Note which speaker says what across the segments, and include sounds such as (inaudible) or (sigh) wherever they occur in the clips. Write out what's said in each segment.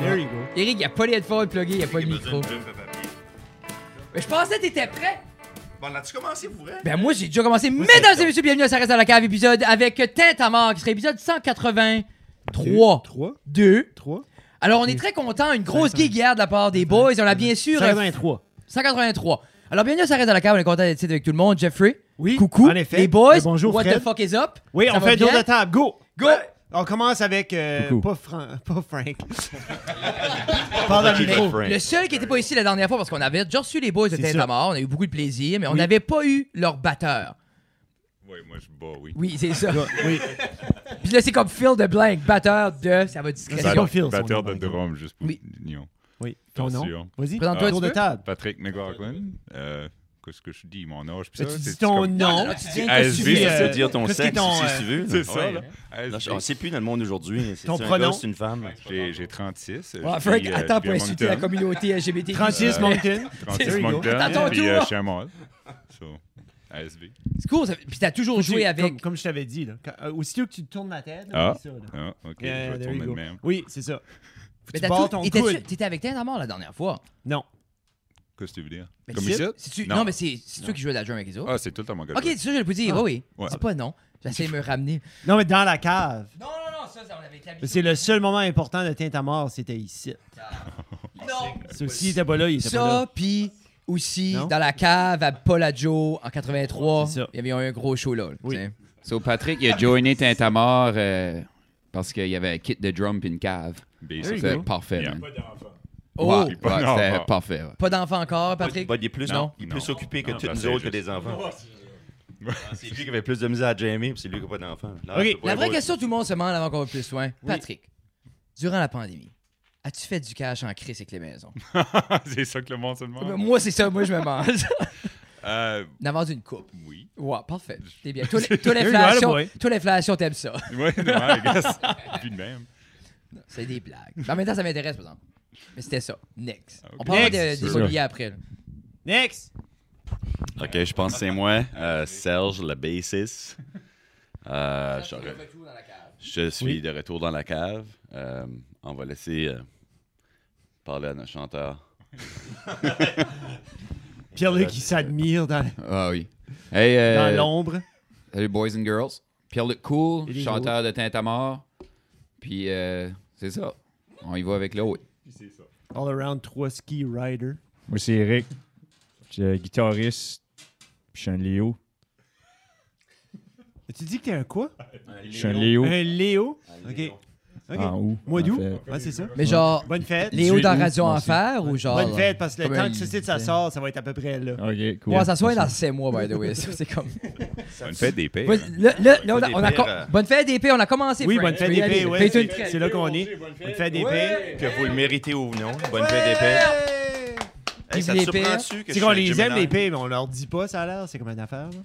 Speaker 1: There you go.
Speaker 2: Eric, il n'y a pas les headphones pluggés, il n'y a pas de micro. Mais je pensais que t'étais prêt.
Speaker 3: Bon, là-tu commencé pour vrai?
Speaker 2: Ben moi, j'ai déjà commencé. Mesdames et messieurs, bienvenue à Ça reste à la cave épisode avec Tête à mort, qui serait épisode 183.
Speaker 1: 3.
Speaker 2: 2.
Speaker 1: 3.
Speaker 2: Alors, on est très content, une grosse gig hier de la part des boys. On a bien sûr. euh,
Speaker 1: 3.
Speaker 2: 183. Alors, bienvenue à Ça reste à la cave, on est content d'être ici avec tout le monde. Jeffrey.
Speaker 1: Oui,
Speaker 2: Coucou.
Speaker 1: en effet.
Speaker 2: Les boys.
Speaker 1: Et bonjour,
Speaker 2: What
Speaker 1: Fred.
Speaker 2: the fuck is up?
Speaker 1: Oui,
Speaker 2: Ça
Speaker 1: on
Speaker 2: va
Speaker 1: fait un tour
Speaker 2: bien?
Speaker 1: de table. Go!
Speaker 2: Go!
Speaker 1: On commence avec. euh,
Speaker 4: Coucou.
Speaker 1: pas, Fran- pas (laughs) Frank. Parle dans le
Speaker 3: Frankie.
Speaker 1: micro.
Speaker 3: Frank.
Speaker 2: Le seul qui n'était pas ici la dernière fois, parce qu'on avait déjà reçu les boys de
Speaker 1: C'est
Speaker 2: Tête
Speaker 1: ça.
Speaker 2: à mort, on a eu beaucoup de plaisir, mais on
Speaker 1: Oui.
Speaker 2: n'avait pas eu leur batteur.
Speaker 3: Oui, moi je bats, oui.
Speaker 2: Oui,
Speaker 1: (laughs)
Speaker 2: c'est ça.
Speaker 1: Oui.
Speaker 2: Puis là, c'est comme Phil de Blank, batteur de. Ça va discrétion.
Speaker 1: Batteur. Phil, son
Speaker 4: Batteur
Speaker 1: nom,
Speaker 4: de
Speaker 1: par
Speaker 4: drum, juste pour
Speaker 2: Oui.
Speaker 4: l'union.
Speaker 1: Oui. Ton
Speaker 4: Attention.
Speaker 1: nom. Vas-y.
Speaker 2: Présente-toi un
Speaker 1: tour
Speaker 2: petit
Speaker 1: de
Speaker 2: peu.
Speaker 1: table.
Speaker 4: Patrick McLaughlin. euh, Qu'est-ce que je dis? Mon âge, pis
Speaker 1: Tu
Speaker 4: ça.
Speaker 1: dis
Speaker 4: c'est-tu
Speaker 1: ton
Speaker 4: comme- Ah,
Speaker 1: nom.
Speaker 2: Non, non, tu dis
Speaker 1: tu
Speaker 4: ASV, ça
Speaker 1: dis,
Speaker 4: veut
Speaker 1: euh,
Speaker 5: peux dire ton
Speaker 1: qu'est-ce qui est
Speaker 5: sexe
Speaker 1: ton,
Speaker 5: aussi,
Speaker 1: euh,
Speaker 5: si tu veux.
Speaker 4: C'est ça,
Speaker 5: Ouais.
Speaker 4: là.
Speaker 5: Là,
Speaker 4: ASV.
Speaker 5: je- on sait plus dans le monde aujourd'hui. C'est
Speaker 1: Ton
Speaker 5: un
Speaker 1: pronom?
Speaker 5: gars, c'est une femme.
Speaker 4: J'ai j'ai 36. euh,
Speaker 2: Ah,
Speaker 4: je
Speaker 2: Frank,
Speaker 4: vis, euh,
Speaker 2: attends pour
Speaker 4: je vis à
Speaker 2: insulter la
Speaker 1: (laughs)
Speaker 4: Moncton.
Speaker 2: communauté LGBT.
Speaker 1: 36 Moncton.
Speaker 4: 36
Speaker 2: Attends ton
Speaker 4: Moncton, puis euh,
Speaker 2: tour.
Speaker 4: je suis à Montréal. So, ASV.
Speaker 2: C'est cool, ça- puis t'as toujours joué
Speaker 1: Comme-
Speaker 2: avec.
Speaker 1: Comme, comme je t'avais dit, là. Quand- euh, aussitôt que tu tournes la tête, là,
Speaker 4: Ah,
Speaker 1: c'est ça, là.
Speaker 4: ah, ok,
Speaker 1: Yeah,
Speaker 4: je vais
Speaker 1: there
Speaker 4: tourner
Speaker 1: you
Speaker 4: le
Speaker 1: go.
Speaker 4: même.
Speaker 1: Oui, c'est ça. Tu
Speaker 2: Mais t'as
Speaker 1: barres
Speaker 2: tout-
Speaker 1: ton
Speaker 2: et t'as-tu-
Speaker 1: coude.
Speaker 2: T'étais avec Tête à mort la dernière fois.
Speaker 1: Non.
Speaker 4: Qu'est-ce que tu veux dire?
Speaker 2: Mais
Speaker 4: Comme
Speaker 2: c'est-
Speaker 4: ici?
Speaker 2: c'est-tu-
Speaker 4: Non.
Speaker 2: Non, mais c'est c'est toi qui jouais de la drum avec les autres.
Speaker 4: Ah, c'est tout le temps mon gars.
Speaker 2: Ok, c'est ça, je le peux
Speaker 1: Ah.
Speaker 2: dire. Oui, oui.
Speaker 4: Ouais.
Speaker 2: Dis pas non. J'essaie de me ramener.
Speaker 1: Non, mais dans la cave.
Speaker 2: Non, non, non, ça, ça, on avait été
Speaker 1: C'est le seul moment important de Teinte à mort, c'était ici.
Speaker 2: Non.
Speaker 1: Ça, S'il était pas là, il était pas là.
Speaker 2: Ça, puis aussi
Speaker 1: Non?
Speaker 2: dans la cave à Paul Adjo en 83.
Speaker 1: C'est ça.
Speaker 2: Il y avait eu un gros show là.
Speaker 1: Oui.
Speaker 2: tu sais.
Speaker 6: So Patrick, il a joiné Tintamar euh, parce qu'il y avait un kit de drum pis une cave.
Speaker 4: (laughs)
Speaker 1: There you
Speaker 6: C'était
Speaker 1: go.
Speaker 6: parfait,
Speaker 4: Yeah.
Speaker 6: man.
Speaker 2: Oh,
Speaker 6: Ouais,
Speaker 4: Pas
Speaker 6: ouais,
Speaker 4: d'enfant.
Speaker 6: c'était parfait. ouais.
Speaker 2: pas d'enfant encore,
Speaker 5: Bud-
Speaker 2: Patrick?
Speaker 5: Bud, il est plus,
Speaker 2: Non.
Speaker 5: il est
Speaker 4: Non.
Speaker 5: plus occupé que
Speaker 4: Non,
Speaker 5: tous
Speaker 4: ben,
Speaker 5: nous
Speaker 4: c'est
Speaker 5: autres que
Speaker 4: juste-
Speaker 5: des enfants. C'est lui qui avait plus de misère à jammer, puis c'est lui qui n'a pas d'enfant. Non,
Speaker 1: Ok,
Speaker 5: c'est pas
Speaker 2: La vraie
Speaker 5: drôle.
Speaker 2: question, tout le monde se demande avant qu'on va plus loin. Patrick, durant la pandémie, as-tu fait du cash en crise avec les maisons?
Speaker 4: C'est ça que le monde se
Speaker 1: Ah,
Speaker 2: Ben,
Speaker 4: demande.
Speaker 2: Moi, c'est ça. Moi, je me mange. (laughs)
Speaker 4: Euh,
Speaker 2: D'avoir une coupe.
Speaker 4: Oui. (laughs)
Speaker 2: Ouais, parfait. T'es
Speaker 1: (laughs)
Speaker 2: bien. Toi,
Speaker 4: C'est-
Speaker 2: toi,
Speaker 1: There you
Speaker 2: l'inflation,
Speaker 1: are, boy.
Speaker 2: toi, l'inflation, t'aimes ça.
Speaker 4: Oui, I guess. Puis de même.
Speaker 2: C'est des blagues. Mais En même temps, ça m'intéresse, par exemple. Mais c'était ça. Next. On
Speaker 4: Ok.
Speaker 2: parlera de-
Speaker 1: Ah, Next.
Speaker 2: des
Speaker 4: Sure.
Speaker 2: immobiliers après. là.
Speaker 1: Next!
Speaker 5: Ok, je pense que c'est moi. Euh, Serge, le bassiste. Euh, je, je suis
Speaker 1: Oui.
Speaker 5: de retour dans la cave. Euh, on va laisser euh, parler à notre chanteur.
Speaker 1: Pierre-Luc qui s'admire dans,
Speaker 6: Ah oui. Hey,
Speaker 1: dans
Speaker 6: euh,
Speaker 1: l'ombre.
Speaker 6: salut boys and girls. Pierre-Luc Cool,
Speaker 1: Et les
Speaker 6: chanteur de Tintamar. Puis euh, c'est ça. On y va avec l'autre.
Speaker 1: All around 3 ski rider.
Speaker 7: Moi, c'est Eric. Je suis euh, guitariste. puis Je suis un Léo.
Speaker 1: Tu dis que t'es un quoi?
Speaker 7: Je suis un Léo.
Speaker 1: Un Ah, Léo? Ok. Ok.
Speaker 7: En août.
Speaker 1: Moi d'où?
Speaker 7: en fait.
Speaker 1: Ouais, c'est ça.
Speaker 2: Mais genre,
Speaker 1: Bonne fête.
Speaker 2: Ah, Léo
Speaker 7: Tu-
Speaker 2: dans Radio
Speaker 7: Merci.
Speaker 2: Enfer ou genre.
Speaker 1: Bonne fête, parce que le
Speaker 2: comme
Speaker 1: temps
Speaker 2: un-
Speaker 1: que ceci de ça sort, ça va être à peu près là.
Speaker 7: Ok, cool.
Speaker 2: Ouais, ça soit dans 7 mois, by
Speaker 1: (laughs)
Speaker 2: the way. Ça, C'est comme.
Speaker 4: Bonne fête des pères. hein.
Speaker 2: Vas- Là, là, là, on a-
Speaker 5: des
Speaker 2: on a
Speaker 5: pères,
Speaker 2: co-
Speaker 5: euh.
Speaker 2: Bonne fête d'épée, on a commencé.
Speaker 1: Oui,
Speaker 2: Frank.
Speaker 1: bonne fête
Speaker 2: Tu peux y
Speaker 1: d'épée.
Speaker 2: aller.
Speaker 1: ouais,
Speaker 2: Fais-toi une
Speaker 1: c'est-
Speaker 2: traite.
Speaker 1: c'est là qu'on est. Bonne fête d'épée.
Speaker 5: Que vous le méritez ou non. Bonne fête d'épée. Hey, ça te
Speaker 2: Vive les pères.
Speaker 5: surprend-tu que je
Speaker 1: C'est
Speaker 5: suis
Speaker 1: qu'on
Speaker 5: un
Speaker 1: les
Speaker 5: Gemini?
Speaker 1: aime, les pays, mais on leur dit pas, ça a l'air. C'est comme une affaire. là.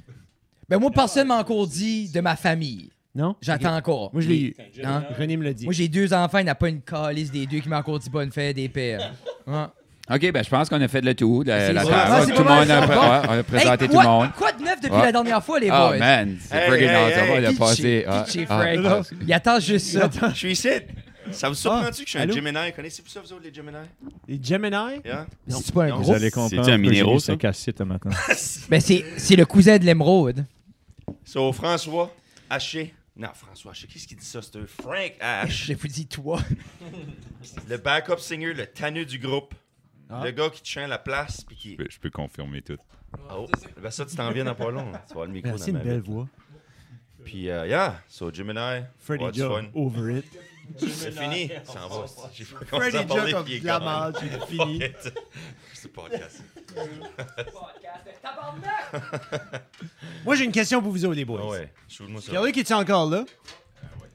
Speaker 2: Ben, moi, personne m'a encore dit de ma famille.
Speaker 1: Non?
Speaker 2: J'attends
Speaker 1: Ok.
Speaker 2: encore.
Speaker 1: Moi, je l'ai eu.
Speaker 2: Hein?
Speaker 1: René me l'a dit.
Speaker 2: Moi, j'ai deux enfants, il n'y a pas une calice des deux qui m'a encore dit bonne fête des pères. Hein?
Speaker 6: OK, ben je pense qu'on a fait le tour. La,
Speaker 2: C'est
Speaker 6: la
Speaker 2: ça.
Speaker 6: table.
Speaker 2: Ah, c'est
Speaker 6: tout
Speaker 2: pas
Speaker 6: le
Speaker 2: mal,
Speaker 6: monde a,
Speaker 2: c'est
Speaker 6: ouais, on a présenté
Speaker 2: Hey,
Speaker 6: tout le
Speaker 2: quoi-
Speaker 6: monde.
Speaker 2: Quoi de neuf depuis
Speaker 6: Ouais.
Speaker 2: la dernière fois, les
Speaker 6: Oh
Speaker 2: boys?
Speaker 6: man, c'est
Speaker 5: Hey,
Speaker 6: friggin'
Speaker 5: hey,
Speaker 6: awesome.
Speaker 5: hey,
Speaker 6: Il a
Speaker 2: Pitché,
Speaker 6: passé. ah,
Speaker 2: pitché,
Speaker 6: ah,
Speaker 2: Frank.
Speaker 6: ah.
Speaker 2: Il attend juste ça.
Speaker 5: Je suis ici. Ça vous surprend-tu que je suis un
Speaker 1: allô?
Speaker 5: Gemini? Connaissez-vous ça, vous autres, les Gemini?
Speaker 1: Les Gemini?
Speaker 5: Yeah?
Speaker 2: C'est pas un
Speaker 5: Non,
Speaker 7: Vous
Speaker 2: gros.
Speaker 7: allez comprendre.
Speaker 5: Ah, C'est-tu un minéraux, ça?
Speaker 7: ça? cassé
Speaker 5: (laughs)
Speaker 7: ce matin.
Speaker 2: Ben, c'est c'est le cousin de l'émeraude.
Speaker 5: So, François Haché. Non, François Haché, qu'est-ce qu'il dit ça? C'est un Frank H.
Speaker 2: Je vous dis (laughs) toi.
Speaker 5: le backup singer, le tannu du groupe. Le gars qui te chante la place. Puis qui...
Speaker 4: Je peux- Je peux confirmer tout.
Speaker 5: Oh, ben ça, tu t'en viens dans pas long. hein. Tu vas le micro
Speaker 1: Merci,
Speaker 5: dans
Speaker 1: une
Speaker 5: ma
Speaker 1: belle
Speaker 5: vie.
Speaker 1: voix.
Speaker 5: Puis, euh, yeah, so Gemini,
Speaker 1: Freddy
Speaker 5: what's
Speaker 1: Joe,
Speaker 5: fun?
Speaker 1: over
Speaker 5: (laughs)
Speaker 1: it.
Speaker 5: C'est fini, ça en va. J'ai pas commencé à
Speaker 1: Freddy
Speaker 5: parler,
Speaker 1: Joe comme
Speaker 5: puis il
Speaker 1: de
Speaker 5: est
Speaker 1: la
Speaker 5: quand même-
Speaker 1: marde, c'est
Speaker 5: (laughs)
Speaker 1: fini.
Speaker 5: C'est pas podcast.
Speaker 1: Moi, j'ai une question pour vous autres, les boys.
Speaker 5: Ah ouais, je moi ça.
Speaker 1: Regardez qui est encore là.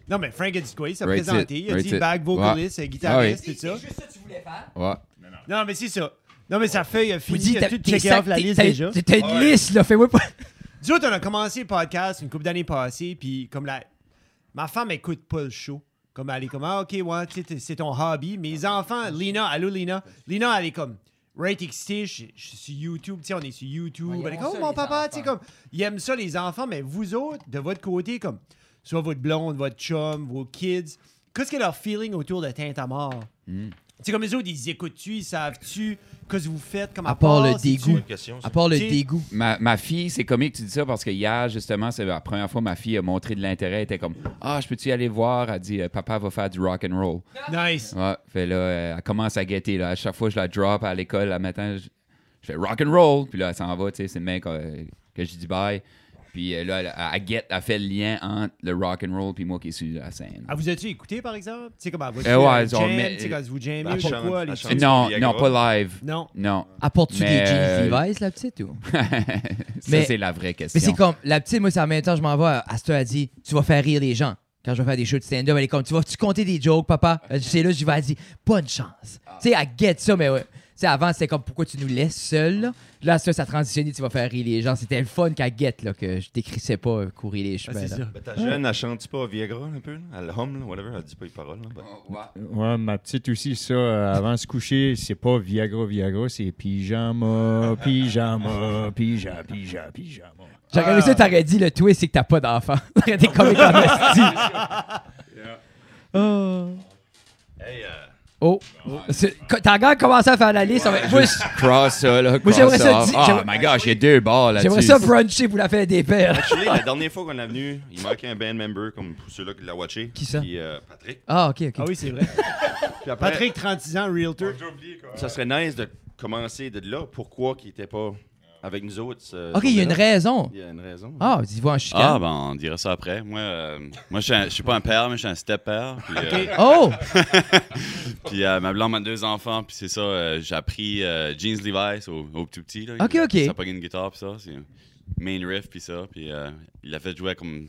Speaker 1: Non, mais Frank a dit quoi? Il s'est
Speaker 6: Right it,
Speaker 1: présenté. Il a
Speaker 6: right
Speaker 1: dit
Speaker 6: it.
Speaker 2: Ah.
Speaker 1: back vocalist, euh, guitariste,
Speaker 6: Ah
Speaker 1: tout ça.
Speaker 2: juste ça que tu voulais faire.
Speaker 6: Ouais.
Speaker 1: Non, mais c'est ça. Non, mais sa feuille a
Speaker 2: Vous
Speaker 1: fini.
Speaker 2: dites,
Speaker 1: il a
Speaker 2: t'as
Speaker 1: tout
Speaker 2: t'es
Speaker 1: checké
Speaker 2: sac-
Speaker 1: off la
Speaker 2: t'es-
Speaker 1: liste
Speaker 2: t'as-
Speaker 1: déjà.
Speaker 2: t'as- T'as une
Speaker 5: Ouais.
Speaker 2: liste, là. Fais-moi pas.
Speaker 1: Nous autres, on a commencé le podcast une couple d'années passées, puis comme la... Ma femme écoute pas le show. Comme elle est comme, ah, ok, ouais, tu sais, t'es- c'est ton hobby. Mes enfants, Lina, allô Lina. Lina, elle est comme, right excitée, je, je suis sur YouTube, tu sais, on est sur YouTube.
Speaker 2: Ouais, ils
Speaker 1: elle est
Speaker 2: aiment
Speaker 1: comme,
Speaker 2: ça,
Speaker 1: oh, mon
Speaker 2: les
Speaker 1: papa, tu sais,
Speaker 2: enfants.
Speaker 1: comme, il aime ça les enfants, mais vous autres, de votre côté, comme,
Speaker 2: Hmm.
Speaker 1: soit votre blonde, votre chum, vos kids, qu'est-ce que leur feeling autour de Teinte à mort? sais, comme les autres, ils écoutent-tu, ils savent-tu que vous faites, comme
Speaker 2: À part le
Speaker 1: c'est-tu-
Speaker 2: dégoût.
Speaker 1: Ok,
Speaker 5: question.
Speaker 2: À part le
Speaker 1: T'sais-
Speaker 2: dégoût.
Speaker 6: Ma, ma fille, c'est comique que tu dis ça parce que hier, justement, c'est la première fois que ma fille a montré de l'intérêt. Elle était comme Ah, je peux-tu y aller voir Elle dit euh, Papa va faire du rock and roll.
Speaker 1: Nice.
Speaker 6: Ouais, fait là, euh, elle commence à guetter. Là. À chaque fois, je la drop à l'école, la matin, je, je fais rock and roll. Puis là, elle s'en va, tu sais, c'est le mec euh, que je dis bye. Puis euh, là, elle, elle, elle guette, elle fait le lien entre le rock and roll puis moi qui suis sur la scène.
Speaker 1: Ah, vous as-tu écouté, par exemple? Tu sais, comme ah, à votre
Speaker 6: Eh ouais,
Speaker 1: jam,
Speaker 6: genre, mais-
Speaker 1: tu sais, quand vous jammez,
Speaker 5: Elle
Speaker 1: ou
Speaker 5: chante,
Speaker 1: quoi,
Speaker 5: elle
Speaker 1: les-
Speaker 5: chante.
Speaker 6: Euh, non,
Speaker 3: Viagra.
Speaker 6: non, pas live.
Speaker 1: Non.
Speaker 6: Non.
Speaker 2: Apportes-tu
Speaker 6: Mais,
Speaker 2: des jeans
Speaker 6: euh,
Speaker 2: Levi's, la petite, ou?
Speaker 6: ça,
Speaker 2: Mais-
Speaker 6: c'est la vraie question.
Speaker 2: Mais c'est comme, la petite, moi, c'est en même temps, je m'en vais, à cette heure, elle dit, tu vas faire rire les gens. Quand je vais faire des shows de stand-up, elle est comme, tu vas-tu compter des jokes, papa? Elle dit, C'est là, j'y vais, elle dit, bonne chance. Tu sais, elle guette ça, mais ouais. Tu sais, avant, c'était comme, pourquoi tu nous laisses seuls, là? Là, ça, ça a transitionné, tu vas faire rire les gens. C'était le fun qu'elle guette, là, que je t'écrissais pas euh, courir les
Speaker 1: Ah,
Speaker 2: chemins.
Speaker 1: c'est ça.
Speaker 2: là.
Speaker 5: Ben, ta jeune, elle chante pas Viagra un peu? là? Elle hum, là, whatever, elle dit pas les paroles. là. Ben,
Speaker 7: Ouais, ma petite aussi, ça, euh, avant de se coucher, c'est pas Viagra, Viagra, c'est pyjama, pyjama, pyjama, pyjama, pyjama.
Speaker 2: J'aurais aimé ça, t'aurais dit, le twist, c'est que t'as pas d'enfant. (laughs) T'aurais été comme comme esti. Oh. (laughs)
Speaker 5: euh,
Speaker 2: Oh. C'est- co- T'as encore commencé à faire la liste. on va- Moi, je-
Speaker 6: Ben, Cross ça, là. Cross
Speaker 2: j'aimerais ça
Speaker 6: off.
Speaker 2: di-
Speaker 6: Oh
Speaker 2: j'aimerais-
Speaker 6: my gosh, il y a deux bars là-dessus.
Speaker 2: j'aimerais ça bruncher pour la fête des pères.
Speaker 5: Actually, la dernière fois qu'on est venu, il manquait un band member comme pour ceux-là qui l'ont watché.
Speaker 2: Qui ça?
Speaker 5: Puis, euh, Patrick.
Speaker 2: Ah, ok, ok.
Speaker 1: Ah oui, c'est vrai.
Speaker 5: Puis après,
Speaker 1: Patrick, 36 ans, realtor.
Speaker 3: J'ai oublié, quoi.
Speaker 5: ça serait nice de commencer de là. Pourquoi qu'il était pas avec nous autres? ce
Speaker 2: ok, il y a une
Speaker 5: jour-là?
Speaker 2: raison.
Speaker 5: Il y a une raison.
Speaker 2: Ah, tu vois en chicane.
Speaker 8: Ah, ben, on dira ça après. Moi, euh, moi je suis un- je suis pas un père, mais je suis un step-père. Puis, euh,
Speaker 2: Oh!
Speaker 8: puis, euh, ma blonde a deux enfants, puis c'est ça, euh, j'ai appris euh, Jeans Levi's au, au tout petit. Là,
Speaker 2: Ok,
Speaker 8: Il-
Speaker 2: ok.
Speaker 8: Ça a pogné une guitare, puis ça. C'est main riff, puis ça. Puis euh, il l'a fait jouer comme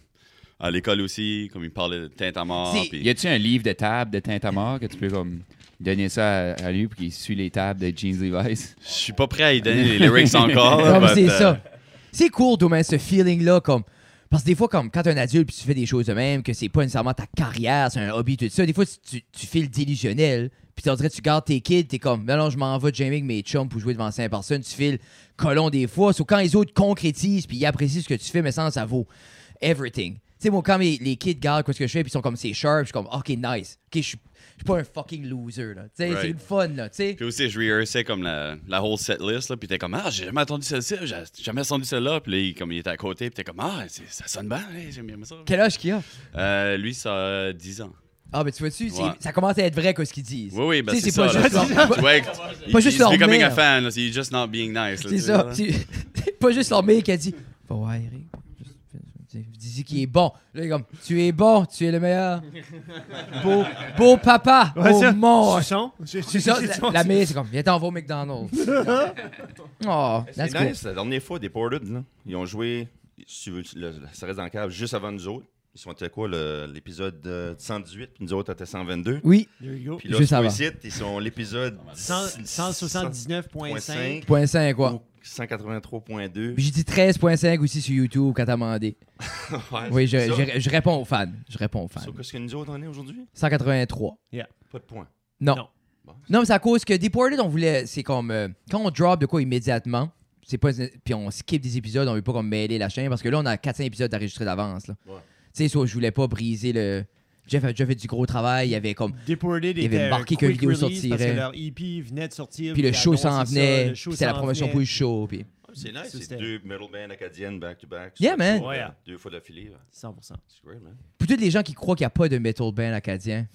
Speaker 8: à l'école aussi, comme il parlait de teinte à mort.
Speaker 2: C'est-
Speaker 8: puis-
Speaker 6: Y a-tu un livre de table de Tintamarre que tu peux comme donner ça à, à lui pour qu'il suit les tables de Jeans Levi's?
Speaker 8: Je suis pas prêt à y
Speaker 2: (laughs)
Speaker 8: donner les lyrics encore. là,
Speaker 2: Comme
Speaker 8: but,
Speaker 2: c'est
Speaker 8: euh,
Speaker 2: ça. C'est cool, Thomas, ce feeling-là, comme. Parce que des fois, comme quand t'es un adulte puis tu fais des choses de même, que c'est pas nécessairement ta carrière, c'est un hobby, tout ça, des fois, tu, tu, tu fais le délusionnel. Puis on dirait, que tu gardes tes kids, t'es comme, ben non, non, je m'en vais de avec mes chums pour jouer devant 5 personnes. Tu files colon des fois. Sauf quand les autres concrétisent puis ils apprécient ce que tu fais, mais sans ça vaut everything. Tu sais, moi, quand mes- les kids gardent quoi ce que je fais puis ils sont comme, c'est sharp, je suis comme, ok, nice. Ok, je suis je suis pas un fucking loser, là. Tu sais,
Speaker 8: Right.
Speaker 2: c'est une fun, là. Tu sais,
Speaker 8: Puis aussi, je rehearsais comme la, la whole set list, là, puis t'es comme, ah, j'ai jamais entendu celle-ci, j'ai jamais entendu celle-là. Puis là, il- comme il était à côté, puis t'es comme, ah, c'est- ça sonne bien, hey, j'aime bien ça.
Speaker 2: quel âge qu'il a?
Speaker 8: Euh, lui, ça a 10 ans.
Speaker 2: Ah, ben tu vois-tu, c'est-
Speaker 8: Ouais.
Speaker 2: ça commence à être vrai, quoi, ce qu'ils disent.
Speaker 8: Oui, oui, ben
Speaker 2: Tu sais,
Speaker 8: c'est ça.
Speaker 2: Pas
Speaker 8: là.
Speaker 2: juste leur-
Speaker 8: Tu vois, il-
Speaker 2: Pas juste
Speaker 8: he's
Speaker 2: leur
Speaker 8: becoming a
Speaker 2: mère.
Speaker 8: fan, là, he's just not being nice. là,
Speaker 2: c'est
Speaker 8: tu
Speaker 2: ça.
Speaker 8: vois, là.
Speaker 2: C'est c'est (laughs) pas juste leur mec qui a dit Faut voir, Eric. Dis-y qu'il est bon. Là, il est comme Tu es bon, tu es le meilleur. Beau, beau papa.
Speaker 1: Ouais,
Speaker 2: oh
Speaker 1: ça.
Speaker 2: mon.
Speaker 1: Suçon.
Speaker 2: C'est ça,
Speaker 1: Suçon,
Speaker 2: la, la mère, c'est comme Viens t'en va au McDonald's. (laughs) oh,
Speaker 5: C'est
Speaker 2: that's cool.
Speaker 5: nice, la dernière fois, Deported, là, ils ont joué, sur le, le- ça reste dans le cave, juste avant nous autres. Ils sont à quoi, le- l'épisode euh, 118, puis nous autres, on était 122.
Speaker 2: Oui,
Speaker 1: There you go.
Speaker 5: Puis là,
Speaker 2: Juste
Speaker 5: sur
Speaker 2: avant.
Speaker 5: le site, ils sont l'épisode
Speaker 1: 100- 179.5.
Speaker 5: 100.5,
Speaker 2: point 5, quoi.
Speaker 5: ou 183.2.
Speaker 2: Puis j'ai dit 13.5 aussi sur YouTube quand t'as demandé.
Speaker 5: (laughs) Ouais,
Speaker 2: Oui, je,
Speaker 5: c'est ça.
Speaker 2: je- je réponds aux fans. Je réponds aux fans.
Speaker 5: Sauf que ce que nous autres, on est aujourd'hui,
Speaker 2: 183.
Speaker 5: pas de points.
Speaker 2: Non.
Speaker 1: Non.
Speaker 2: Non,
Speaker 5: Bon.
Speaker 2: mais c'est à cause que Deported, on voulait. C'est comme. euh, quand on drop de quoi immédiatement, c'est pas. Puis on skip des épisodes, on veut pas comme mêler la chaîne parce que là, on a 400 épisodes enregistrés d'avance. là.
Speaker 5: Ouais.
Speaker 2: Tu sais, so, je voulais pas briser le. Jeff a déjà fait du gros travail, il y avait comme.
Speaker 1: Deported
Speaker 2: Il avait
Speaker 1: était
Speaker 2: marqué
Speaker 1: un
Speaker 2: que le
Speaker 1: quick
Speaker 2: vidéo
Speaker 1: release
Speaker 2: sortirait.
Speaker 1: Parce que leur EP venait de sortir.
Speaker 2: Puis le
Speaker 1: ils
Speaker 2: show s'en
Speaker 1: annonçaient ça,
Speaker 2: venait,
Speaker 1: le show
Speaker 2: puis c'était la
Speaker 1: s'en
Speaker 2: promotion
Speaker 1: venait.
Speaker 2: pour le show. Puis...
Speaker 5: C'est nice,
Speaker 1: Ça,
Speaker 5: c'est
Speaker 1: Ah, c'était-
Speaker 5: deux metal bands acadiennes back-to-back.
Speaker 2: Yeah, man.
Speaker 1: Ouais.
Speaker 5: Deux fois d'affilée. là.
Speaker 1: 100%.
Speaker 5: C'est great,
Speaker 1: (laughs)
Speaker 5: man.
Speaker 2: Pour tous les gens qui croient qu'il n'y a pas de metal band acadien.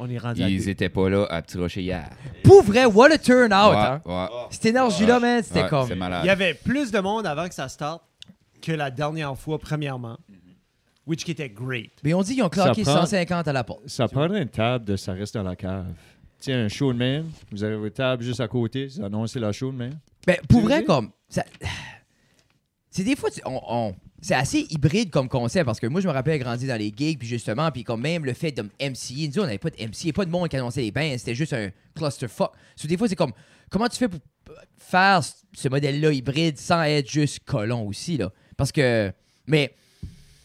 Speaker 1: On est rendu à
Speaker 6: Ils
Speaker 1: deux.
Speaker 6: étaient pas là à Petit Rocher hier.
Speaker 2: Pour vrai, what a turn out!
Speaker 6: Ouais,
Speaker 2: Hein.
Speaker 6: ouais,
Speaker 2: Cette énergie-là,
Speaker 6: Ouais.
Speaker 2: man, c'était
Speaker 6: ouais,
Speaker 2: comme.
Speaker 6: C'est
Speaker 1: Il y
Speaker 6: malade.
Speaker 1: avait plus de monde avant que ça starte que la dernière fois, premièrement.
Speaker 6: Mm-hmm.
Speaker 1: Which qui était great.
Speaker 2: Mais on dit qu'ils ont claqué
Speaker 7: Ça prend-
Speaker 2: 150 à la porte.
Speaker 7: Ça prendrait une table de Ça reste dans la cave. Tiens, un show de même, vous avez votre table juste à côté, vous annoncez la show de même.
Speaker 2: Ben, pour
Speaker 7: Tu
Speaker 2: vrai,
Speaker 7: dis?
Speaker 2: comme. ça- (sighs) C'est des fois. tu- On, on- C'est assez hybride comme concept parce que moi, je me rappelle grandir dans les gigs, puis justement, puis comme même le fait de MCI, nous, on n'avait pas de MCI, pas de monde qui annonçait les bains, c'était juste un clusterfuck. So, des fois, c'est comme. Comment tu fais pour faire c- ce modèle-là hybride sans être juste colon aussi, là? Parce que. Mais.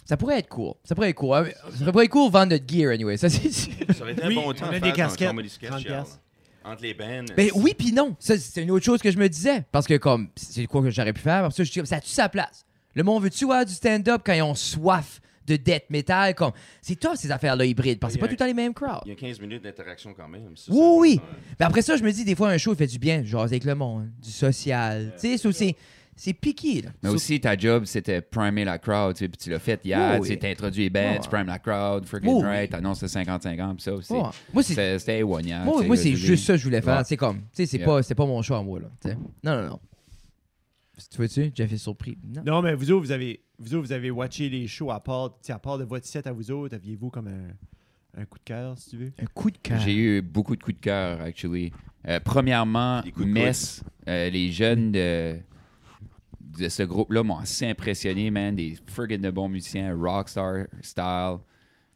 Speaker 2: Ça pourrait être cool. Ça pourrait être cool. hein. Ça pourrait être cool vendre notre gear, anyway. Ça, c'est sûr.
Speaker 5: Ça aurait été
Speaker 1: Oui,
Speaker 5: un bon
Speaker 1: on
Speaker 5: temps
Speaker 1: a
Speaker 5: de
Speaker 1: des
Speaker 5: faire un
Speaker 1: casquettes,
Speaker 5: comedy sketch,
Speaker 1: 30
Speaker 5: genre,
Speaker 1: piastres.
Speaker 5: là. Entre les bands.
Speaker 2: Ben oui, puis non. Ça, c'est une autre chose que je me disais. Parce que, comme, c'est quoi que j'aurais pu faire? Parce que je dis, ça tue sa place. Le monde veut-tu voir du stand-up quand ils ont soif de death metal. Comme... C'est tough, ces affaires-là hybrides, parce que c'est pas
Speaker 5: Il y a
Speaker 2: tout le temps les mêmes crowds.
Speaker 5: Il y a 15 minutes d'interaction quand même. ça,
Speaker 2: Oui,
Speaker 5: ça-
Speaker 2: oui.
Speaker 5: ça-
Speaker 2: Mais après ça, je me dis, des fois, un show, il fait du bien, genre avec le monde, du social. Tu sais, c'est aussi- c'est piqué, là.
Speaker 6: Mais aussi, ta job, c'était primer la crowd, tu sais, puis tu l'as fait
Speaker 2: Oui,
Speaker 6: hier, tu sais,
Speaker 2: oui.
Speaker 6: t'as introduit les bets,
Speaker 2: Ouais.
Speaker 6: tu primes la crowd, freaking
Speaker 2: Oui, oui.
Speaker 6: right, t'annonces le 50-50, puis ça aussi.
Speaker 2: Ouais. Moi, c'est
Speaker 6: C'est- C'était éloignant.
Speaker 2: Moi,
Speaker 6: tu sais,
Speaker 2: moi
Speaker 6: je
Speaker 2: c'est
Speaker 6: veux
Speaker 2: juste
Speaker 6: dire.
Speaker 2: ça que je voulais faire.
Speaker 6: Ouais.
Speaker 2: C'est comme, tu sais, c'est
Speaker 6: Yeah.
Speaker 2: pas, c'est pas mon choix à moi, là. tu sais. Non, non, non. Si tu veux-tu, Jeff est surpris. Non.
Speaker 1: Non, mais vous autres, vous avez, vous autres, vous avez watché les shows à part, tu sais, à part de votre set à vous autres. Aviez-vous comme un, un coup de cœur, si tu veux?
Speaker 2: Un coup de cœur.
Speaker 6: J'ai eu beaucoup de coups de cœur, actually. Euh, premièrement,
Speaker 5: Des coups de
Speaker 6: Metz, euh, les jeunes de, de ce groupe-là m'ont assez impressionné, man. Des friggin' de bons musiciens, rockstar style.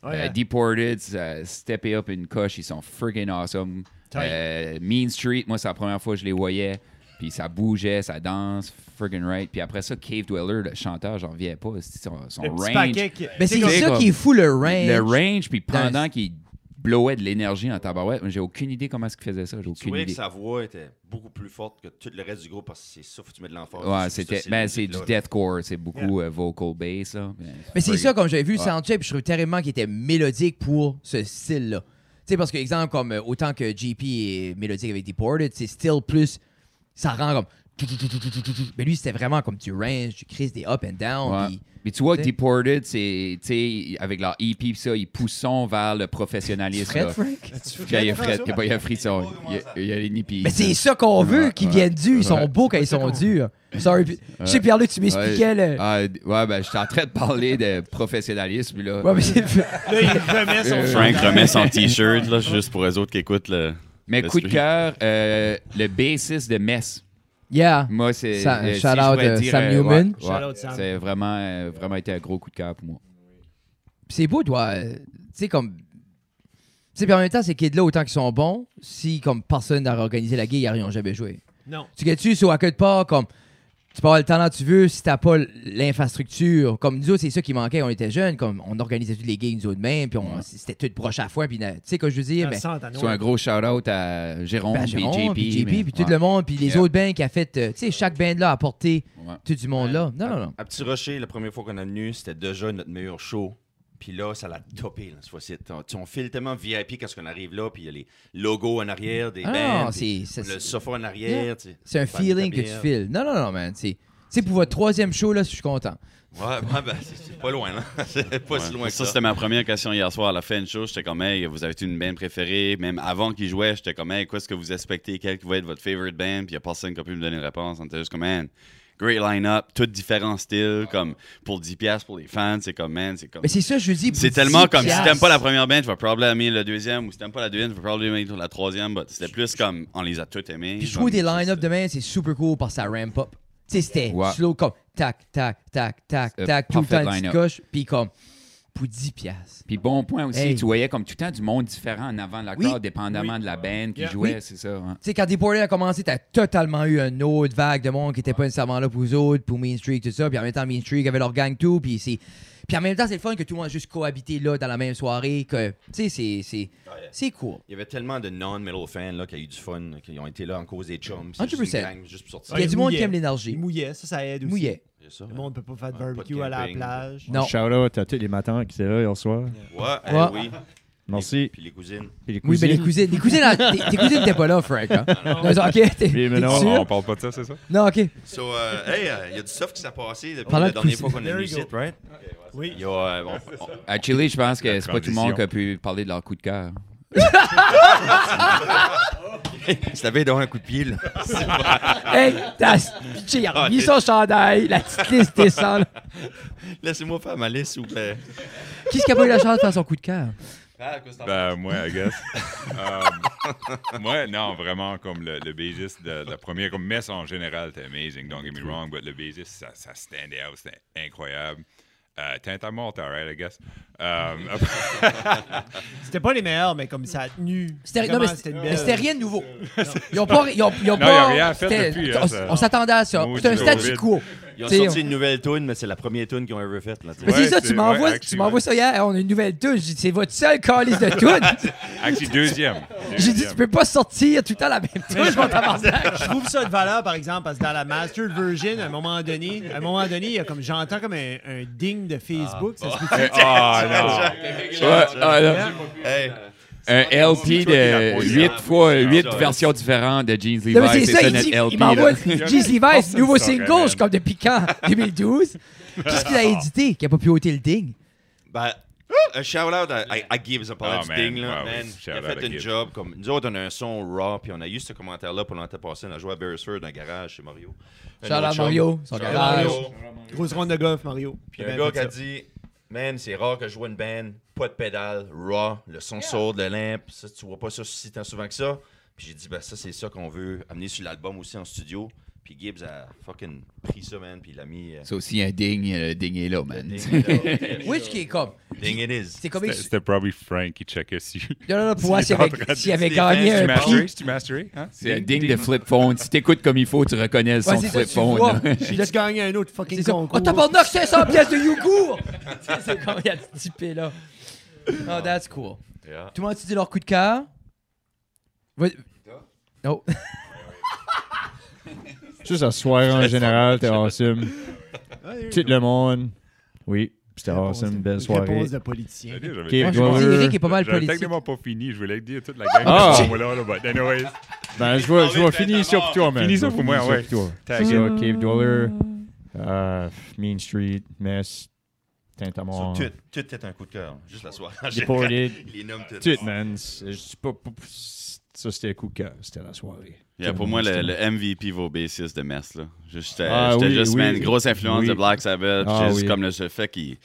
Speaker 1: Ouais,
Speaker 6: Euh, Deported, euh, Step It Up une coche, ils sont friggin' awesome.
Speaker 1: Tight.
Speaker 6: Euh, mean Street, moi, c'est la première fois que je les voyais. Puis ça bougeait, ça danse, friggin' right. Puis après ça, Cave Dweller, le chanteur, j'en reviens pas. c'est Son, son
Speaker 1: le petit
Speaker 6: range,
Speaker 1: paquet qui-
Speaker 2: Mais Ben, c'est
Speaker 6: comme-
Speaker 2: ça
Speaker 6: comme-
Speaker 2: qui est fou, le range.
Speaker 6: le range, puis pendant
Speaker 2: Dans-
Speaker 6: qu'il blowait de l'énergie en tabarouette, j'ai aucune idée comment est-ce qu'il faisait ça. J'ai
Speaker 5: Tu
Speaker 6: aucune
Speaker 5: voyais que
Speaker 6: idée.
Speaker 5: sa voix était beaucoup plus forte que tout le reste du groupe parce que c'est ça, faut que tu mets de l'emphase.
Speaker 6: Ouais,
Speaker 5: sur
Speaker 6: c'était.
Speaker 5: ces
Speaker 6: Ben, c'est du
Speaker 5: musiques-là, là.
Speaker 6: deathcore, c'est beaucoup euh, vocal bass, là. Ben,
Speaker 2: Mais c'est ça, comme j'avais vu le
Speaker 6: Ouais.
Speaker 2: Soundcheck, puis je trouvais terriblement qu'il était mélodique pour ce style-là. Tu sais, parce que, exemple, comme euh, autant que JP est mélodique avec Deported, c'est still plus. Ça rend comme. Mais lui, c'était vraiment comme du range, du Chris, des up and down.
Speaker 6: Ouais.
Speaker 2: puis-
Speaker 6: Mais tu vois,
Speaker 2: T'sais.
Speaker 6: Deported, c'est. Tu sais, avec leur EP pis ça, ils poussent vers le professionnalisme.
Speaker 2: Fred,
Speaker 6: là.
Speaker 2: Frank?
Speaker 6: Quand il y a Fred, il y a pas il y a frisson. Il y a- Il y a les nippies.
Speaker 2: Mais c'est ça qu'on veut, qu'ils
Speaker 6: ouais.
Speaker 2: viennent durs. Ils sont
Speaker 6: Ouais.
Speaker 2: beaux quand ils sont durs. Sorry. puis- Je sais, Pierre-Luc, tu m'expliquais le.
Speaker 6: Ah, d- ouais, ben, je suis en train de parler de professionnalisme, là.
Speaker 2: Ouais, mais
Speaker 6: (laughs)
Speaker 2: c'est-
Speaker 1: Là, il remet son
Speaker 8: Frank
Speaker 1: chandail.
Speaker 8: remet son t-shirt, là, juste pour eux autres qui écoutent le.
Speaker 6: Mais
Speaker 5: Ben,
Speaker 8: le
Speaker 6: coup de
Speaker 8: stream.
Speaker 6: cœur, euh, le bassiste de Metz.
Speaker 2: Yeah.
Speaker 6: Moi, c'est.
Speaker 2: Sa-
Speaker 6: euh, si
Speaker 2: shout
Speaker 6: je
Speaker 2: out,
Speaker 6: pourrais
Speaker 2: euh,
Speaker 6: dire,
Speaker 2: Sam
Speaker 6: euh,
Speaker 2: Newman.
Speaker 6: ouais,
Speaker 1: Shout
Speaker 6: ouais,
Speaker 1: out, Sam.
Speaker 6: C'est vraiment, euh, vraiment été un gros coup de cœur pour moi.
Speaker 2: Puis c'est beau, toi. euh, Tu sais, comme. Tu sais, puis en même temps, ces kids-là, autant qu'ils sont bons, si, comme, personne n'a organisé la guille, ils n'ont jamais joué.
Speaker 1: Non.
Speaker 2: Tu gagnes-tu sur à queue de part, comme. Tu peux avoir le talent que tu veux si t'as pas l'infrastructure. Comme nous autres, c'est ça qui manquait. On était jeunes, comme on organisait toutes les games nous autres même, puis on- c'était tout proche à foin, puis na- tu sais quoi je veux dire.
Speaker 1: Dans le
Speaker 2: mais-
Speaker 1: centre, à Noël.
Speaker 6: Soit un gros shout-out à Jérôme,
Speaker 2: Ben,
Speaker 6: Ah, puis
Speaker 2: Jérôme,
Speaker 6: JP.
Speaker 2: puis JP,
Speaker 6: mais-
Speaker 2: puis tout
Speaker 6: ouais.
Speaker 2: le monde, puis les
Speaker 6: Yeah.
Speaker 2: autres bands qui a fait, euh, tu sais, chaque band là a apporté
Speaker 6: Ouais.
Speaker 2: tout du monde là. Non, non, non.
Speaker 5: À Petit Rocher, la première fois qu'on est venu, c'était déjà notre meilleur show. Puis là, ça l'a topé, là, cette fois-ci. T'as- tu- On file tellement VIP quand on arrive là, puis il y a les logos en arrière des
Speaker 2: Ah,
Speaker 5: bands,
Speaker 2: non,
Speaker 5: puis
Speaker 2: c'est- c'est-
Speaker 5: le sofa en arrière, tu sais.
Speaker 2: C'est un
Speaker 5: Faire de
Speaker 2: feeling
Speaker 5: ta
Speaker 2: que tu
Speaker 5: bière.
Speaker 2: files. Non, non, non, man. C'est c'est pour votre troisième show, là, je suis content.
Speaker 5: Ouais, ouais, ben, c'est c'est pas loin, là. (laughs) C'est pas si loin
Speaker 8: Ouais.
Speaker 5: que ça.
Speaker 8: Ça, c'était ma première question hier soir. À la fin de show, j'étais comme, hey, vous avez une band préférée? Même avant qu'ils jouaient, j'étais comme, hey, quoi est-ce que vous expectez? Quelle va être votre favorite band? Puis il y a personne qui a pu me donner une réponse. On était juste comme, man, great line-up, tous différents styles. Comme, pour 10$ piastres pour les fans, c'est comme, man, c'est comme.
Speaker 2: Mais c'est ça, je dis.
Speaker 8: C'est tellement comme, si t'aimes pas la première band, tu vas probablement aimer la deuxième, ou si t'aimes pas la deuxième, tu vas probablement aimer la troisième. but C'était plus comme, on les a tous aimés.
Speaker 2: Puis je trouve
Speaker 8: Comme,
Speaker 2: des line-up demain, c'est super cool parce que ça ramp up. Tu sais, c'était
Speaker 6: Ouais.
Speaker 2: slow comme tac, tac, tac, tac,
Speaker 6: C'est
Speaker 2: tac, tout le
Speaker 6: parfait
Speaker 2: temps une petite
Speaker 6: line-up.
Speaker 2: coche, puis comme pour 10 piastres.
Speaker 6: Puis bon point aussi,
Speaker 2: Hey.
Speaker 6: tu voyais comme tout le temps du monde différent en avant de la
Speaker 2: Oui.
Speaker 6: crowd, dépendamment de la band qui
Speaker 1: Yeah.
Speaker 6: jouait,
Speaker 2: Oui.
Speaker 6: c'est ça. hein.
Speaker 2: Tu sais, quand Deported a commencé, t'as totalement eu une autre vague de monde qui était pas nécessairement là pour eux autres, pour Mean Street, tout ça. Puis en même temps, Mean Street avait leur gang tout. Puis c'est. Puis en même temps, c'est le fun que tout le monde a juste cohabité là dans la même soirée. Que, tu sais, c'est, c'est, c'est cool.
Speaker 5: Il y avait tellement de non-metal fans là, qui a eu du fun, là, qui ont été là en cause des chums. C'est
Speaker 2: 100%.
Speaker 5: juste une gang, juste pour sortir.
Speaker 2: Il y a
Speaker 1: Ouais,
Speaker 2: du monde
Speaker 1: mouillait.
Speaker 2: qui aime l'énergie.
Speaker 1: Il mouillait, ça, ça aide aussi.
Speaker 2: Mouillet.
Speaker 5: Il y a ça,
Speaker 1: Le
Speaker 5: hein.
Speaker 1: monde peut pas faire de
Speaker 5: Ouais, pas de
Speaker 1: barbecue à la
Speaker 5: camping.
Speaker 1: plage.
Speaker 2: Non.
Speaker 7: Shout-out à tous les matins qui étaient là hier soir.
Speaker 5: Ouais, hein,
Speaker 2: Ouais.
Speaker 5: oui.
Speaker 7: Merci.
Speaker 5: Puis les cousines.
Speaker 7: Puis les
Speaker 2: Oui, mais les
Speaker 7: cousines.
Speaker 2: cousines. Les cousines, tes, tes cousines n'étaient pas là, Frank. Hein?
Speaker 4: Ah,
Speaker 2: Non, ils ont- ok, t'es,
Speaker 7: Oui, mais
Speaker 2: t'es
Speaker 7: non,
Speaker 2: sûr?
Speaker 4: On parle pas de ça, c'est ça?
Speaker 2: Non, ok.
Speaker 5: So, euh, hey, euh, il y a du stuff qui s'est passé depuis
Speaker 2: Parlant
Speaker 5: la
Speaker 2: de
Speaker 5: dernière
Speaker 2: cousines.
Speaker 5: fois qu'on est
Speaker 1: There
Speaker 5: venu
Speaker 1: you
Speaker 5: ici,
Speaker 1: go.
Speaker 5: right?
Speaker 1: Oui.
Speaker 5: Il y a, euh, on- on- (laughs)
Speaker 6: À Chile, je pense que c'est pas tout le monde
Speaker 4: transition.
Speaker 6: qui a pu parler de leur coup de cœur.
Speaker 5: Je t'avais donné un coup de pied, là.
Speaker 4: Ah.
Speaker 2: Hey, t'as pitché, il a remis son chandail, la petite liste descend. là.
Speaker 5: Laissez-moi faire ma liste, s'il vous plaît.
Speaker 2: Qui est-ce qui a pas eu la chance de faire son coup de cœur?
Speaker 4: Ben, moi, I guess. Um, moi, non, vraiment, comme le, le bassiste de, de la première, comme Mess en général, c'était amazing, don't get me wrong, but le bassiste, ça, ça standait out, c'était incroyable. Euh, Teinte à mort, alright, I guess. Um, après-
Speaker 1: C'était pas les meilleurs, mais comme ça a tenu.
Speaker 2: C'était, non,
Speaker 1: Vraiment,
Speaker 2: mais c'était,
Speaker 1: une
Speaker 2: mais
Speaker 1: belle-
Speaker 2: c'était rien de nouveau. Ils ont pas. Ils ont, ils ont
Speaker 4: Non,
Speaker 2: pas
Speaker 4: ils ont rien fait
Speaker 2: c'était-
Speaker 4: depuis, hein,
Speaker 2: on
Speaker 4: ça.
Speaker 2: on s'attendait à ça.
Speaker 4: Maudit
Speaker 2: C'était un
Speaker 4: Covid.
Speaker 2: statu quo.
Speaker 5: Ils ont
Speaker 2: T'sais,
Speaker 5: sorti
Speaker 2: on-
Speaker 5: une nouvelle tune, mais c'est la première tune qu'ils ont ever faite. là, tu sais.
Speaker 2: Mais
Speaker 4: Ouais,
Speaker 2: c'est ça,
Speaker 4: c'est-
Speaker 2: tu m'envoies
Speaker 4: ouais,
Speaker 2: tu m'envoies ça hier, on a une nouvelle tune. J'ai dit, c'est votre seule calice
Speaker 4: (laughs)
Speaker 2: de tune.
Speaker 4: (laughs) Actually, deuxième.
Speaker 2: J'ai dit, tu peux pas sortir tout le temps la même tune, mon tabarnak.
Speaker 1: (laughs) Je trouve ça de valeur, par exemple, parce que dans la Master Virgin, à un moment donné, à un moment donné, il y a comme j'entends comme un, un ding de Facebook. ça se peut-
Speaker 4: Ah
Speaker 6: Ouais, ah, là.
Speaker 5: Hey,
Speaker 6: Un LP de 8 fois 8
Speaker 5: Ouais.
Speaker 6: versions différentes de Jeans Levi.
Speaker 2: Non, mais c'est ça, il,
Speaker 6: notre
Speaker 2: dit- (laughs)
Speaker 6: LP.
Speaker 2: il m'envoie
Speaker 6: là.
Speaker 2: Jeezy Vice, nouveau
Speaker 4: ça
Speaker 2: single,
Speaker 4: aurait
Speaker 2: je suis comme depuis quand? (laughs) 2012? Qu'est-ce qu'il a édité qu'il a pas pu ôter le ding?
Speaker 5: ben, un shout-out à, à- à Gibbs, à parler
Speaker 4: Ah,
Speaker 5: du
Speaker 4: man,
Speaker 5: thing, là.
Speaker 4: ouais, ouais,
Speaker 5: man, il a
Speaker 4: shout-out
Speaker 5: fait
Speaker 4: à
Speaker 5: une
Speaker 4: Gibbs.
Speaker 5: job. Comme, nous autres, on a un son raw, puis on a eu ce commentaire-là pour l'an passé. On a joué à Beresford dans un garage chez Mario. Un
Speaker 2: Shout-out
Speaker 5: autre chum.
Speaker 2: Mario, son
Speaker 5: Shout-out
Speaker 2: garage.
Speaker 5: Mario.
Speaker 1: Grosse ronde de golf, Mario.
Speaker 5: Puis
Speaker 2: Eh ben,
Speaker 5: un gars qui a dit Man, c'est rare que je vois une band, pas de pédale, raw, le son sourd, le limp, ça, tu vois pas ça si tant souvent que ça. Puis j'ai dit Ben, ça, c'est ça qu'on veut amener sur l'album aussi en studio. Puis Gibbs a fucking pris ça, man, puis il l'a
Speaker 2: (laughs)
Speaker 5: mis. euh,
Speaker 6: C'est aussi un ding, le ding est là, man.
Speaker 5: ding, là.
Speaker 2: Which qui est comme.
Speaker 5: Ding it is.
Speaker 2: C'est comme. il-
Speaker 4: C'était probably Frank qui checkait si.
Speaker 2: Non, non, non, pour voir s'il avait, s'il avait gagné
Speaker 5: fans
Speaker 4: Tu
Speaker 2: un prix.
Speaker 4: masteré? Tu masteré? hein?
Speaker 6: C'est un ding de flip phone. Si t'écoutes comme il faut, tu reconnais le son
Speaker 2: Ouais,
Speaker 6: de
Speaker 2: c'est ça,
Speaker 6: flip
Speaker 2: tu vois.
Speaker 6: phone.
Speaker 2: (laughs)
Speaker 6: là.
Speaker 1: J'ai juste gagné un autre fucking
Speaker 2: C'est ça.
Speaker 1: concours.
Speaker 2: Oh, tabarnak, 500 pièces de yogourt! (laughs) Tu sais, c'est comme il y a ce type là. Oh, that's cool.
Speaker 5: Yeah.
Speaker 2: Tout le monde a dit leur coup de cœur? Va- Non.
Speaker 7: Juste à soirée en général, t'es awesome.
Speaker 1: Ah,
Speaker 7: Tout le monde. Oui, c'était
Speaker 5: Ah,
Speaker 7: awesome, belle soirée.
Speaker 1: Réponse de politicien.
Speaker 7: Keep
Speaker 2: Je pense que
Speaker 7: going.
Speaker 2: Eric est pas mal
Speaker 4: J'avais
Speaker 2: politique.
Speaker 4: techniquement pas fini. Je voulais dire toute la gang.
Speaker 7: Ah!
Speaker 4: Ah! Là, là, but anyways,
Speaker 7: Ben, je vais, je vais finir ça pour toi, man.
Speaker 4: Finis ça
Speaker 7: Je vais
Speaker 4: pour moi,
Speaker 7: finir
Speaker 4: ouais.
Speaker 7: ça pour toi.
Speaker 4: Tag
Speaker 7: C'est
Speaker 4: it.
Speaker 7: ça, Cave Dweller, euh, Mean Street, Mess,
Speaker 5: So,
Speaker 7: Tintamon.
Speaker 5: tout, tout est un coup de cœur. Juste la soirée. en général.
Speaker 8: (laughs)
Speaker 7: Deported.
Speaker 5: Il (laughs) les nomme tout.
Speaker 7: Tout, man. C'est- je sais pas- pas- Ça, c'était le coup de cœur. C'était la soirée.
Speaker 8: Yeah, pour moi, le, le MVP vaut bassiste de Mess. là. Je- J'étais
Speaker 7: Ah
Speaker 8: j'étais
Speaker 7: oui,
Speaker 8: juste,
Speaker 7: oui.
Speaker 8: man, une grosse influence
Speaker 7: Oui.
Speaker 8: de Black Sabbath. puis
Speaker 7: Ah
Speaker 8: juste
Speaker 7: oui.
Speaker 8: comme le ce fait qu'il.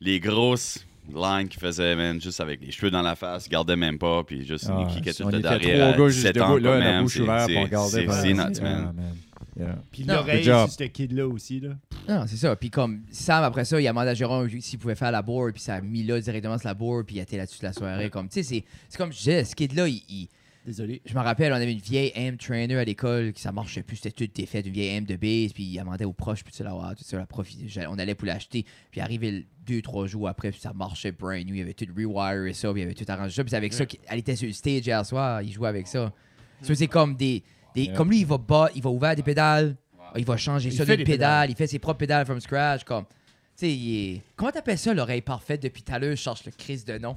Speaker 8: Les grosses lines qu'il faisait, man, juste avec les cheveux dans la face, il gardait même pas. Puis juste
Speaker 7: Ah,
Speaker 8: Nicky qui était
Speaker 7: on
Speaker 8: tout
Speaker 7: était
Speaker 8: derrière.
Speaker 7: trois gars juste debout, là, la
Speaker 8: même.
Speaker 7: bouche
Speaker 8: C'est-
Speaker 7: ouverte, puis on
Speaker 8: c'est-
Speaker 7: regardait
Speaker 8: C'est
Speaker 7: par
Speaker 8: c'est
Speaker 7: la-
Speaker 8: nuts,
Speaker 7: Ah,
Speaker 8: man.
Speaker 7: man. Yeah.
Speaker 1: Puis
Speaker 2: Non.
Speaker 1: l'oreille
Speaker 7: Good job.
Speaker 1: sur ce kid-là aussi. Là.
Speaker 2: Non, c'est ça. Puis comme Sam, après ça, il a demandé à Jérôme s'il pouvait faire la board, puis ça a mis là directement sur la board, puis il était là-dessus de la soirée. Comme, tu sais, c'est- c'est comme je disais, ce kid-là, il- il,
Speaker 1: Désolé.
Speaker 2: Je me rappelle, on avait une vieille M trainer à l'école, qui ça marchait plus, c'était tout défait, une vieille M de base, puis il demandait aux proches, puis tu sais, là, ouais, tout ça, la prof, il- j'allais- on allait pour l'acheter, puis arrivé le- deux, trois jours après, puis ça marchait brand new, il avait tout rewire et ça, puis il avait tout arrangé ça, puis c'est avec ça, qu'il- elle était sur le stage hier soir, il jouait avec ça. Ça, c'est comme des, des- comme lui, il va bas, il va ouvrir des pédales, il va changer ça
Speaker 1: fait
Speaker 2: d'une
Speaker 1: des pédales.
Speaker 2: pédale, il fait ses propres pédales from scratch, comme, tu sais, il est- comment t'appelles ça l'oreille parfaite depuis tout à l'heure, je cherche le Christ de
Speaker 5: (laughs)
Speaker 2: nom.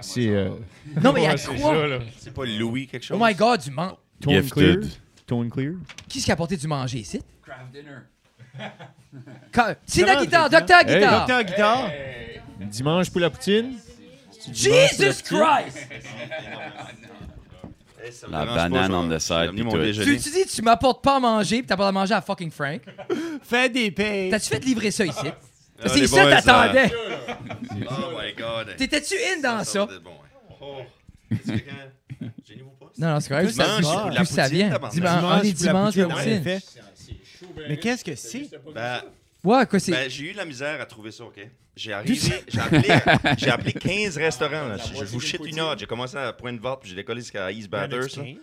Speaker 7: C'est euh,
Speaker 2: Non, mais Oh, il y a quoi?
Speaker 5: C'est pas Louis quelque chose.
Speaker 2: Oh my God, du man.
Speaker 7: Tone Clear.
Speaker 8: Gifted.
Speaker 7: Tone Clear.
Speaker 2: Qui est-ce qui a apporté du manger ici? Craft dinner. C'est la
Speaker 1: Comment,
Speaker 2: guitare,
Speaker 1: Fred,
Speaker 2: docteur
Speaker 7: Hey.
Speaker 2: guitare.
Speaker 1: Docteur guitare.
Speaker 7: Ah. Dimanche pour la poutine.
Speaker 2: Jesus Christ!
Speaker 5: Eh, ça me
Speaker 8: La
Speaker 5: dérange pas,
Speaker 8: banane
Speaker 5: ça.
Speaker 8: on the
Speaker 5: J'ai
Speaker 8: side,
Speaker 5: amené
Speaker 8: puis
Speaker 5: mon
Speaker 8: tout.
Speaker 5: déjeuner.
Speaker 2: Tu, tu dis, tu m'apportes pas à manger, puis t'apportes à manger à fucking Frank.
Speaker 1: Fais des payes.
Speaker 2: T'as-tu fait livrer ça ici?
Speaker 5: Ah,
Speaker 2: C'est
Speaker 5: les
Speaker 2: ça que
Speaker 5: boys,
Speaker 2: t'attendais.
Speaker 5: Oh my god.
Speaker 2: T'étais-tu in dans ça?
Speaker 5: va être bon, hein. Oh. Est-ce que quelqu'un.
Speaker 2: (laughs)
Speaker 5: Gênez-vous pas.
Speaker 2: Non, non, c'est correct. Juste
Speaker 5: Dimanche,
Speaker 2: savoir
Speaker 5: la
Speaker 2: d'où ça
Speaker 5: poutine,
Speaker 2: vient.
Speaker 5: tabarnak.
Speaker 2: Dimanche, on est
Speaker 1: pour la
Speaker 2: dimanche,
Speaker 1: poutine,
Speaker 2: la
Speaker 1: en
Speaker 2: poutine.
Speaker 1: effet. Mais qu'est-ce que c'est?
Speaker 5: Ben,
Speaker 2: Ouais, quoi, c'est.
Speaker 5: ben, j'ai eu de la misère à trouver ça, OK? J'ai arrivé, j'ai appelé,
Speaker 1: (laughs)
Speaker 5: j'ai appelé 15 restaurants. là. Je, je vous shit une heure. J'ai commencé à Pointe-Verte, puis j'ai décollé jusqu'à East Bathurst. là. Il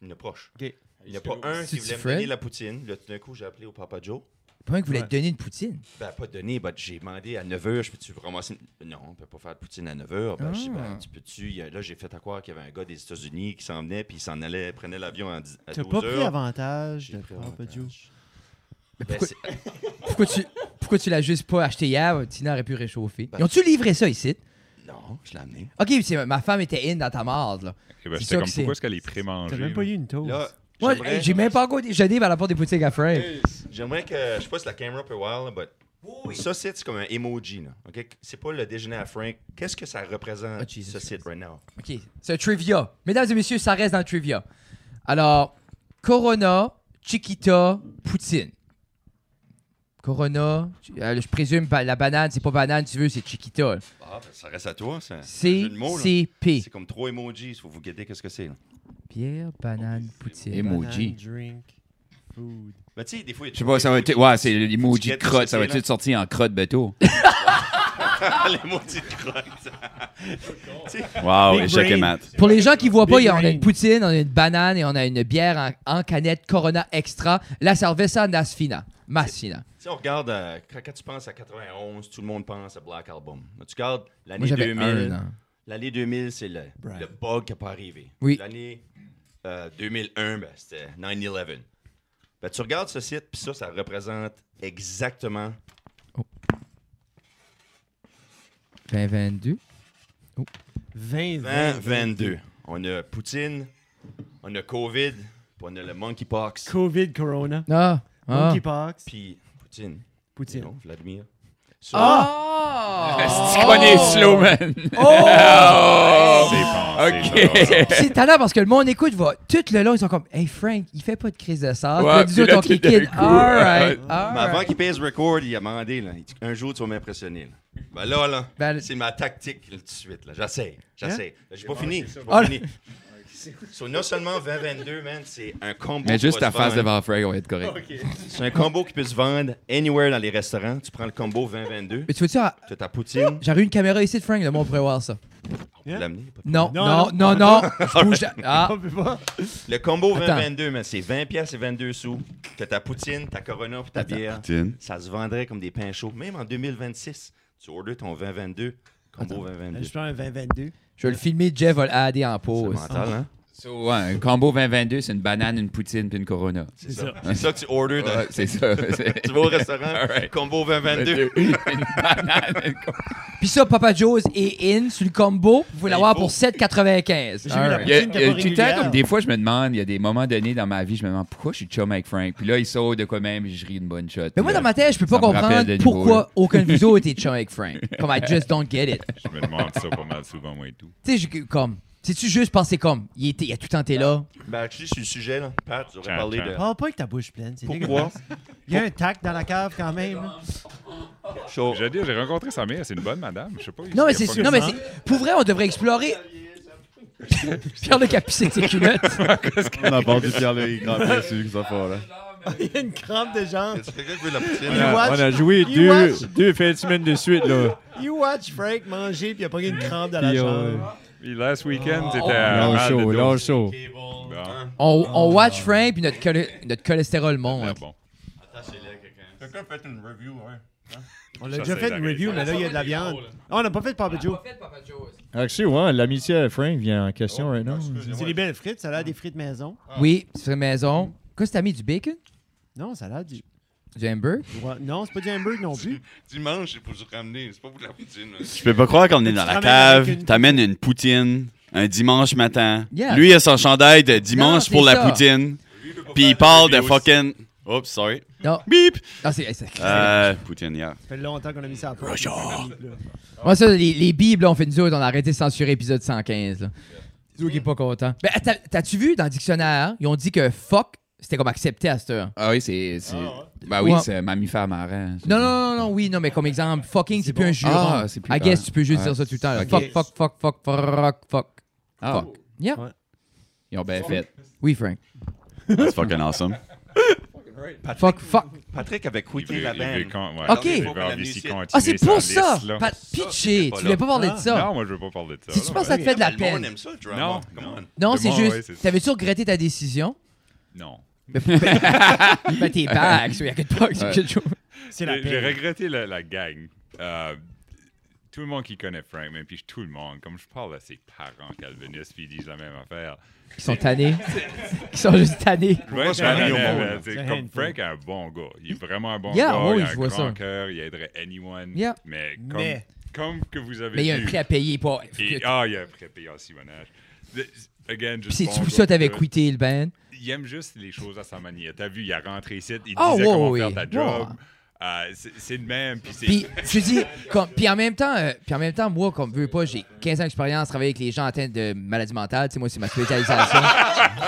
Speaker 5: y en a proche.
Speaker 1: OK.
Speaker 5: Il n'y a pas un qui
Speaker 2: C'est-tu
Speaker 5: voulait me
Speaker 2: Fred?
Speaker 5: donner la poutine. Là, tout d'un coup, j'ai appelé au Papa Joe.
Speaker 2: Pas un que vous voulez te donner une poutine.
Speaker 5: Ben, pas donné, ben, j'ai demandé à 9h, je peux-tu ramasser. une- Non, on peut pas faire de poutine à 9h. Ben, je dis,
Speaker 1: Ah.
Speaker 5: ben, tu peux-tu. Il y a- Là, j'ai fait à croire qu'il y avait un gars des États-Unis qui s'en venait, puis il s'en allait, prenait l'avion à 10 à
Speaker 1: T'as
Speaker 5: 12
Speaker 1: pas pris
Speaker 5: heures.
Speaker 1: avantage de
Speaker 5: pris
Speaker 1: Papa
Speaker 5: avantage.
Speaker 1: Joe.
Speaker 5: Ben, c'est-
Speaker 2: Pourquoi tu. Pourquoi tu l'as juste pas acheté hier? Tina aurait pu réchauffer. Ils ont-tu livré ça ici?
Speaker 5: Non, je l'ai amené.
Speaker 2: Ok, c'est- ma femme était in dans ta marde, là.
Speaker 4: Eh ben,
Speaker 2: C'est
Speaker 4: j'étais
Speaker 2: ça
Speaker 4: comme,
Speaker 2: que c'est.
Speaker 4: pourquoi est-ce qu'elle est
Speaker 1: T'as
Speaker 4: pré-mangée?
Speaker 1: même pas eu une toast.
Speaker 5: Là,
Speaker 2: Moi,
Speaker 5: j'aimerais-
Speaker 2: j'ai même pas encore déjeuné vers la porte des boutiques à Frank.
Speaker 5: J'aimerais que. Je sais pas si la caméra peut voir, là, mais. Ça, c'est comme un emoji, là. OK? C'est pas le déjeuner à Frank. Qu'est-ce que ça représente,
Speaker 6: Ah,
Speaker 2: Oh, Jesus
Speaker 5: ce site, right now?
Speaker 2: OK, c'est un trivia. Mesdames et messieurs, ça reste dans le trivia. Alors, Corona, Chiquita, Poutine. Corona, tu- euh, je présume ba- la banane, c'est pas banane, tu veux, c'est Chiquita.
Speaker 5: Ah, ben, ça reste à toi, ça. Un
Speaker 2: C,
Speaker 5: jeu de mots, là.
Speaker 2: C, P.
Speaker 5: C'est comme trois emojis, il faut vous guetter qu'est-ce que c'est. là.
Speaker 2: Pierre, banane, Poutine.
Speaker 1: Banane,
Speaker 6: Emoji.
Speaker 1: drink, food.
Speaker 5: Ben, tu sais, des fois, il y a
Speaker 6: Je sais pas, ça va être. Ouais, c'est l'emoji de
Speaker 5: Étiquette,
Speaker 6: crotte. Ça va
Speaker 5: c'est là.
Speaker 6: être sorti en crotte bateau.
Speaker 5: Ah, l'emoji de crotte.
Speaker 8: Wow,
Speaker 5: Ah
Speaker 1: Big
Speaker 8: échec et
Speaker 1: brain.
Speaker 8: mat.
Speaker 2: Pour les gens qui voient pas,
Speaker 1: Big
Speaker 2: y a- on a
Speaker 1: brain.
Speaker 2: une poutine, on a une banane et on a une bière en, en canette Corona Extra, la cerveza nasfina. Massinant.
Speaker 5: Si on regarde, euh, quand, quand tu penses à 91, tout le monde pense à Black Album. Mais tu regardes
Speaker 2: Moi,
Speaker 5: l'année
Speaker 2: j'avais
Speaker 5: 2000.
Speaker 2: un hein. an.
Speaker 5: L'année 2000, c'est le,
Speaker 1: Brian.
Speaker 5: le bug qui n'a pas arrivé.
Speaker 2: Oui.
Speaker 5: L'année euh, 2001, ben, c'était 9-11. Ben, tu regardes ce site, puis ça, ça représente exactement
Speaker 2: 2022.
Speaker 1: 20,
Speaker 5: 2022. On a Poutine, on a COVID, puis on a le monkeypox.
Speaker 1: COVID, Corona,
Speaker 2: Ah! Ah!
Speaker 1: Monkeypox,
Speaker 5: Puis Poutine,
Speaker 1: Poutine.
Speaker 5: non, Vladimir. Ça,
Speaker 2: Ah! Oh.
Speaker 6: Asti qu'on est slow, man. (laughs) Ah.
Speaker 4: C'est pensé,
Speaker 6: Ok.
Speaker 4: ça.
Speaker 2: C'est talent parce que le monde écoute va tout le long, ils sont comme Hey Frank, il fait pas de crise de sort.
Speaker 6: Ouais,
Speaker 2: Puis là, nous
Speaker 6: puis
Speaker 2: autres,
Speaker 6: là,
Speaker 2: on
Speaker 6: tout
Speaker 2: kick
Speaker 6: d'un
Speaker 2: in.
Speaker 6: coup,
Speaker 2: Alright,
Speaker 5: mais avant
Speaker 2: alright.
Speaker 5: qu'il pèse record, il a demandé, là, il dit, un jour, tu vas m'impressionner. là. Ben là, là,
Speaker 2: Ben, le-
Speaker 5: c'est ma tactique, là, tout de suite. là. J'essaie, j'essaie. Là, J'ai pas fini. j'ai
Speaker 2: Ah,
Speaker 5: pas fini. So, non seulement 2022, man, c'est un combo.
Speaker 6: Mais
Speaker 5: qui
Speaker 6: juste
Speaker 5: va
Speaker 6: ta
Speaker 5: se
Speaker 6: face
Speaker 5: vendre.
Speaker 6: devant Frank, on va être correct.
Speaker 5: C'est un combo qui peut se vendre anywhere dans les restaurants. Tu prends le combo 2022,
Speaker 2: Mais tu veux-tu, ah,
Speaker 5: tu as
Speaker 2: (laughs)
Speaker 5: ta poutine,
Speaker 2: j'aurais une caméra ici de Frank, le monde pourrait voir ça.
Speaker 5: tu peux l'amener. pas de
Speaker 2: Non, non,
Speaker 1: Non,
Speaker 2: non, non. Je bouge la- Ah!
Speaker 1: On peut pas.
Speaker 5: Le combo
Speaker 2: Attends.
Speaker 5: 20-22, mais c'est 20 pièces et 22 sous. T'as ta poutine, ta corona puis ta bière.
Speaker 8: Poutine.
Speaker 5: Ça se vendrait comme des pains chauds. Même en 2026, tu orders ton 20-22, combo 20-22.
Speaker 1: Je
Speaker 5: C'est
Speaker 1: prends un 2022.
Speaker 2: Je vais le filmer, Jeff va l'adder en pause.
Speaker 5: mental, hein?
Speaker 6: So, ouais, un combo 2022, c'est une banane, une poutine puis une corona.
Speaker 5: C'est ça. C'est ça que tu orders. dans-
Speaker 6: Ouais, c'est ça. c'est-
Speaker 5: (laughs) Tu vas
Speaker 6: (laughs)
Speaker 5: au restaurant,
Speaker 6: right.
Speaker 5: combo 20-22.
Speaker 6: une banane, une corona.
Speaker 2: Puis ça, Papa Joe's est in sur le combo. Vous pouvez
Speaker 5: Ben,
Speaker 2: l'avoir
Speaker 5: il
Speaker 2: pour
Speaker 5: faut.
Speaker 2: 7,95.
Speaker 1: J'ai vu
Speaker 2: Alright.
Speaker 1: la-
Speaker 6: Il y a-
Speaker 1: Poutine, t'es
Speaker 6: il y a
Speaker 1: pas
Speaker 6: tout le temps,
Speaker 1: régulière.
Speaker 6: comme des fois, je me demande, il y a des moments donnés dans ma vie, je me demande pourquoi je suis chum avec Frank. Puis là, il saute de quoi même, je ris une bonne shot.
Speaker 2: Mais moi, dans ma tête, je peux pas
Speaker 6: Ça me rappelle
Speaker 2: comprendre
Speaker 6: de
Speaker 2: pourquoi
Speaker 6: nouveau,
Speaker 2: aucun de vous
Speaker 6: (laughs)
Speaker 2: autres était chum avec Frank. Comme, I just don't get it.
Speaker 4: Je me demande ça pas mal souvent, moi et tout.
Speaker 2: Tu sais, j'ai- comme, c'est-tu juste penser comme, il, était, il a tout tenté là.
Speaker 5: Ben, actually, sur le sujet, là, Pat, tu aurais
Speaker 4: Tiens,
Speaker 5: parlé
Speaker 4: tiens.
Speaker 5: de.
Speaker 1: Parle pas avec ta bouche pleine. c'est
Speaker 5: Pourquoi?
Speaker 1: dégueulasse. Il y a un tac dans la cave quand même.
Speaker 5: Chaud.
Speaker 4: J'ai dit, j'ai rencontré sa mère, c'est une bonne madame. Je sais pas.
Speaker 2: Non, mais
Speaker 4: il y a
Speaker 2: c'est
Speaker 4: pas
Speaker 2: sûr. Non, mais
Speaker 4: mis-
Speaker 2: c'est- Pour vrai, on devrait
Speaker 4: (laughs)
Speaker 2: explorer. Pierre le Capucin de ses culottes.
Speaker 8: On a vendu Pierre-Louis Grand-Pierre sur ça fort, là.
Speaker 1: (laughs) Il y a une crampe de genre.
Speaker 5: Est-ce que quelqu'un veut de la poutine?
Speaker 1: You
Speaker 7: On
Speaker 1: watch,
Speaker 7: a joué
Speaker 1: You
Speaker 7: deux,
Speaker 1: watch.
Speaker 7: deux fins de semaine de suite, là.
Speaker 1: you watch Frank manger puis euh, il a pas une crampe dans la
Speaker 7: Puis,
Speaker 1: jambe.
Speaker 4: Puis last
Speaker 2: Oh.
Speaker 4: weekend, c'était à
Speaker 7: Lâche
Speaker 4: mal de
Speaker 7: chaud,
Speaker 4: dos.
Speaker 7: lâche chaud.
Speaker 4: Bon,
Speaker 2: On, on watch Frank, puis notre, chole- notre cholestérol
Speaker 4: ah,
Speaker 2: monte.
Speaker 4: bon.
Speaker 5: Quelqu'un fait une review, hein?
Speaker 1: On a
Speaker 4: Ça,
Speaker 1: déjà
Speaker 4: c'est
Speaker 1: fait
Speaker 4: la
Speaker 1: une
Speaker 4: vérité.
Speaker 1: review, mais là, il y a de la viande. Ah, on n'a pas fait de Papa Joe.
Speaker 7: Actually, ouais, l'amitié à Frank vient en question right now.
Speaker 1: C'est des belles frites. Ça a l'air des frites maison.
Speaker 2: Oui, c'est une maison. Qu'est-ce que t'as mis du bacon?
Speaker 1: Non, ça a l'air du.
Speaker 2: Du hamburger?
Speaker 1: Ouais, Non, c'est pas du hamburger non plus.
Speaker 5: Dimanche, c'est pour se ramener, c'est pas pour de la poutine. là.
Speaker 8: Je peux pas croire qu'on est dans
Speaker 1: Tu
Speaker 8: la
Speaker 1: ramènes
Speaker 8: cave,
Speaker 1: avec une-
Speaker 8: t'amènes une poutine un dimanche matin.
Speaker 2: Yeah.
Speaker 8: Lui, il a son chandail de dimanche
Speaker 2: Non,
Speaker 8: pour
Speaker 2: c'est
Speaker 8: la
Speaker 2: ça.
Speaker 8: poutine.
Speaker 5: peut pas
Speaker 8: Puis il
Speaker 5: faire
Speaker 8: parle
Speaker 5: de
Speaker 8: de
Speaker 5: vidéo
Speaker 8: fucking. Oups, sorry.
Speaker 2: Non.
Speaker 8: Beep!
Speaker 2: Ah, c'est. c'est-
Speaker 8: Euh, poutine, yeah.
Speaker 1: Ça fait longtemps qu'on a mis ça à part.
Speaker 2: Moi, ça, les, les bibles, là, on fait nous autres, on a arrêté de censurer épisode 115. Là. C'est nous qui est pas content. Ben, t'as- t'as-tu vu dans le dictionnaire, ils ont dit que fuck, c'était comme accepté à cette heure.
Speaker 6: Ah oui, c'est. c'est- Ben oui,
Speaker 2: Ouais.
Speaker 6: c'est mammifère marin.
Speaker 2: Non, non, non, non, oui, non, mais comme exemple, fucking, c'est plus un juron.
Speaker 6: Ah, c'est plus
Speaker 2: I
Speaker 6: clair.
Speaker 2: guess, tu peux juste
Speaker 6: Ouais.
Speaker 2: dire ça tout le temps. là.
Speaker 6: Ok.
Speaker 2: Fuck, fuck, fuck, fuck, fuck, fuck.
Speaker 6: Ah,
Speaker 2: Fuck. Yeah.
Speaker 6: ils ont bien fait.
Speaker 2: Oui, Frank.
Speaker 8: That's fucking awesome.
Speaker 2: Fuck, fuck.
Speaker 5: Patrick avait quitté
Speaker 4: Il
Speaker 5: la
Speaker 4: veut- il veut
Speaker 5: bande.
Speaker 4: qu'on- ouais,
Speaker 2: Ok.
Speaker 4: il veut
Speaker 5: Faut qu'on
Speaker 4: qu'on
Speaker 5: la
Speaker 4: puisse y
Speaker 5: visite.
Speaker 4: continuer
Speaker 2: Ah, c'est
Speaker 4: sa
Speaker 2: pour ça!
Speaker 4: liste, là.
Speaker 2: Pat, pitché,
Speaker 5: pas
Speaker 2: tu
Speaker 5: là.
Speaker 2: voulais pas parler de ça.
Speaker 4: Ah, Non, moi, je veux pas parler de ça.
Speaker 2: Si tu
Speaker 4: là,
Speaker 2: penses que ça te fait de la
Speaker 5: Le monde
Speaker 2: peine.
Speaker 5: aime ça, le drama.
Speaker 4: Non,
Speaker 5: Come on.
Speaker 2: Non,
Speaker 4: De
Speaker 2: c'est
Speaker 4: moi, ouais, c'est
Speaker 2: juste.
Speaker 4: ça.
Speaker 2: T'avais-tu regretté ta (laughs) décision?
Speaker 4: Non.
Speaker 2: Ben, t'es back, il y a que de bugs, il y a que de choses.
Speaker 1: C'est la
Speaker 4: J'ai j'ai
Speaker 1: paix.
Speaker 4: regretté la, la gang. Euh, tout le monde qui connaît Frank, mais puis tout le monde, comme je parle à ses parents calvinistes, puis ils disent la même affaire.
Speaker 2: Ils sont tannés. Ils sont juste tannés.
Speaker 4: Ouais,
Speaker 5: c'est un
Speaker 4: ben,
Speaker 5: million
Speaker 4: ben,
Speaker 5: monde,
Speaker 4: ben,
Speaker 1: là?
Speaker 4: c'est
Speaker 1: C'est
Speaker 4: comme
Speaker 1: handful.
Speaker 4: Frank est un bon gars. Il est vraiment un bon
Speaker 2: Yeah,
Speaker 4: gars.
Speaker 2: oui,
Speaker 4: il a
Speaker 2: je
Speaker 4: un
Speaker 2: vois
Speaker 4: grand
Speaker 2: ça.
Speaker 4: cœur, il aiderait anyone.
Speaker 2: Yeah.
Speaker 4: Mais comme,
Speaker 1: Mais-
Speaker 4: comme que vous avez
Speaker 2: Mais il y a un
Speaker 4: vu-
Speaker 2: prix à payer pour.
Speaker 4: Et- Ah, il y a un prêt payé en Simonage. The- Again,
Speaker 2: Puis
Speaker 4: just
Speaker 2: c'est
Speaker 4: bon
Speaker 2: pour
Speaker 4: gars,
Speaker 2: ça que t'avais
Speaker 4: good.
Speaker 2: quitté le band.
Speaker 4: Il aime juste les choses à sa manière. T'as vu, il a rentré ici, il
Speaker 2: Ah,
Speaker 4: disait
Speaker 2: ouais,
Speaker 4: comment
Speaker 2: ouais,
Speaker 4: faire
Speaker 2: ouais.
Speaker 4: ta job. Euh, c'est c'est le même. Puis c'est-
Speaker 2: Puis je dis, comme, puis en même temps, euh, puis en même temps, moi, comme veux pas, j'ai 15 ans d'expérience travailler avec les gens atteints de maladies mentales. Tu sais, moi, c'est ma
Speaker 4: (laughs)
Speaker 2: spécialisation.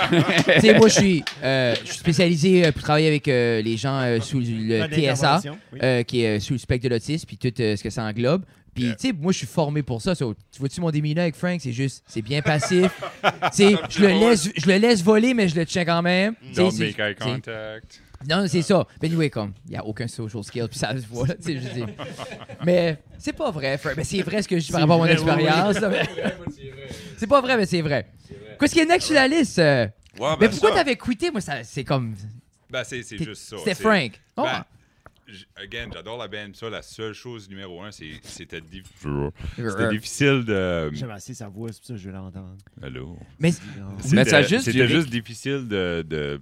Speaker 2: tu sais, moi, je suis, euh, je suis spécialisé euh, pour travailler avec euh, les gens euh, sous le
Speaker 1: Pas
Speaker 2: TSA,
Speaker 1: d'intervention, oui.
Speaker 2: euh, qui est euh, sous le spectre de l'autisme, puis tout euh, ce que ça englobe. Puis, tu sais, moi, je suis formé pour ça. so, tu vois-tu mon démina avec Frank? C'est juste, c'est bien passif. tu sais, je le
Speaker 4: (laughs)
Speaker 2: laisse, je le laisse voler, mais je le tiens quand même. Tu sais,
Speaker 4: Don't
Speaker 2: c'est-
Speaker 4: make eye
Speaker 2: tu sais.
Speaker 4: contact.
Speaker 2: Non, c'est ça. Mais anyway, comme, il n'y a aucun social skill, puis ça se voit, là, tu sais, je veux dire. Mais c'est pas vrai, Fred. Mais c'est vrai ce que je dis par rapport à mon expérience. là, mais- (laughs) C'est pas vrai, mais c'est vrai. Qu'est-ce qui est next sur la liste? euh?
Speaker 5: Ouais, ben
Speaker 2: Mais pourquoi
Speaker 5: ça,
Speaker 2: t'avais quitté? Moi, ça, c'est comme.
Speaker 4: Ben, Ah, c'est c'est
Speaker 2: T'es-
Speaker 4: juste ça.
Speaker 2: C'était
Speaker 4: c'est-
Speaker 2: Frank. Oh.
Speaker 4: Ben, j- again, j'adore la band. Ça, la seule chose numéro un, c'est- c'était dif- c'était difficile de.
Speaker 1: J'aime assez sa voix, c'est pour ça que je veux l'entendre.
Speaker 4: Allô?
Speaker 2: Mais
Speaker 4: C'était-
Speaker 6: ça a juste
Speaker 4: C'était
Speaker 6: duré-
Speaker 4: juste difficile de, de-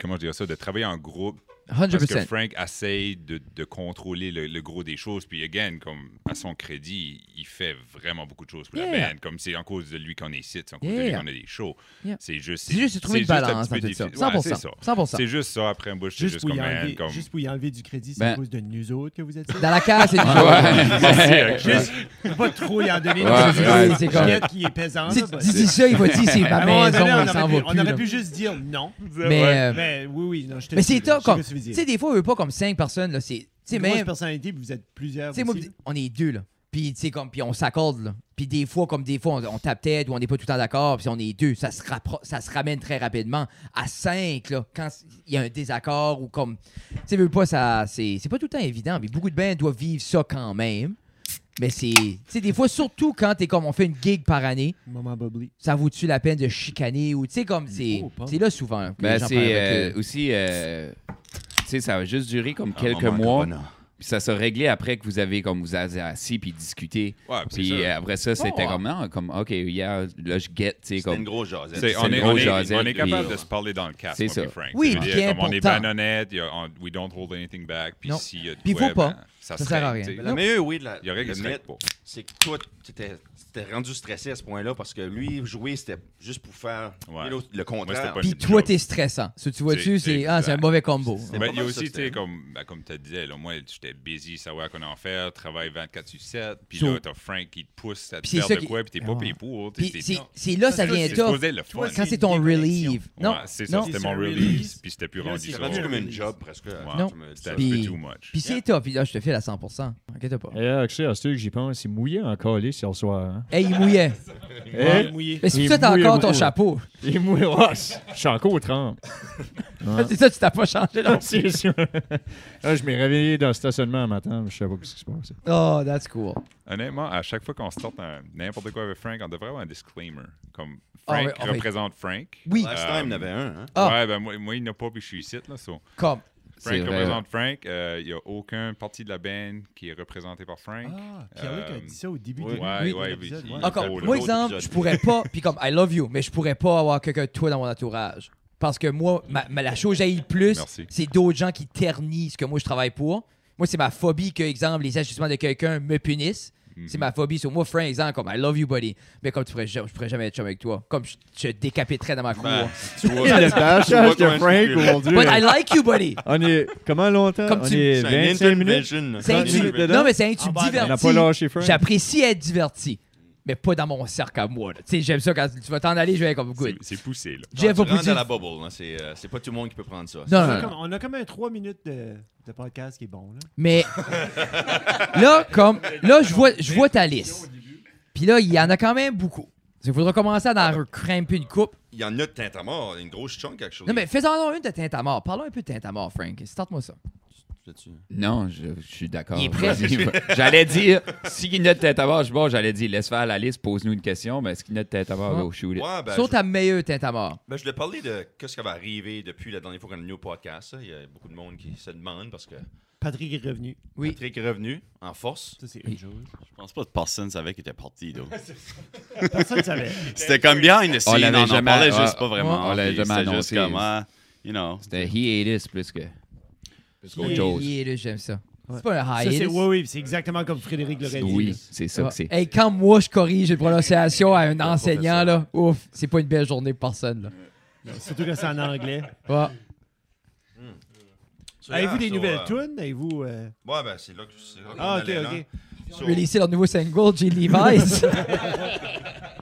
Speaker 4: Comment je dirais ça? De travailler en groupe. Parce que
Speaker 2: 100%.
Speaker 4: Frank essaye de, de contrôler le, le gros des choses. Puis, again, comme à son crédit, il fait vraiment beaucoup de choses pour la
Speaker 2: Yeah.
Speaker 4: band. Comme c'est en cause de lui qu'on est ici, c'est en cause de lui
Speaker 2: Yeah.
Speaker 4: qu'on a des shows.
Speaker 2: Yeah.
Speaker 4: C'est juste.
Speaker 2: C'est juste de trouver une
Speaker 4: un
Speaker 2: balance
Speaker 4: petit peu
Speaker 2: dans tout ça.
Speaker 4: difficile. Ouais,
Speaker 2: 100%.
Speaker 4: c'est ça.
Speaker 2: 100%.
Speaker 4: C'est juste ça. Après un bout, c'est
Speaker 1: Juste,
Speaker 4: juste
Speaker 1: pour
Speaker 4: comme,
Speaker 1: y enlever,
Speaker 4: man, comme... (laughs)
Speaker 1: juste pour y enlever du crédit, c'est
Speaker 6: Ben-
Speaker 1: à cause de nous autres que vous êtes
Speaker 6: (laughs)
Speaker 2: Dans la case, c'est du
Speaker 1: Juste, faut pas trop y en donner.
Speaker 6: Ouais,
Speaker 1: parce que
Speaker 6: ouais,
Speaker 1: c'est
Speaker 2: c'est
Speaker 1: une
Speaker 2: correct.
Speaker 1: Juliette qui est pesante.
Speaker 2: Si
Speaker 1: là,
Speaker 2: tu
Speaker 1: bah,
Speaker 2: dis ça, il va dire c'est
Speaker 1: Ah, à
Speaker 2: ma
Speaker 1: un moment donné,
Speaker 2: maison, on
Speaker 1: on aurait
Speaker 2: s'en va
Speaker 1: pu- on aurait pu
Speaker 2: plus. là.
Speaker 1: juste dire non.
Speaker 2: Mais euh,
Speaker 1: Mais oui, oui, non, je te
Speaker 2: mais
Speaker 1: suis,
Speaker 2: c'est
Speaker 1: je sais
Speaker 2: top. comme-
Speaker 1: que tu veux
Speaker 2: Tu
Speaker 1: dire.
Speaker 2: sais, des fois, on veut pas comme cinq personnes. là, c'est- Tu sais,
Speaker 1: Une grosse
Speaker 2: même.
Speaker 1: personnalité, puis vous êtes plusieurs.
Speaker 2: Tu sais, moi,
Speaker 1: aussi.
Speaker 2: pis- on est deux, là. Puis, tu sais, comme, puis on s'accorde, là. Puis des fois, comme des fois, on, on tape tête ou on n'est pas tout le temps d'accord, puis on est deux. Ça se, rappro- ça se ramène très rapidement. À cinq, là, quand s- il y a un désaccord ou comme... Tu sais, veux pas, ça... C'est c'est pas tout le temps évident, mais beaucoup de bands doivent vivre ça quand même. Mais c'est... Tu sais, des fois, surtout quand t'es comme... On fait une gig par année,
Speaker 1: Maman Bubbly.
Speaker 2: ça vaut-tu la peine de chicaner ou... Tu sais, comme, c'est...
Speaker 1: Oh, pas.
Speaker 2: c'est là, souvent, là, que les
Speaker 6: Ben,
Speaker 2: gens
Speaker 6: c'est
Speaker 2: parlent avec,
Speaker 6: euh, aussi. euh, tu sais, ça a juste duré comme
Speaker 5: Oh
Speaker 6: quelques
Speaker 8: moment
Speaker 6: mois.
Speaker 8: comme bonheur.
Speaker 6: Puis ça s'est réglé après que vous avez comme vous avez assis puis discuté.
Speaker 4: Ouais, puis c'est
Speaker 6: puis
Speaker 4: ça.
Speaker 6: euh, après ça, c'était
Speaker 2: ouais.
Speaker 6: comme non, comme OK, yeah, là je get, tu sais
Speaker 5: C'était une
Speaker 6: comme
Speaker 5: grosse jasette.
Speaker 4: C'est-
Speaker 6: C'est
Speaker 4: on,
Speaker 6: une
Speaker 4: est, on,
Speaker 6: grosse
Speaker 4: est,
Speaker 6: jasette,
Speaker 4: on est capable
Speaker 6: puis-
Speaker 4: de se parler dans le casque,
Speaker 6: C'est
Speaker 4: moi
Speaker 6: ça.
Speaker 4: puis Frank.
Speaker 2: Oui,
Speaker 4: Ça veut
Speaker 2: puis
Speaker 4: dire, comme on est bien
Speaker 2: important.
Speaker 4: honnête, y a- on- we don't hold anything back, puis
Speaker 2: Non.
Speaker 4: s'il y a de
Speaker 2: Puis
Speaker 4: quoi,
Speaker 2: faut pas.
Speaker 4: ben, ça,
Speaker 2: Ça
Speaker 4: se
Speaker 2: sert à
Speaker 4: règle,
Speaker 2: rien.
Speaker 4: tu sais.
Speaker 5: La meilleure, oui, de la,
Speaker 4: Il y aurait
Speaker 5: le
Speaker 4: qui se règle
Speaker 5: mythe,
Speaker 4: pas.
Speaker 5: c'est que toi, t'étais t'étais rendu stressé à ce point-là parce que lui, jouer, c'était juste pour faire
Speaker 4: Ouais.
Speaker 5: Et l'autre, le
Speaker 4: c'était
Speaker 5: contraire.
Speaker 4: pas
Speaker 2: Puis
Speaker 4: une
Speaker 2: toi,
Speaker 4: joke.
Speaker 2: t'es stressant. Ça, tu vois-tu,
Speaker 4: C'est-
Speaker 2: c'est ah, c'est un
Speaker 4: exact.
Speaker 2: mauvais combo.
Speaker 5: C'est
Speaker 4: Ben,
Speaker 5: pas
Speaker 4: il y a
Speaker 5: mal ça,
Speaker 4: aussi, tu sais,
Speaker 5: c'était-
Speaker 4: comme, ben, comme tu disais, là, moi, j'étais busy, savoir qu'on en faire, travaille 24 sur 7, puis
Speaker 2: So-
Speaker 4: là, t'as Frank qui te pousse à te
Speaker 2: Puis c'est
Speaker 4: faire
Speaker 2: ça
Speaker 4: de
Speaker 2: qui-
Speaker 4: quoi, puis t'es pas
Speaker 2: Ouais.
Speaker 4: payé pour. t'es-
Speaker 2: Puis
Speaker 4: t'es-
Speaker 2: c'est-
Speaker 4: non.
Speaker 2: c'est là ça
Speaker 1: Ça,
Speaker 2: vient
Speaker 1: c'est
Speaker 2: tough.
Speaker 4: supposé être le fun.
Speaker 1: vois,
Speaker 2: Quand c'est
Speaker 1: une
Speaker 2: ton
Speaker 1: déconnexion.
Speaker 2: relief. Non,
Speaker 4: Ouais, c'est ça,
Speaker 2: non.
Speaker 4: c'était
Speaker 1: C'est
Speaker 4: mon
Speaker 1: un
Speaker 4: release,
Speaker 1: release.
Speaker 4: puis c'était plus
Speaker 1: Puis là,
Speaker 4: rendu
Speaker 1: c'est
Speaker 4: ça.
Speaker 5: rendu comme une
Speaker 1: Ouais.
Speaker 5: job presque.
Speaker 4: Ouais.
Speaker 2: Non.
Speaker 5: Tu me dis
Speaker 4: C'était
Speaker 5: ça.
Speaker 4: un
Speaker 2: Puis-
Speaker 4: peu too much.
Speaker 2: Puis c'est tough. Puis là, je te file à 100%. Inquiète pas.
Speaker 7: Et là, tu sais, Eh, à ce que j'y pense, il mouillait en calice hier soir. Hein?
Speaker 2: Hey, il
Speaker 4: (laughs)
Speaker 2: mouillait.
Speaker 1: Ouais,
Speaker 7: Eh?
Speaker 1: mouillé.
Speaker 2: Mais c'est
Speaker 7: Il
Speaker 2: pour ça que t'as
Speaker 7: mouille,
Speaker 2: encore
Speaker 7: il
Speaker 2: ton
Speaker 7: mouille.
Speaker 2: chapeau.
Speaker 7: Il mouillait. Oh, je suis encore aux trempes.
Speaker 2: (laughs) C'est ça, tu t'as pas changé. là.
Speaker 7: C'est sûr. Là, je m'ai réveillé dans le stationnement un matin, je savais pas ce qui se passait.
Speaker 2: Oh, that's cool.
Speaker 4: Honnêtement, à chaque fois qu'on se tente dans n'importe quoi avec Frank, on devrait avoir un disclaimer. Comme
Speaker 2: Ah,
Speaker 4: Frank
Speaker 2: ouais, ah, ouais.
Speaker 4: représente Frank.
Speaker 2: Oui,
Speaker 4: Euh,
Speaker 5: Last time, il y en avait un. Hein?
Speaker 2: Ah.
Speaker 4: Ouais, ben moi, moi, il n'y en a pas, puis je suis ici, là, so.
Speaker 2: comme.
Speaker 6: C'est
Speaker 4: Frank
Speaker 6: vrai.
Speaker 4: représente Frank. euh, Il n'y a aucun parti de la band qui est représenté par Frank.
Speaker 1: Ah, Pierre-Luc a
Speaker 4: Euh,
Speaker 1: dit ça au début
Speaker 5: oui.
Speaker 1: du
Speaker 4: Ouais,
Speaker 1: début de
Speaker 4: ouais,
Speaker 1: l'épisode,
Speaker 4: oui.
Speaker 1: ouais.
Speaker 4: Ah,
Speaker 2: Encore.
Speaker 4: drôle,
Speaker 2: Moi,
Speaker 4: drôle
Speaker 2: exemple,
Speaker 5: épisode.
Speaker 2: je pourrais pas. Puis comme, I love you, mais je pourrais pas avoir quelqu'un de toi dans mon entourage. Parce que moi, ma, ma- la chose que j'haïs le plus,
Speaker 4: Merci.
Speaker 2: c'est d'autres gens qui ternissent ce que moi je travaille pour. Moi, c'est ma phobie que, exemple, les ajustements de quelqu'un me punissent.
Speaker 4: Mm-hmm.
Speaker 2: C'est ma phobie sur moi, Frank, exemple, comme I love you, buddy. Mais comme tu pourrais, ja- je pourrais jamais être chum avec toi. Comme je je te décapiterais dans ma cour.
Speaker 5: Ben, tu vois,
Speaker 7: (laughs) Le bâchage de
Speaker 5: comment je
Speaker 7: Frank
Speaker 5: suis
Speaker 7: aujourd'hui.
Speaker 2: But I like you,
Speaker 5: (laughs)
Speaker 2: buddy.
Speaker 7: On est. Comment longtemps
Speaker 2: Comme
Speaker 7: On
Speaker 2: tu-
Speaker 7: est
Speaker 5: C'est un
Speaker 7: 25 minutes.
Speaker 5: intervention.
Speaker 2: C'est un
Speaker 7: Continue
Speaker 2: tu-
Speaker 7: dedans.
Speaker 2: Non, mais c'est un tu
Speaker 1: Ah, bah, on a
Speaker 7: On n'a
Speaker 2: diverti.
Speaker 7: pas lâché Frank.
Speaker 2: J'apprécie être diverti, mais pas dans mon cercle à moi. là. Tu sais, j'aime ça quand tu vas t'en aller, je vais être comme good.
Speaker 4: C'est- C'est poussé, là.
Speaker 2: Jeff va
Speaker 5: Non, tu
Speaker 2: plus
Speaker 5: rentres
Speaker 2: dire-
Speaker 5: dans la bubble. hein. C'est euh, c'est pas tout le monde qui peut prendre ça.
Speaker 2: Non,
Speaker 1: On
Speaker 2: non,
Speaker 1: a
Speaker 2: non.
Speaker 1: comme- On a comme un 3 minutes de, de podcast qui est bon. Là.
Speaker 2: Mais (laughs) là, comme là, je vois, je vois ta liste. Puis là, il y en a quand même beaucoup. Il faudra commencer à en recrimper une coupe.
Speaker 5: Il y en a de teint à mort. Une grosse chunk, quelque chose.
Speaker 2: Non, mais fais-en une de Tintamar. Parlons un peu de Tintamar, Frank. Starte-moi ça.
Speaker 5: Fais-tu-
Speaker 6: non, je, je suis d'accord.
Speaker 2: Il est prêt.
Speaker 6: Vas-y, va. j'allais dire si il n'a de tête à bord, je bon, j'allais dire laisse faire la liste, pose-nous une question, mais est-ce qu'il n'a de tête à bord,
Speaker 2: Ouais.
Speaker 6: go shoot it.
Speaker 5: Ouais, ben,
Speaker 2: Sauf
Speaker 5: je-
Speaker 2: ta meilleure Tintamar.
Speaker 5: Ben, je voulais parler de qu'est-ce qui va arriver depuis la dernière fois qu'on est venu au podcast. ça. Il y a beaucoup de monde qui se demande parce que
Speaker 1: Patrick est revenu.
Speaker 2: Oui.
Speaker 5: Patrick est revenu en force.
Speaker 1: Ça, c'est une chose.
Speaker 8: Je pense pas que personne savait qu'il était parti. là.
Speaker 1: Personne ne
Speaker 2: (laughs)
Speaker 1: savait.
Speaker 8: C'était comme bien the
Speaker 6: On
Speaker 8: scene.
Speaker 6: l'avait
Speaker 8: On en
Speaker 6: jamais-
Speaker 8: parlait
Speaker 6: ouais,
Speaker 8: juste pas vraiment.
Speaker 6: on l'avait
Speaker 8: puis
Speaker 6: jamais
Speaker 8: c'était
Speaker 6: annoncé.
Speaker 8: juste comme, ah, you know.
Speaker 6: C'était hiatus plus que plus qu'autre
Speaker 1: Hiatus.
Speaker 6: chose.
Speaker 2: Yeah, là, j'aime ça.
Speaker 1: Ouais.
Speaker 2: C'est pas un
Speaker 1: Ça, c'est
Speaker 2: hiatus.
Speaker 1: oui, oui, c'est exactement comme Frédéric l'aurait dit.
Speaker 6: Oui, c'est ça
Speaker 2: Ouais.
Speaker 6: que c'est.
Speaker 2: Hey, quand moi je corrige une prononciation à un enseignant, là, ouf, c'est pas une belle journée pour personne.
Speaker 1: là. Surtout que c'est en
Speaker 4: (laughs)
Speaker 1: anglais.
Speaker 2: Là. Ouais.
Speaker 1: Avez-vous des
Speaker 5: So,
Speaker 1: nouvelles
Speaker 5: euh,
Speaker 1: tunes? Avez-vous... euh,
Speaker 5: Ouais, ben c'est là que c'est là qu'on
Speaker 1: Ah, ok,
Speaker 5: allait, là.
Speaker 1: ok.
Speaker 5: So,
Speaker 2: Releaser leur nouveau single,
Speaker 1: (laughs)
Speaker 2: J. Levi's.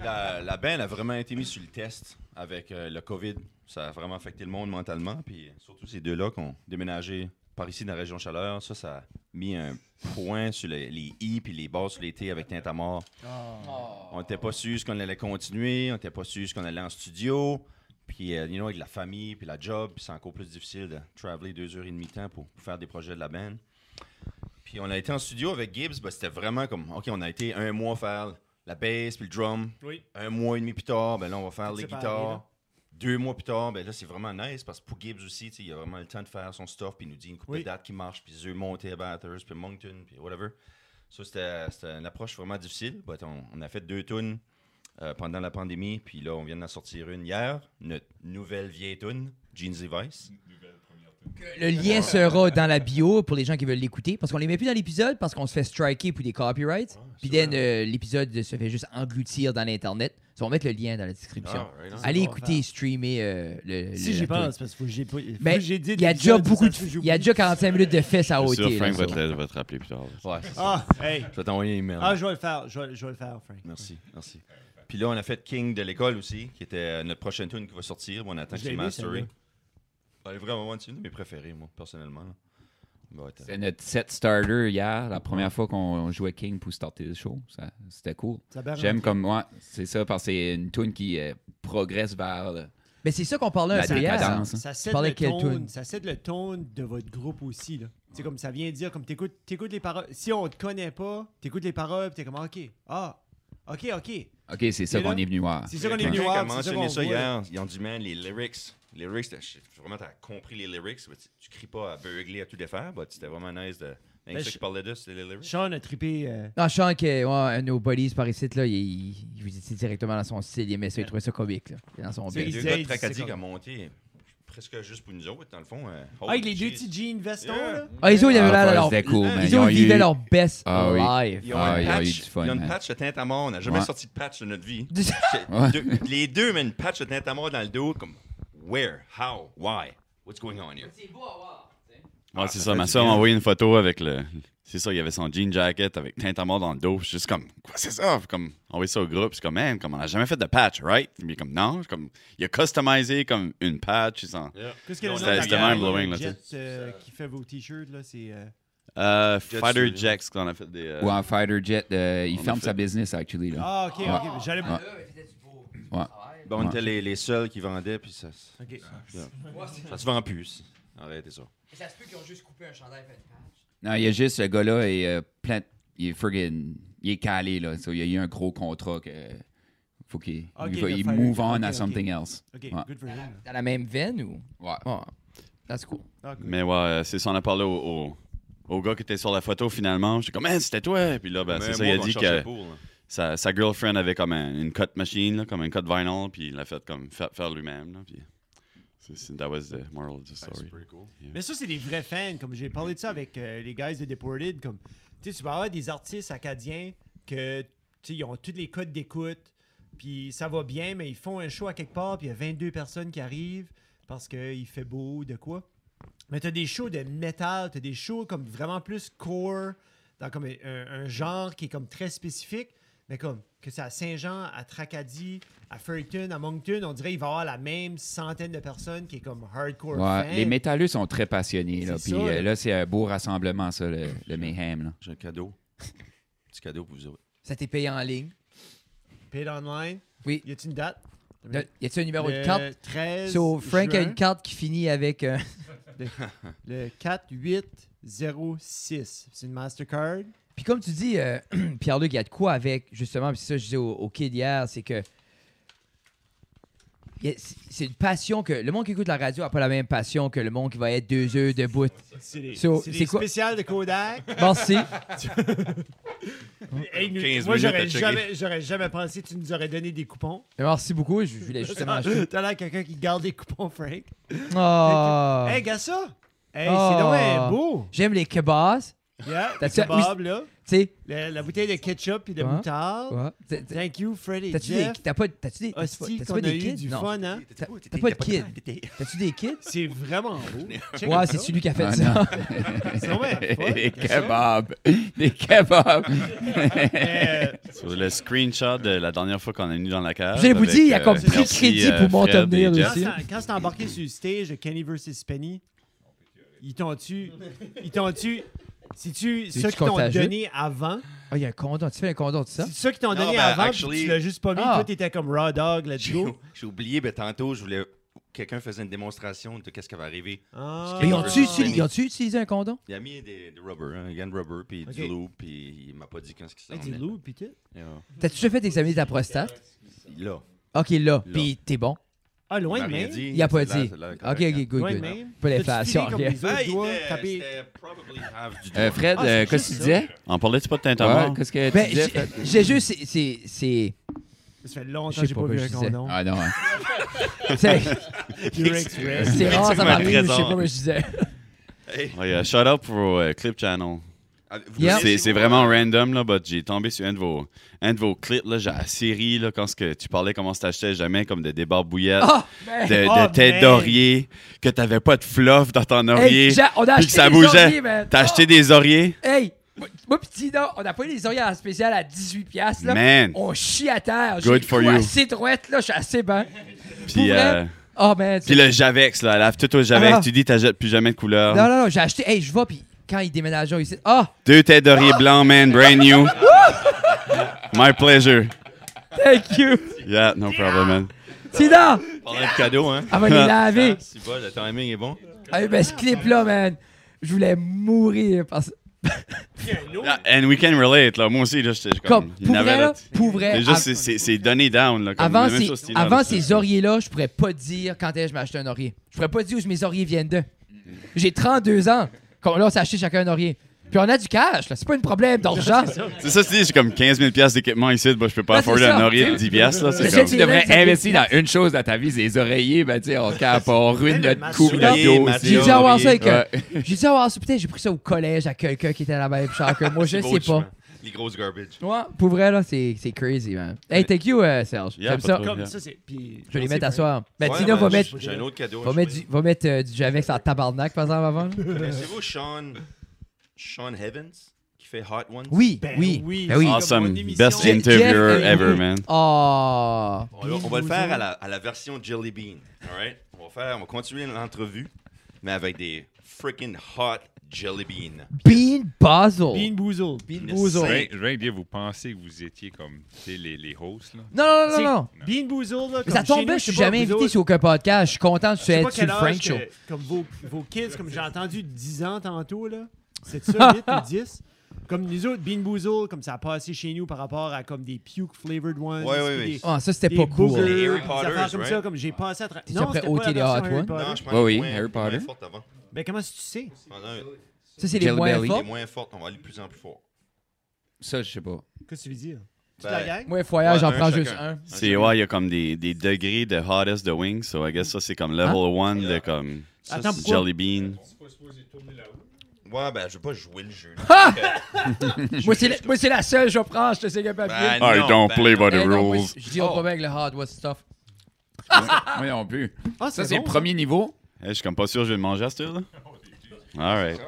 Speaker 5: la, la band a vraiment été mise sur le test avec euh, le COVID. Ça a vraiment affecté le monde mentalement. Puis surtout ces deux-là qui ont déménagé par ici dans la région Chaleur. Ça, ça a mis un point sur les, les i puis les bases sur les t avec Tintamar. On n'était pas sûr ce qu'on allait continuer. On n'était pas sûr ce qu'on allait en studio. Puis, euh, you know, avec la famille, puis la job, puis c'est encore plus difficile de traveler deux heures et demie de temps pour, pour faire des projets de la band. Puis on a été en studio avec Gibbs, ben, c'était vraiment comme, OK, on a été un mois faire la bass puis le drum.
Speaker 1: Oui.
Speaker 5: Un mois et demi plus tard, ben là, on va faire
Speaker 1: Tout
Speaker 5: les
Speaker 1: séparé,
Speaker 5: guitares.
Speaker 1: là.
Speaker 5: Deux mois plus tard, ben là, c'est vraiment nice parce que pour Gibbs aussi, tu sais, il a vraiment le temps de faire son stuff, puis il nous dit une coupe
Speaker 1: Oui.
Speaker 5: de dates qui marche, puis eux monter à Bathurst, puis Moncton, puis whatever. Ça, c'était c'était une approche vraiment difficile. but on, on a fait deux tunes euh, pendant la pandémie, puis là, on vient d'en sortir une hier, notre nouvelle vieille tune, Jeans et Vice.
Speaker 2: Le lien sera dans la bio pour les gens qui veulent l'écouter parce qu'on les met plus dans l'épisode parce qu'on se fait striker pour des copyrights.
Speaker 1: Ah,
Speaker 2: Puis then, euh, l'épisode se fait juste engloutir dans l'internet. So, on va mettre le lien dans la description.
Speaker 5: Ah, right on.
Speaker 2: Allez
Speaker 1: on va
Speaker 2: écouter, streamer euh, le.
Speaker 1: Si
Speaker 2: le-
Speaker 1: j'y
Speaker 2: la
Speaker 1: pense, parce que j'ai pas. faut
Speaker 2: Mais
Speaker 1: que j'ai dit
Speaker 2: Il y a déjà
Speaker 1: l'épisode,
Speaker 2: beaucoup de.
Speaker 1: ça se joue
Speaker 2: Il y a
Speaker 1: plus.
Speaker 2: déjà 45 minutes de fesses à
Speaker 8: C'est sûr,
Speaker 2: ôter. là,
Speaker 8: Frank va
Speaker 2: ça.
Speaker 8: te, la- va te rappeler plus tard.
Speaker 5: Ouais, c'est ça.
Speaker 1: Ah, hey.
Speaker 5: Je vais t'envoyer un email.
Speaker 1: Ah, je vais le faire. Je vais, je vais le faire, Frank.
Speaker 5: Merci, merci. Puis là, on a fait King de l'école aussi, qui était euh, notre prochaine tune qui va sortir. On attend
Speaker 1: Je
Speaker 5: que
Speaker 1: l'ai
Speaker 5: c'est
Speaker 1: aimé,
Speaker 5: masteré.
Speaker 1: celle-là.
Speaker 5: Elle est vraiment c'est une de mes préférées, moi, personnellement. là. Bah, attends.
Speaker 6: C'était notre set starter hier, la première fois qu'on jouait King pour starter le show. Ça- C'était cool.
Speaker 1: Ça a bien
Speaker 6: J'aime
Speaker 1: rentré.
Speaker 6: comme moi, c'est ça, parce que c'est une tune qui euh, progresse vers. le-
Speaker 2: Mais c'est ça qu'on parlait
Speaker 6: La
Speaker 2: un peu hier.
Speaker 6: décadence.
Speaker 2: ça.
Speaker 1: Ça
Speaker 2: Tu
Speaker 1: cède,
Speaker 2: parlais
Speaker 1: le
Speaker 2: quelle
Speaker 1: tone,
Speaker 2: tune?
Speaker 1: ça cède le tone de votre groupe aussi. Là. C'est comme ça vient dire, comme t'écoutes, t'écoutes les paroles. Si on te connaît pas, t'écoutes les paroles, puis t'es comme, OK, ah, OK, OK.
Speaker 6: Ok, c'est ça
Speaker 1: Et là,
Speaker 6: qu'on est venu voir.
Speaker 1: C'est ça qu'on est
Speaker 5: Quelqu'un
Speaker 1: venu
Speaker 5: qui
Speaker 1: voir.
Speaker 5: a
Speaker 1: c'est qu'on
Speaker 5: mentionné ça
Speaker 1: voit, là.
Speaker 5: hier. Ils ont dit, man, les lyrics. Les lyrics, t'as- je- vraiment, t'as compris les lyrics. mais Tu, tu cries pas à beugler, à tout défaire. mais C'était vraiment nice de. Même
Speaker 1: Ben, je-
Speaker 5: ceux qui parlaient de, c'était les lyrics.
Speaker 1: Sean a trippé. euh,
Speaker 2: Non, je sens que ouais, un de nos buddies par ici, là, il, il- il vous dit directement dans son style, il aimait ça, il trouvait ça comique. Là, dans son
Speaker 1: C'est-
Speaker 5: Les
Speaker 2: bit.
Speaker 5: deux
Speaker 1: ils
Speaker 5: gars
Speaker 1: aident,
Speaker 5: de
Speaker 1: c'est
Speaker 5: Tracadie qui
Speaker 1: comme-
Speaker 5: ont monté presque juste pour nous autres, dans le fond. euh,
Speaker 1: Ah, avec
Speaker 5: holy
Speaker 1: les deux
Speaker 5: shit.
Speaker 1: petits jeans vestons,
Speaker 5: Yeah.
Speaker 1: là.
Speaker 2: Ah, ils ont, ils avaient l'air
Speaker 6: Ah,
Speaker 2: de leur-
Speaker 6: c'était cool, man.
Speaker 2: ils ont
Speaker 6: eu-
Speaker 2: vivaient leur best
Speaker 6: Ah oui.
Speaker 2: life.
Speaker 5: Ils ont
Speaker 6: Ah,
Speaker 5: un
Speaker 6: il y a eu
Speaker 5: patch,
Speaker 6: du fun,
Speaker 5: ils ont une
Speaker 6: man.
Speaker 5: patch de teinte à mort. On n'a jamais
Speaker 6: Ouais.
Speaker 5: sorti de patch de notre vie.
Speaker 2: Ouais.
Speaker 5: (laughs) C'est- deux- les deux, mais une patch de teinte à mort dans le dos. Comme, where, how, why, what's going on here?
Speaker 6: Ah,
Speaker 8: Ouais, c'est ça. Ma soeur m'a envoyé une photo avec le. C'est ça, il avait son jean jacket avec teinte à mort dans le dos. Je suis juste comme, quoi, c'est ça? Puis Comme, envoyé ça au groupe. C'est comme, man, comme, on n'a jamais fait de patch, right? Mais comme, non. C'est Comme, il a customisé comme une patch. Sans...
Speaker 1: Qu'est-ce que le nom
Speaker 8: C'était-
Speaker 1: de la
Speaker 8: c'était
Speaker 1: gang,
Speaker 8: mind-blowing,
Speaker 1: le
Speaker 8: là,
Speaker 1: jet, euh, qui fait vos t-shirts, là, c'est. euh,
Speaker 8: Euh, Fighter
Speaker 6: hein.
Speaker 5: Studio.
Speaker 8: Jacks, qu'on a fait des. euh,
Speaker 6: Ou en fighter jet, euh, il
Speaker 8: On a
Speaker 6: ferme
Speaker 8: fait-
Speaker 6: sa business, actually. Là.
Speaker 1: Ah, OK, OK. J'allais.
Speaker 6: Ouais. Ouais.
Speaker 5: Bon, on
Speaker 6: Ouais.
Speaker 5: était les, les seuls qui vendaient, puis ça,
Speaker 1: OK.
Speaker 5: ça se vend plus. Arrêtez ça.
Speaker 2: Ça se peut qu'ils ont juste coupé un chandail fait patch.
Speaker 6: Non, il y a juste ce gars-là, et, euh, plein de- il est friggin- Il est calé, là. So, il y a eu un gros contrat que. Faut qu'il
Speaker 1: Ok,
Speaker 6: il va-
Speaker 1: le
Speaker 6: il
Speaker 1: fighter
Speaker 6: move
Speaker 1: jet.
Speaker 6: on
Speaker 1: Ok,
Speaker 6: à
Speaker 1: ok.
Speaker 6: something else.
Speaker 1: OK,
Speaker 6: Ouais.
Speaker 1: good for him.
Speaker 2: Dans la même veine ou?
Speaker 6: Ouais.
Speaker 2: Ouais. That's cool.
Speaker 1: Ah, good.
Speaker 8: Mais ouais, euh, c'est ça, on a parlé au, au- au gars qui était sur la photo finalement. J'étais comme, man, c'était toi. Puis là, ben, c'est ça, il a dit que sa, sa girlfriend avait comme un- une cut machine, là, comme un cut vinyl, puis il l'a fait comme fa- faire lui-même. là, Puis c'est- c'est- that was the moral of the story.
Speaker 1: Mais ça, c'est des vrais fans. Comme j'ai parlé de ça avec euh, les guys de Deported. Comme, tu sais, tu vas avoir des artistes acadiens que, tu sais, ils ont tous les codes d'écoute. Puis ça va bien, mais ils font un show à quelque part. Puis il y a 22 personnes qui arrivent parce qu'il fait beau, de quoi. Mais t'as des shows de métal, t'as des shows comme vraiment plus core, dans comme un, un genre qui est comme très spécifique. Mais comme que c'est à Saint-Jean, à Tracadie, à Furton, à Moncton, on dirait qu'il va y avoir la même centaine de personnes qui est comme hardcore
Speaker 6: Ouais,
Speaker 1: fan.
Speaker 6: Les métalleux sont très passionnés. Là,
Speaker 1: C'est
Speaker 6: puis
Speaker 1: ça,
Speaker 6: euh,
Speaker 1: là.
Speaker 6: là, c'est un beau rassemblement, ça, le, (laughs) le Mayhem. Là.
Speaker 5: J'ai un cadeau. Petit cadeau pour vous autres.
Speaker 2: Ça t'est payé en ligne.
Speaker 1: Paid online.
Speaker 2: Oui.
Speaker 1: Y a-t-il une date?
Speaker 2: Là, Y a-tu un numéro
Speaker 1: Le
Speaker 2: de carte?
Speaker 1: 13.
Speaker 2: So, Frank a
Speaker 1: juin,
Speaker 2: une carte qui finit avec. euh,
Speaker 1: Le 4806. C'est une Mastercard.
Speaker 2: Puis comme tu dis, euh, (clears throat) Pierre-Luc, il y a de quoi avec, justement, puis ça, je disais au, au kid hier, c'est que il y a- c'est c'est une passion que... Le monde qui écoute la radio n'a pas la même passion que le monde qui va être deux heures debout.
Speaker 1: C'est des,
Speaker 2: So,
Speaker 1: c'est
Speaker 2: c'est
Speaker 1: des
Speaker 2: quoi-
Speaker 1: spéciales de Kodak. (laughs)
Speaker 2: Merci. (laughs)
Speaker 1: Hey, nous-
Speaker 5: 15
Speaker 1: moi,
Speaker 5: minutes
Speaker 1: j'aurais
Speaker 5: à checker.
Speaker 1: jamais, j'aurais jamais pensé que tu nous aurais donné des coupons.
Speaker 2: Merci beaucoup. Je, je
Speaker 1: (laughs)
Speaker 2: voulais justement... je-
Speaker 1: T'as l'air quelqu'un qui garde des coupons, Frank.
Speaker 2: Oh.
Speaker 1: Hey, gars, ça! Hey,
Speaker 2: Oh.
Speaker 1: c'est dommage beau!
Speaker 2: J'aime les kebabs.
Speaker 1: Yeah,
Speaker 2: T'as-tu-
Speaker 1: le kebab, là.
Speaker 2: Tu sais...
Speaker 1: La, la bouteille de ketchup et de
Speaker 2: Ouais.
Speaker 1: moutarde.
Speaker 2: ouais. T'as- t'as-
Speaker 1: Thank you, Freddy.
Speaker 2: T'as-tu des...
Speaker 1: Oh. Jeff.
Speaker 2: T'as pas, t'as-tu des... T'as-tu pas,
Speaker 1: Hostie, qu'on
Speaker 2: t'as-tu pas
Speaker 1: a
Speaker 2: des
Speaker 1: eu
Speaker 2: kids?
Speaker 1: du
Speaker 2: Non.
Speaker 1: fun,
Speaker 5: (laughs)
Speaker 1: hein?
Speaker 2: T'as t'as pas de kids? T'as-tu des kids?
Speaker 1: C'est vraiment beau. Check
Speaker 2: Ouais,
Speaker 1: ça.
Speaker 2: c'est celui qui a fait
Speaker 6: Ah,
Speaker 2: ça.
Speaker 1: C'est
Speaker 2: (laughs)
Speaker 1: dommage fun.
Speaker 6: (laughs) Des
Speaker 1: Gars, ça.
Speaker 6: kebabs! Des kebabs!
Speaker 1: Mais, euh,
Speaker 8: Sur le screenshot de la dernière fois qu'on est venu dans la cave.
Speaker 2: Je l'ai vous dit,
Speaker 8: avec,
Speaker 2: il y a comme pris de
Speaker 8: merci,
Speaker 2: crédit
Speaker 8: euh,
Speaker 2: pour mon
Speaker 8: Fred et
Speaker 2: thumbnail
Speaker 8: Jeff.
Speaker 1: quand
Speaker 2: aussi.
Speaker 1: c'est- quand c'est embarqué sur le stage de Kenny versus Penny, ils t'ont tu ils t'ont tu si tu
Speaker 2: C'est-tu
Speaker 1: ceux qui t'ont
Speaker 2: contagieux?
Speaker 1: donné avant,
Speaker 2: Ah, il y a un condom. Tu Ah, fais un condom de ça?
Speaker 1: c'est ceux qui t'ont
Speaker 5: Non,
Speaker 1: donné
Speaker 5: ben,
Speaker 1: avant, puis
Speaker 5: actually-
Speaker 1: tu l'as juste pas mis,
Speaker 2: Ah.
Speaker 1: toi t'étais comme raw dog, let's
Speaker 5: J'ai
Speaker 1: go.
Speaker 5: (laughs) j'ai oublié, mais tantôt, je voulais. Quelqu'un faisait une démonstration de qu'est-ce qui va arriver.
Speaker 1: Ah.
Speaker 2: Mais ils
Speaker 5: ont
Speaker 2: ont-tu
Speaker 5: tu- tu-
Speaker 2: utilisé, ils ont-tu utilisé un condom?
Speaker 5: Il a mis des, des rubber, un gun rubber, puis
Speaker 1: Ok.
Speaker 5: du loop, puis il m'a pas dit quand ce qui s'en
Speaker 1: Hey, t'es
Speaker 5: venait.
Speaker 1: lourd, pis tout.
Speaker 5: Yeah.
Speaker 2: T'as-tu déjà fait examiner ta prostate?
Speaker 5: Là.
Speaker 2: Ok, là.
Speaker 5: Là.
Speaker 2: Puis t'es bon.
Speaker 1: Ah, loin de
Speaker 5: m'a rien
Speaker 1: même.
Speaker 5: dit.
Speaker 2: Il a pas
Speaker 5: C'est là,
Speaker 2: dit.
Speaker 5: c'est là,
Speaker 2: Ok,
Speaker 5: correct, hein.
Speaker 2: ok, good,
Speaker 1: Loin de
Speaker 2: good.
Speaker 1: même.
Speaker 2: Pas
Speaker 1: T'as-tu
Speaker 2: l'inflation.
Speaker 1: filé comme les autres
Speaker 5: Hey,
Speaker 1: doigts,
Speaker 5: c'était-
Speaker 1: taper-
Speaker 5: c'était probably half du
Speaker 6: Euh, Fred,
Speaker 1: Ah, c'est
Speaker 6: euh,
Speaker 1: juste
Speaker 6: qu'est-ce que
Speaker 1: ça.
Speaker 6: tu disais?
Speaker 8: On parlait-tu pas de Tintin
Speaker 6: Ouais,
Speaker 8: mort?
Speaker 6: qu'est-ce que tu
Speaker 2: Ben,
Speaker 6: disais,
Speaker 2: j'ai-
Speaker 6: Fred?
Speaker 2: j'ai juste. c'est- C'est. c'est-
Speaker 1: Ça fait longtemps
Speaker 2: Je sais
Speaker 1: que j'ai
Speaker 2: pas
Speaker 1: pas
Speaker 2: quoi
Speaker 1: vu
Speaker 2: je
Speaker 1: un
Speaker 2: disais.
Speaker 1: condom.
Speaker 6: Ah non. (laughs) hein.
Speaker 2: C'est
Speaker 1: Durex Red.
Speaker 5: (laughs)
Speaker 2: c'est rare, ça
Speaker 8: Effectivement,
Speaker 2: m'arrive, je sais
Speaker 8: raison.
Speaker 2: pas quoi je
Speaker 8: (laughs)
Speaker 2: disais.
Speaker 8: Oh, yeah, shout out pour euh, Clip Channel.
Speaker 5: Ah, vous
Speaker 2: Yeah.
Speaker 5: connaissez,
Speaker 8: C'est c'est
Speaker 5: vous,
Speaker 8: vraiment
Speaker 5: euh,
Speaker 8: random, là, but j'ai tombé sur un de vos, un de vos clips, là, genre, la série, là, quand ce que tu parlais comment tu t'achetais jamais, comme de débarbouillettes,
Speaker 2: Ah! Ben,
Speaker 8: de, de
Speaker 1: Oh,
Speaker 8: tête
Speaker 1: man.
Speaker 8: d'oreiller, que t'avais pas de fluff dans ton
Speaker 2: hey,
Speaker 8: oreiller,
Speaker 2: Jean, on a
Speaker 8: puis que
Speaker 2: acheté
Speaker 8: ça
Speaker 2: des
Speaker 8: bougeait.
Speaker 2: oreillers, man.
Speaker 8: T'as acheté
Speaker 2: Oh,
Speaker 8: des oreillers?
Speaker 2: Hey! Moi- Moi pis Tina, on a pas eu les oreillers en spécial à 18 piastres, là.
Speaker 8: Man!
Speaker 2: On chie à terre.
Speaker 8: Good
Speaker 2: J'ai
Speaker 8: for
Speaker 2: cou
Speaker 8: you.
Speaker 2: assez droite, là. Je suis assez bon.
Speaker 8: Puis,
Speaker 2: vrai?
Speaker 8: euh,
Speaker 2: Oh, man.
Speaker 8: puis
Speaker 2: c'est-
Speaker 8: le Javex, là, lave tout au Javex,
Speaker 2: Ah.
Speaker 8: tu dis t'achètes plus jamais de couleur.
Speaker 2: Non, non, non. J'ai acheté... Hey, je vais, puis quand ils déménageront ici... Ah!
Speaker 8: Deux têtes d'oreiller blancs, man,
Speaker 2: (laughs)
Speaker 8: brand new. My pleasure.
Speaker 2: thank you!
Speaker 8: Yeah, no problem, man.
Speaker 2: Tina!
Speaker 5: Parlant de cadeau,
Speaker 2: (laughs)
Speaker 5: hein?
Speaker 2: Elle va
Speaker 8: (laughs)
Speaker 2: les laver.
Speaker 5: Si bas, le timing est bon.
Speaker 2: Ah, ben, ce clip-là, man. Je voulais mourir parce
Speaker 8: Yeah, and we can relate, là. Moi aussi, là, j'étais
Speaker 2: Comme,
Speaker 8: comme... il y
Speaker 2: pour
Speaker 8: en avait,
Speaker 2: vrai,
Speaker 8: là.
Speaker 2: là, pour vrai,
Speaker 8: C'est
Speaker 2: av-
Speaker 8: juste, c'est- c'est- c'est donné down, là. Comme
Speaker 2: avant,
Speaker 8: la même
Speaker 2: ces,
Speaker 8: chose, c'est
Speaker 2: avant
Speaker 8: down,
Speaker 2: ces
Speaker 8: ça.
Speaker 2: oreillers-là, je pourrais pas dire quand est-ce que je m'achetais un oreiller. Je pourrais pas dire où mes oreillers viennent de. J'ai 32 ans. Quand là, on s'est acheté chacun un oreiller. Puis on a du cash, là. C'est pas un problème d'argent.
Speaker 8: (laughs) C'est ça, c'est j'ai comme 15 000 piastres d'équipement ici, bah, je peux pas
Speaker 2: Ben,
Speaker 8: afforder
Speaker 2: c'est ça.
Speaker 8: un oreiller de 10 piastres, là.
Speaker 2: Mais
Speaker 8: C'est
Speaker 2: c'est
Speaker 8: comme...
Speaker 6: Tu
Speaker 2: des
Speaker 6: devrais
Speaker 2: lèvres, ça
Speaker 6: investir dans
Speaker 2: déplace.
Speaker 6: une chose dans ta vie, c'est les oreillers. Ben, tu sais, on cape, on ruine
Speaker 1: le
Speaker 6: notre cou, notre
Speaker 5: Oreiller,
Speaker 6: dos.
Speaker 5: matelas,
Speaker 2: J'ai dû avoir ça
Speaker 5: oreiller.
Speaker 2: avec. euh,
Speaker 6: Ouais.
Speaker 2: J'ai dû avoir ça. Peut-être j'ai pris ça au collège à quelqu'un qui était là-bas. Puis genre que
Speaker 8: (laughs)
Speaker 2: moi, je
Speaker 5: C'est beau,
Speaker 2: sais
Speaker 5: justement.
Speaker 2: pas.
Speaker 5: Les grosses garbage.
Speaker 2: Ouais, pour vrai, là, c'est c'est crazy, man. Hey, thank you, euh, Serge.
Speaker 8: Yeah,
Speaker 2: J'aime
Speaker 8: pas
Speaker 2: ça.
Speaker 8: trop.
Speaker 1: Comme ça, c'est. puis-
Speaker 2: Je vais les
Speaker 1: c'est
Speaker 2: mettre à
Speaker 1: vrai.
Speaker 2: soir. Ben,
Speaker 5: Ouais,
Speaker 2: Tina
Speaker 5: ben,
Speaker 2: va
Speaker 5: j'ai-
Speaker 2: mettre.
Speaker 5: J'ai un autre cadeau.
Speaker 2: Va
Speaker 5: je
Speaker 2: mettre
Speaker 5: sais
Speaker 2: du, va mettre, euh, du Javex en tabarnak, par exemple, avant. là.
Speaker 5: pas. Connaissez-vous Sean... Sean Evans? Qui fait Hot Ones?
Speaker 2: Oui,
Speaker 1: Ben
Speaker 2: oui.
Speaker 1: oui.
Speaker 2: Ben oui.
Speaker 1: Ah, Comme
Speaker 8: Awesome.
Speaker 1: mon
Speaker 8: Best
Speaker 1: émission.
Speaker 8: interviewer
Speaker 2: Jeff-
Speaker 8: ever, man.
Speaker 2: Oh.
Speaker 5: On, va- on va le faire à la, à la version Jelly Bean. All right? On va, faire, on va continuer l'entrevue, mais avec des freaking hot Jelly Bean.
Speaker 2: Bean Basil.
Speaker 1: Bean Boozled.
Speaker 2: Bean
Speaker 5: Le
Speaker 2: Boozled.
Speaker 5: saint.
Speaker 4: Je viens- je viens de dire, vous pensez que vous étiez comme tu sais, les, les hosts, là?
Speaker 2: Non, non, non,
Speaker 1: C'est-
Speaker 2: non, non.
Speaker 1: Bean Boozled, là.
Speaker 2: Mais ça
Speaker 1: comme chez
Speaker 2: tombe bien,
Speaker 1: nous,
Speaker 2: je suis
Speaker 1: sais pas,
Speaker 2: jamais
Speaker 1: vous
Speaker 2: invité
Speaker 1: autres,
Speaker 2: sur aucun podcast. Je suis content de
Speaker 1: je sais pas
Speaker 2: être sur
Speaker 1: quel
Speaker 2: le
Speaker 1: âge
Speaker 2: Frank
Speaker 1: que-
Speaker 2: Show.
Speaker 1: Comme vos, vos kids, comme j'ai entendu 10 ans tantôt, là. C'est
Speaker 2: (laughs)
Speaker 1: ça, 8 ou 10? Comme les autres, Bean Boozled, comme ça a passé chez nous par rapport à comme des puke flavored ones.
Speaker 5: Ouais,
Speaker 1: puis
Speaker 5: ouais, ouais.
Speaker 1: des-
Speaker 2: Ah, ça, c'était
Speaker 1: des
Speaker 2: pas cool.
Speaker 1: boogers,
Speaker 5: Les Harry
Speaker 1: des
Speaker 5: Potters,
Speaker 1: affaires comme
Speaker 5: right?
Speaker 1: ça, comme j'ai passé à travers.
Speaker 2: T'es-tu après
Speaker 1: c'était pas
Speaker 2: ôter
Speaker 1: la version
Speaker 2: les Hot
Speaker 1: Harry
Speaker 2: Ones?
Speaker 1: Potter.
Speaker 5: Non, je pense
Speaker 6: Ouais, oui,
Speaker 5: que c'est
Speaker 6: Harry
Speaker 5: moins-
Speaker 6: Potter.
Speaker 5: moins forte avant.
Speaker 1: Ben, comment est-ce que tu sais?
Speaker 5: On a-
Speaker 2: Ça, c'est les
Speaker 6: Jelly
Speaker 2: moins
Speaker 6: Belly.
Speaker 5: Les
Speaker 2: forts.
Speaker 5: moins fortes, on va aller de plus en plus fort.
Speaker 6: Ça, je sais pas.
Speaker 1: Qu'est-ce que tu veux dire? Toute
Speaker 5: Ben,
Speaker 1: la gang?
Speaker 2: Moi, foyer,
Speaker 5: Ouais,
Speaker 2: j'en
Speaker 5: un
Speaker 2: prends
Speaker 5: chacun.
Speaker 2: juste un.
Speaker 8: C'est, ouais, il y a comme des, des degrés de hottest de wings, so I guess ça, c'est comme level
Speaker 2: Ah.
Speaker 8: 1 de comme...
Speaker 1: Attends, pourquoi-
Speaker 8: Jelly Bean.
Speaker 5: Ouais, ben, je veux pas jouer le jeu. là.
Speaker 2: Moi, c'est la- moi, c'est la seule, je prends, je te
Speaker 1: (laughs)
Speaker 2: sais capable.
Speaker 5: Ben,
Speaker 8: I
Speaker 5: non,
Speaker 8: don't
Speaker 5: ben,
Speaker 8: play by the
Speaker 2: Eh non, moi,
Speaker 8: rules.
Speaker 2: Je dis
Speaker 5: Oh.
Speaker 2: au problème avec le hard, what's stuff.
Speaker 6: Moi non plus.
Speaker 1: Ah,
Speaker 6: Ça, c'est le
Speaker 1: bon,
Speaker 6: premier niveau.
Speaker 8: Eh, Je suis comme pas sûr que je vais le manger à ce là All right.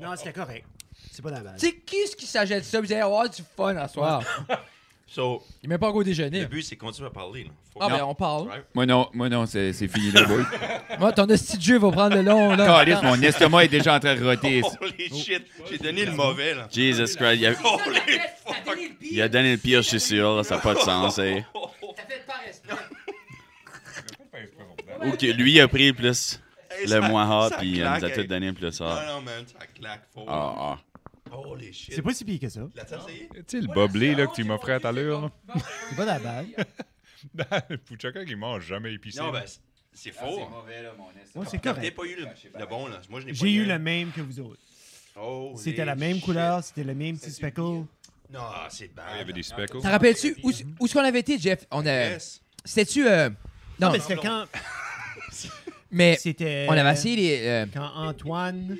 Speaker 1: Non, c'était correct. C'est pas la base.
Speaker 2: Tu sais, qui est-ce qui s'achète ça? Vous allez avoir du fun en soir.
Speaker 5: So,
Speaker 2: Il est même pas encore au
Speaker 5: le
Speaker 2: déjeuner.
Speaker 5: but, c'est de continuer à parler. là. Faut-
Speaker 2: Ah,
Speaker 5: Non.
Speaker 2: ben,
Speaker 5: (laughs)
Speaker 2: on parle.
Speaker 5: Right?
Speaker 6: Moi non, moi non, c'est c'est fini le (laughs) boy.
Speaker 2: Moi, ton hostie de jeu va prendre le long, là.
Speaker 6: Caliste, mon estomac est déjà en train de roter.
Speaker 1: Oh.
Speaker 5: Holy shit, j'ai donné le mauvais,
Speaker 1: (laughs)
Speaker 5: là.
Speaker 8: Jesus Christ, il a,
Speaker 5: Holy (laughs)
Speaker 8: il a donné le pire, je suis sûr, là, ça n'a pas de sens. eh. Ou que lui a pris le plus,
Speaker 5: Hey,
Speaker 8: le
Speaker 5: ça-
Speaker 8: moins hard,
Speaker 5: ça
Speaker 8: puis euh, il nous a
Speaker 5: claque,
Speaker 1: eh.
Speaker 8: tout
Speaker 5: hey.
Speaker 8: donné le plus
Speaker 5: Non,
Speaker 8: hard.
Speaker 5: non, man, ça claque fort.
Speaker 8: Ah, ah.
Speaker 5: Holy shit.
Speaker 1: C'est pas si pire que ça.
Speaker 5: L'as-tu essayé?
Speaker 4: Tu sais, le boblé, là, que tu m'offrais à l'heure,
Speaker 1: C'est pas la
Speaker 5: (laughs)
Speaker 1: base.
Speaker 4: là? (laughs) Pouchaka, il mange jamais épicé.
Speaker 5: Non, ben, c'est- c'est
Speaker 6: oh.
Speaker 5: fort.
Speaker 1: Moi, Ah, c'est
Speaker 5: T'as peut-être
Speaker 1: correct.
Speaker 5: pas eu le, le bon, là. Moi, je n'ai pas
Speaker 1: J'ai eu le même que vous autres.
Speaker 5: Holy
Speaker 1: C'était la même
Speaker 5: shit.
Speaker 1: couleur, c'était le même petit speckle.
Speaker 5: Non, c'est bad.
Speaker 4: Il y avait des speckles.
Speaker 2: T'en rappelles-tu? Où, où est-ce qu'on avait été, Jeff? On a...
Speaker 5: Yes.
Speaker 2: C'était-tu... euh, Non,
Speaker 1: Mais c'était quand.
Speaker 2: mais
Speaker 1: C'était.
Speaker 2: on avait essayé les... euh,
Speaker 1: Quand Antoine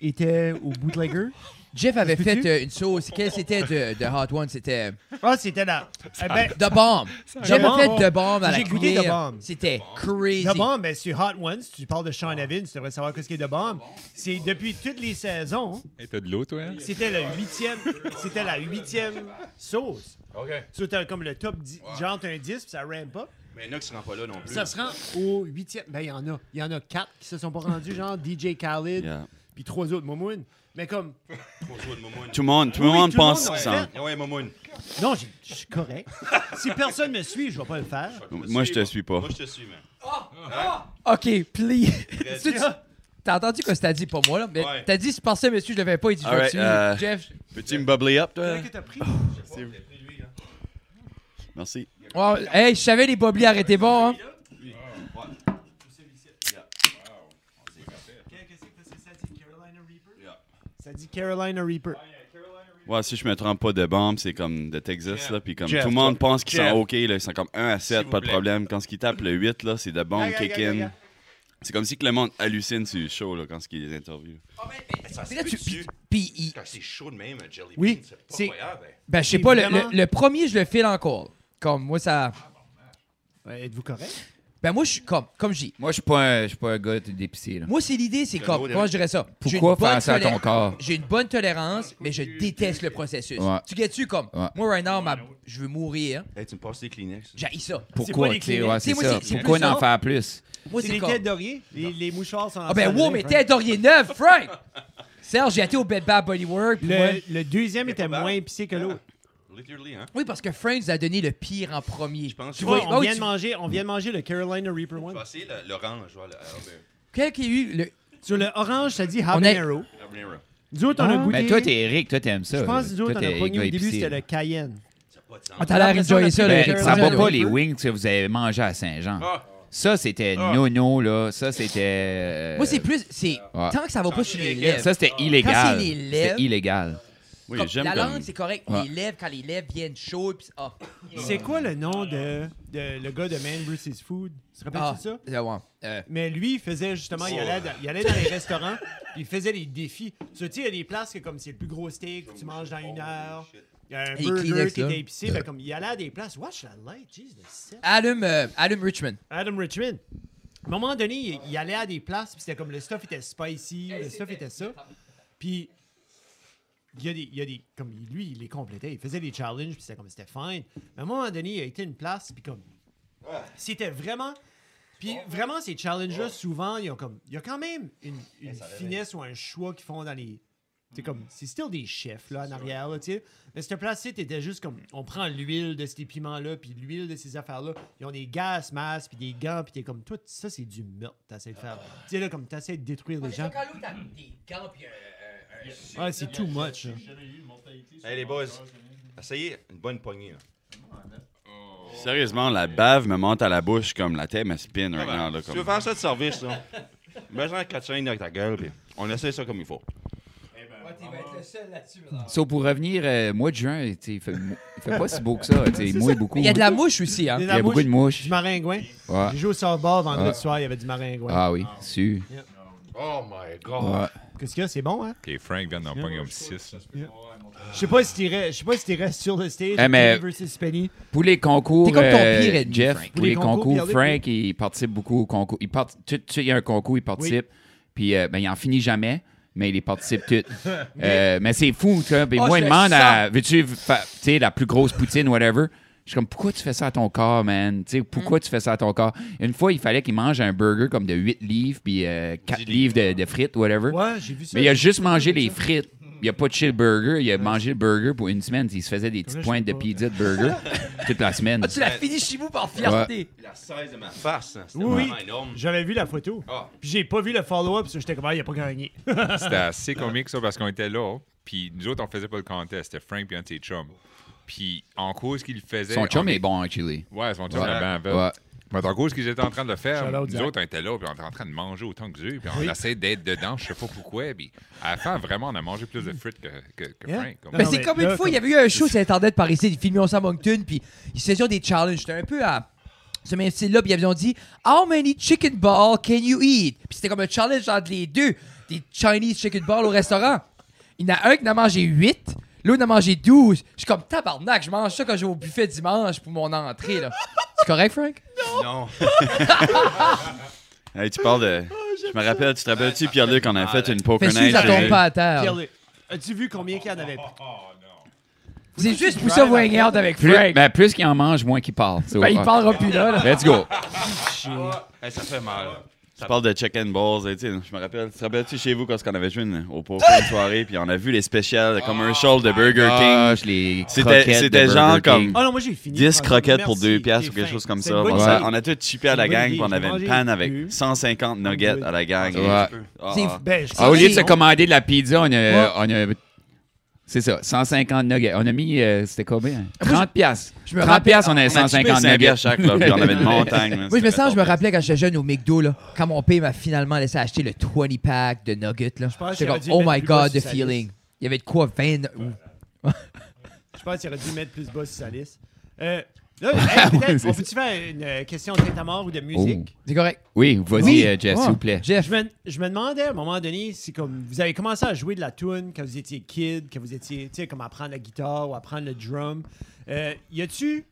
Speaker 1: était au bootlegger.
Speaker 2: Jeff avait
Speaker 1: Ça se peut-tu?
Speaker 2: fait euh, une sauce. Quelle c'était de, de Hot One? C'était
Speaker 1: (laughs) Ah, c'était là. Eh ben,
Speaker 2: The
Speaker 5: (laughs)
Speaker 2: Bomb. J'avais
Speaker 1: bombe.
Speaker 2: fait The Bomb à la
Speaker 1: J'ai goûté
Speaker 2: cuillère.
Speaker 1: The Bomb.
Speaker 2: C'était crazy.
Speaker 1: The Bomb, ben, sur Hot Ones, tu parles de Sean Evans, tu devrais savoir qu'est-ce qu'est The Bomb. C'est depuis toutes les saisons,
Speaker 4: Hey, T'as de l'eau, toi? hein?
Speaker 1: c'était la huitième, c'était la huitième sauce.
Speaker 5: OK.
Speaker 1: So, t'as comme le top 10, genre t'as un 10, puis ça ramp up.
Speaker 5: Mais il y en a qui se rend pas là non plus.
Speaker 1: Ça se rend au huitième. Ben, il y en a. Il y en a quatre qui se sont pas rendus, genre DJ Khaled,
Speaker 8: Yeah.
Speaker 1: puis trois autres Momoun. Mais comme,
Speaker 5: Pour jouer de Momoun.
Speaker 8: Tout le monde, tout le
Speaker 1: Oui,
Speaker 8: monde
Speaker 1: tout le
Speaker 8: pense
Speaker 1: monde,
Speaker 8: qu'ils
Speaker 1: ouais.
Speaker 8: sont.
Speaker 5: Ah ouais, Momoun.
Speaker 1: non, j'ai- je suis correct. si personne me suit, je vais pas le faire.
Speaker 8: Moi, je te suis pas.
Speaker 5: Moi, je te suis,
Speaker 1: (laughs)
Speaker 5: man.
Speaker 2: OK, please.
Speaker 5: (laughs)
Speaker 2: Tu- tu-
Speaker 5: Bref.
Speaker 2: T'as entendu ce que t'as dit pour moi, là? Mais
Speaker 5: Ouais.
Speaker 2: T'as dit, c'est parce que monsieur, je l'avais pas. Il dit, je vais
Speaker 8: Alright,
Speaker 2: tuer
Speaker 8: euh,
Speaker 2: Jeff.
Speaker 8: Peux-tu me bubbler up, toi? Oh.
Speaker 1: Qu'est-ce que t'as pris?
Speaker 8: Merci.
Speaker 2: Ouais, hey, je savais les bobliers arrêtaient bon, hein?
Speaker 1: Ça dit Carolina Reaper.
Speaker 8: Ouais, si je me trompe pas de bombe, c'est comme de Texas,
Speaker 5: Jeff.
Speaker 8: là. Puis comme
Speaker 5: Jeff,
Speaker 8: tout le monde
Speaker 5: toi.
Speaker 8: pense qu'ils
Speaker 5: Jeff.
Speaker 8: sont OK, là. Ils sont comme 1 à 7,
Speaker 5: vous
Speaker 8: pas de
Speaker 5: plaît.
Speaker 8: problème. Quand ce qu'ils tapent le 8, là, c'est de bombe
Speaker 1: Aïe, aïe, aïe, aïe, aïe.
Speaker 8: kick-in. C'est comme si que le monde hallucine sur le show, là, quand ce qu'ils les interviewent.
Speaker 5: Ça se
Speaker 2: Là, tu-
Speaker 5: peut-tu?
Speaker 2: puis- puis il-
Speaker 5: Quand c'est chaud de même, un jelly
Speaker 1: Oui,
Speaker 5: bean, c'est pas
Speaker 1: c'est-
Speaker 5: croyable. hein.
Speaker 2: ben, je sais
Speaker 1: C'est
Speaker 2: pas, le, le-
Speaker 1: vraiment-
Speaker 2: le premier, je le file encore. Comme, moi, ça.
Speaker 1: Ouais, Êtes-vous correct?
Speaker 2: Ben, moi, je suis comme, comme je dis.
Speaker 6: Moi, je suis pas un, je suis pas un gars d'épicier. là.
Speaker 2: Moi, c'est l'idée, c'est
Speaker 5: mot
Speaker 2: comme,
Speaker 5: de-
Speaker 2: comment je dirais ça? J'ai
Speaker 6: Pourquoi
Speaker 2: une bonne
Speaker 6: faire ça à ton
Speaker 2: tolé-
Speaker 6: corps?
Speaker 2: J'ai une bonne tolérance, mais je déteste le processus.
Speaker 6: Ouais.
Speaker 2: Tu gagnes tu comme,
Speaker 6: Ouais.
Speaker 2: moi, right now, ma- je veux mourir,
Speaker 5: Hey, tu me passes des Kleenex.
Speaker 2: j'ai ça.
Speaker 6: Pourquoi,
Speaker 1: pas des
Speaker 6: tu sais,
Speaker 1: cliniques.
Speaker 6: ouais, c'est
Speaker 2: Tu sais, moi,
Speaker 6: ça.
Speaker 2: c'est- c'est
Speaker 6: Pourquoi
Speaker 2: plus
Speaker 6: en
Speaker 2: ça.
Speaker 6: faire plus?
Speaker 2: Moi,
Speaker 1: C'est
Speaker 2: c'est
Speaker 1: les
Speaker 2: comme.
Speaker 1: têtes d'oreiller. Les, les mouchoirs sont en
Speaker 2: Ah, ben,
Speaker 1: salade,
Speaker 2: wow, mais
Speaker 1: hein.
Speaker 2: t'es Dorier Neuf, Frank! Serge, j'ai été au Bed Bath Body Work. puis moi-
Speaker 1: Le, le deuxième était
Speaker 5: pas
Speaker 1: moins
Speaker 5: mal.
Speaker 1: épicé que l'autre.
Speaker 5: Literally, hein?
Speaker 2: Oui, parce que Frank nous a donné le pire en premier. Je
Speaker 5: pense
Speaker 2: Tu
Speaker 5: que- Ouais,
Speaker 2: vois,
Speaker 1: on,
Speaker 2: oh,
Speaker 1: vient
Speaker 2: tu-
Speaker 1: de manger, on vient de manger le Carolina Reaper
Speaker 5: Je
Speaker 1: One.
Speaker 5: vais essayer le- l'orange. ouais, le- ah, ben,
Speaker 2: Quel qui a eu le.
Speaker 1: Sur le orange, ça dit
Speaker 2: On est- Ah. Ben,
Speaker 1: habanero.
Speaker 5: habanero.
Speaker 1: Nous autres, on a goûté.
Speaker 6: Mais toi, t'es Eric, toi, t'aimes ça.
Speaker 1: Je pense
Speaker 6: là.
Speaker 1: que nous autres, on
Speaker 6: Toi, t'es
Speaker 1: a pogné
Speaker 6: gars
Speaker 1: au début,
Speaker 6: épicier,
Speaker 1: c'était
Speaker 6: là.
Speaker 1: le Cayenne.
Speaker 5: ça a pas de sens.
Speaker 6: Ah,
Speaker 2: On t'a l'air
Speaker 1: Après ça, on a
Speaker 2: enjoyé
Speaker 1: pris
Speaker 2: ça,
Speaker 1: le
Speaker 2: le
Speaker 6: Ben,
Speaker 1: Carolina
Speaker 6: ça va pas
Speaker 1: Reaper.
Speaker 6: les wings que vous avez mangés à Saint-Jean.
Speaker 5: Ah,
Speaker 6: Ça, c'était
Speaker 5: Ah.
Speaker 6: nono, là. Ça, c'était. euh,
Speaker 2: Moi, c'est plus. c'est
Speaker 6: Ouais.
Speaker 2: Tant que ça va pas sur les lèvres.
Speaker 6: Ça, c'était illégal.
Speaker 2: Quand c'est les lèvres-
Speaker 6: C'était illégal.
Speaker 8: Oui,
Speaker 2: Comme,
Speaker 8: j'aime
Speaker 2: la
Speaker 8: comme-
Speaker 2: langue, c'est correct.
Speaker 6: Ouais.
Speaker 2: Les lèvres, quand les lèvres viennent chaudes, puis ah.
Speaker 1: C'est quoi le nom de, de- le gars de Man vs. Food? Tu te
Speaker 2: Ah,
Speaker 1: rappelles-tu de ça?
Speaker 2: euh, ouais. Euh,
Speaker 1: Mais lui, il faisait justement, il, allait dans, il allait dans les restaurants, puis il faisait des défis. Tu sais, il y a des places que comme c'est le plus gros steak, tu manges dans une heure. Il y a un
Speaker 2: Et
Speaker 1: burger
Speaker 2: Kleenex,
Speaker 1: qui
Speaker 2: là.
Speaker 1: était épicé. ben, comme, il allait à des places. Watch la light, jeez, le set.
Speaker 2: allume, euh, allume Richmond.
Speaker 1: Adam Richmond. À un moment donné, il, il allait à des places, puis c'était comme le stuff était spicy, le stuff était ça. Puis il y a des. il y a des- comme lui, il les complétait. Il faisait des challenges, puis c'était comme c'était fine. Mais à un moment donné, il a été à une place, puis comme. C'était vraiment. Puis vraiment, ces challenges-là, souvent, ils ont comme. Il y a quand même une, une finesse ou un choix qu'ils font dans les. C'est comme, c'est still des chefs, là, en arrière, là, tu sais. Mais cette place-ci, t'étais juste comme, on prend l'huile de ces piments-là, puis l'huile de ces affaires-là. Ils ont des gaz masques, puis des gants, puis t'es comme, tout ça, c'est du meurtre, t'essaies de faire. Tu sais, là, comme, t'essaies de détruire les gens. Ah, c'est too much, là.
Speaker 5: Hey, les boys, essayez une bonne poignée. là.
Speaker 8: Sérieusement, la bave me monte à la bouche comme la tête me spin right now. Là,
Speaker 5: Tu veux
Speaker 8: comme...
Speaker 5: faire ça de service, là? (laughs) Mets-en un catching dans ta gueule, puis on essaie ça comme il faut.
Speaker 6: So, pour revenir, euh, mois de juin, tu sais, il fait, mou- il fait pas si beau que ça. tu sais, Il mouille beaucoup.
Speaker 2: Il y a de la mouche aussi, hein.
Speaker 1: Des
Speaker 6: Il y a beaucoup de mouches.
Speaker 1: Du maringouin.
Speaker 6: Ouais.
Speaker 1: J'ai joué au softball vendredi
Speaker 6: Ouais.
Speaker 1: soir, il y avait du maringouin.
Speaker 6: Ah oui, su.
Speaker 5: Oh my god!
Speaker 6: Ouais.
Speaker 1: Qu'est-ce qu'il y a, c'est bon, hein?
Speaker 4: Ok, Frank vient d'en pogner comme 6.
Speaker 1: Je sais pas si t'irais, je sais pas si t'irais sur le stage,
Speaker 6: Eh, mais-
Speaker 1: Kenny versus Penny.
Speaker 6: Pour les concours,
Speaker 2: T'es comme ton
Speaker 6: euh,
Speaker 2: pire ennemi,
Speaker 6: Jeff,
Speaker 2: Frank.
Speaker 6: pour les, concours,
Speaker 1: Pierre-Luc,
Speaker 6: Frank, il participe beaucoup au concours. Il part, tu, tu sais, il y a un concours, il participe, puis euh, ben, il en finit jamais, mais il les participe toutes.
Speaker 2: (laughs)
Speaker 6: Euh, mais c'est fou, tu sais. puis
Speaker 2: Oh,
Speaker 6: moi,
Speaker 2: je
Speaker 6: il
Speaker 2: le
Speaker 6: demande à,
Speaker 2: sens.
Speaker 6: veux-tu fa- tu sais, la plus grosse poutine, whatever. Je suis comme, pourquoi tu fais ça à ton corps, man? Tu sais, pourquoi
Speaker 2: Mm.
Speaker 6: tu fais ça à ton corps? Une fois, il fallait qu'il mange un burger comme de 8 livres, puis 4 livres de, de frites, whatever.
Speaker 1: Ouais, j'ai vu ça.
Speaker 6: Mais il a juste mangé les frites. Il a pas de chill burger. Il a mangé le burger pour une semaine. Il se faisait des petites
Speaker 1: je
Speaker 6: pointes
Speaker 1: sais
Speaker 6: de
Speaker 1: pas.
Speaker 6: pizza de (laughs) burger toute la semaine.
Speaker 2: Tu l'as fini chez vous par fierté.
Speaker 5: La size de ma face, hein, c'était
Speaker 1: Oui,
Speaker 5: vraiment énorme.
Speaker 1: j'avais vu la photo.
Speaker 5: Ah.
Speaker 1: Puis j'ai pas vu le follow-up, parce que j'étais comme, ah, il a pas gagné. (laughs)
Speaker 4: C'était assez comique ça parce qu'on était là, puis nous autres on faisait pas le contest, c'était Frank puis un de ses chums. Puis en cause qu'il le faisait.
Speaker 6: Son chum
Speaker 4: on-
Speaker 6: est bon, actually.
Speaker 4: Ouais, son chum
Speaker 6: Ouais.
Speaker 4: est bien fait.
Speaker 6: Ouais.
Speaker 4: Mais en cause qu'ils étaient en train de le faire,
Speaker 1: Shout out,
Speaker 4: nous
Speaker 1: Zach.
Speaker 4: autres on était là, puis on était en train de manger autant que eux, puis on essayait d'être dedans, je sais pas pourquoi. Puis à la fin, vraiment, on a mangé plus de frites que, que, que
Speaker 1: Yeah.
Speaker 4: Frank. comme-
Speaker 2: Mais
Speaker 1: Non,
Speaker 2: Ben, c'est
Speaker 1: mais
Speaker 2: comme
Speaker 1: là,
Speaker 2: une fois,
Speaker 1: comme-
Speaker 2: il y avait eu un show sur Internet par ici, ils filmaient ça à Moncton, puis ils se faisaient des challenges. J'étais un peu à ce même style-là, puis ils avaient dit How many chicken balls can you eat Puis c'était comme un challenge entre les deux, des Chinese chicken balls au restaurant. Il y en a un qui en a mangé 8, l'autre en a mangé 12. Je suis comme tabarnak, je mange ça quand je vais au buffet dimanche pour mon entrée, là. C'est correct, Frank
Speaker 5: Non.
Speaker 8: Hey, tu parles
Speaker 1: (laughs) Oh,
Speaker 8: de. je me rappelle, tu te rappelles-tu, Pierre-Luc, on a
Speaker 5: mal,
Speaker 8: fait une
Speaker 2: Fais
Speaker 8: poker
Speaker 2: sûr que
Speaker 8: night.
Speaker 2: ça
Speaker 8: chez-
Speaker 6: euh,
Speaker 2: tombe pas à terre.
Speaker 1: Pierre-Luc, As-tu vu combien qu'il y en avait
Speaker 4: Oh,
Speaker 1: pris?
Speaker 2: C'est juste pour ça, vous hang out avec
Speaker 6: Plus,
Speaker 2: Frank.
Speaker 6: ben, plus qu'il en mange, moins qu'il parle. So,
Speaker 2: Ben, il
Speaker 6: ah,
Speaker 2: parlera plus là,
Speaker 4: (laughs)
Speaker 2: là.
Speaker 6: Let's (laughs) go.
Speaker 5: Hey, ça fait mal.
Speaker 8: Tu parles de chicken balls, hein, tu sais, je me rappelle. Tu te rappelles-tu chez vous quand on avait joué une- au poker
Speaker 1: Ah!
Speaker 8: une soirée, puis on a vu les spéciales commercial
Speaker 1: Oh
Speaker 8: de Burger King.
Speaker 6: Gosh, les
Speaker 8: Ah, C'était-
Speaker 6: croquettes de
Speaker 8: c'était
Speaker 6: Burger
Speaker 8: genre
Speaker 6: King.
Speaker 8: comme-
Speaker 1: Ah non, moi j'ai fini.
Speaker 8: 10
Speaker 1: Ah,
Speaker 8: croquettes pour
Speaker 1: merci,
Speaker 8: 2 piastres
Speaker 1: t'es
Speaker 8: ou quelque
Speaker 1: fin.
Speaker 8: chose comme
Speaker 1: C'est une
Speaker 8: ça.
Speaker 1: bonne
Speaker 8: On, a,
Speaker 1: idée.
Speaker 8: on a tout chippé à
Speaker 1: C'est
Speaker 8: la
Speaker 1: une
Speaker 8: gang,
Speaker 1: bonne
Speaker 8: puis on
Speaker 1: idée.
Speaker 8: avait
Speaker 1: J'ai
Speaker 8: une panne
Speaker 1: mangé Ah,
Speaker 8: avec
Speaker 1: deux.
Speaker 8: 150 nuggets à la gang.
Speaker 6: Ouais.
Speaker 8: Ah,
Speaker 2: C'est-
Speaker 8: ah.
Speaker 1: Ben, je
Speaker 6: Ah, au lieu de
Speaker 2: C'est-
Speaker 6: se commander de la pizza, on a, on a C'est ça, 150 nuggets. On a mis, euh, c'était combien? 30 piastres.
Speaker 2: je me
Speaker 6: 30
Speaker 2: rappelle-
Speaker 6: piastres, on a
Speaker 8: On a
Speaker 6: 150
Speaker 8: tué cinq
Speaker 6: nuggets.
Speaker 8: à chaque, là, puis on
Speaker 2: (laughs)
Speaker 6: (laughs)
Speaker 8: avait une montagne. là,
Speaker 2: Moi, je me
Speaker 8: c'était
Speaker 2: sens, je me
Speaker 8: top.
Speaker 2: rappelais quand j'étais jeune au McDo, là, quand mon père m'a finalement laissé acheter le 20-pack de nuggets. Là.
Speaker 1: pense
Speaker 2: J'étais
Speaker 1: qu'il
Speaker 2: comme,
Speaker 1: aurait dû
Speaker 2: oh
Speaker 1: mettre
Speaker 2: my
Speaker 1: plus bas
Speaker 2: god,
Speaker 1: sur
Speaker 2: the
Speaker 1: sa
Speaker 2: feeling.
Speaker 1: liste.
Speaker 2: Il y avait de quoi 20. ou-
Speaker 1: Je pense qu'il aurait dû mettre plus bas sur sa liste.
Speaker 6: (laughs)
Speaker 1: Euh, là, hey, peut-être,
Speaker 6: Ouais, c'est
Speaker 1: on peut-tu faire une euh, question de tête à mort ou de
Speaker 6: Oh.
Speaker 1: musique?
Speaker 2: C'est correct.
Speaker 6: Oui, vas-y,
Speaker 2: Oui.
Speaker 6: euh, Jeff,
Speaker 2: Ouais.
Speaker 6: s'il vous plaît.
Speaker 2: Jeff,
Speaker 1: Je me, je me demandais à un moment donné si comme vous avez commencé à jouer de la tune quand vous étiez kid, quand vous étiez, tu sais, comme apprendre la guitare ou apprendre le drum. Euh, y a-tu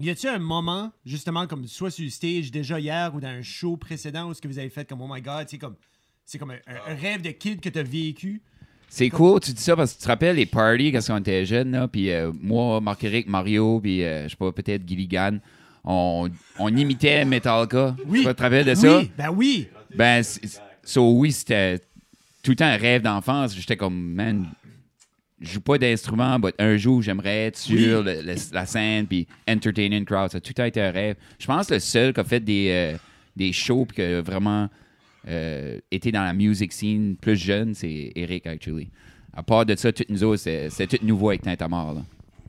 Speaker 1: y a-tu un moment justement comme soit sur le stage déjà hier ou dans un show précédent où ce que vous avez fait comme oh my god, c'est comme c'est comme un,
Speaker 4: Ah.
Speaker 1: un- un rêve de kid que t'as vécu.
Speaker 6: C'est cool, tu dis ça parce que tu te rappelles les parties quand on était jeunes, là, puis euh, moi, Marc-Éric, Mario, puis euh, je sais pas, peut-être Gilligan, on, on imitait Metallica.
Speaker 1: Oui.
Speaker 6: Tu te rappelles de ça?
Speaker 1: Oui, ben oui.
Speaker 6: Ben, c- c- so oui, c'était tout le temps un rêve d'enfance. J'étais comme, man, je joue pas d'instrument, but un jour, j'aimerais être sur le- le- la scène, puis entertaining une crowd. Ça a tout le temps été un rêve. Je pense que le seul qui a fait des, euh, des shows, puis qui a vraiment euh, été dans la music scene plus jeune, c'est Eric, actually. À part de ça, toutes nous autres, c'est- c'est tout nouveau avec Tinte à mort, là.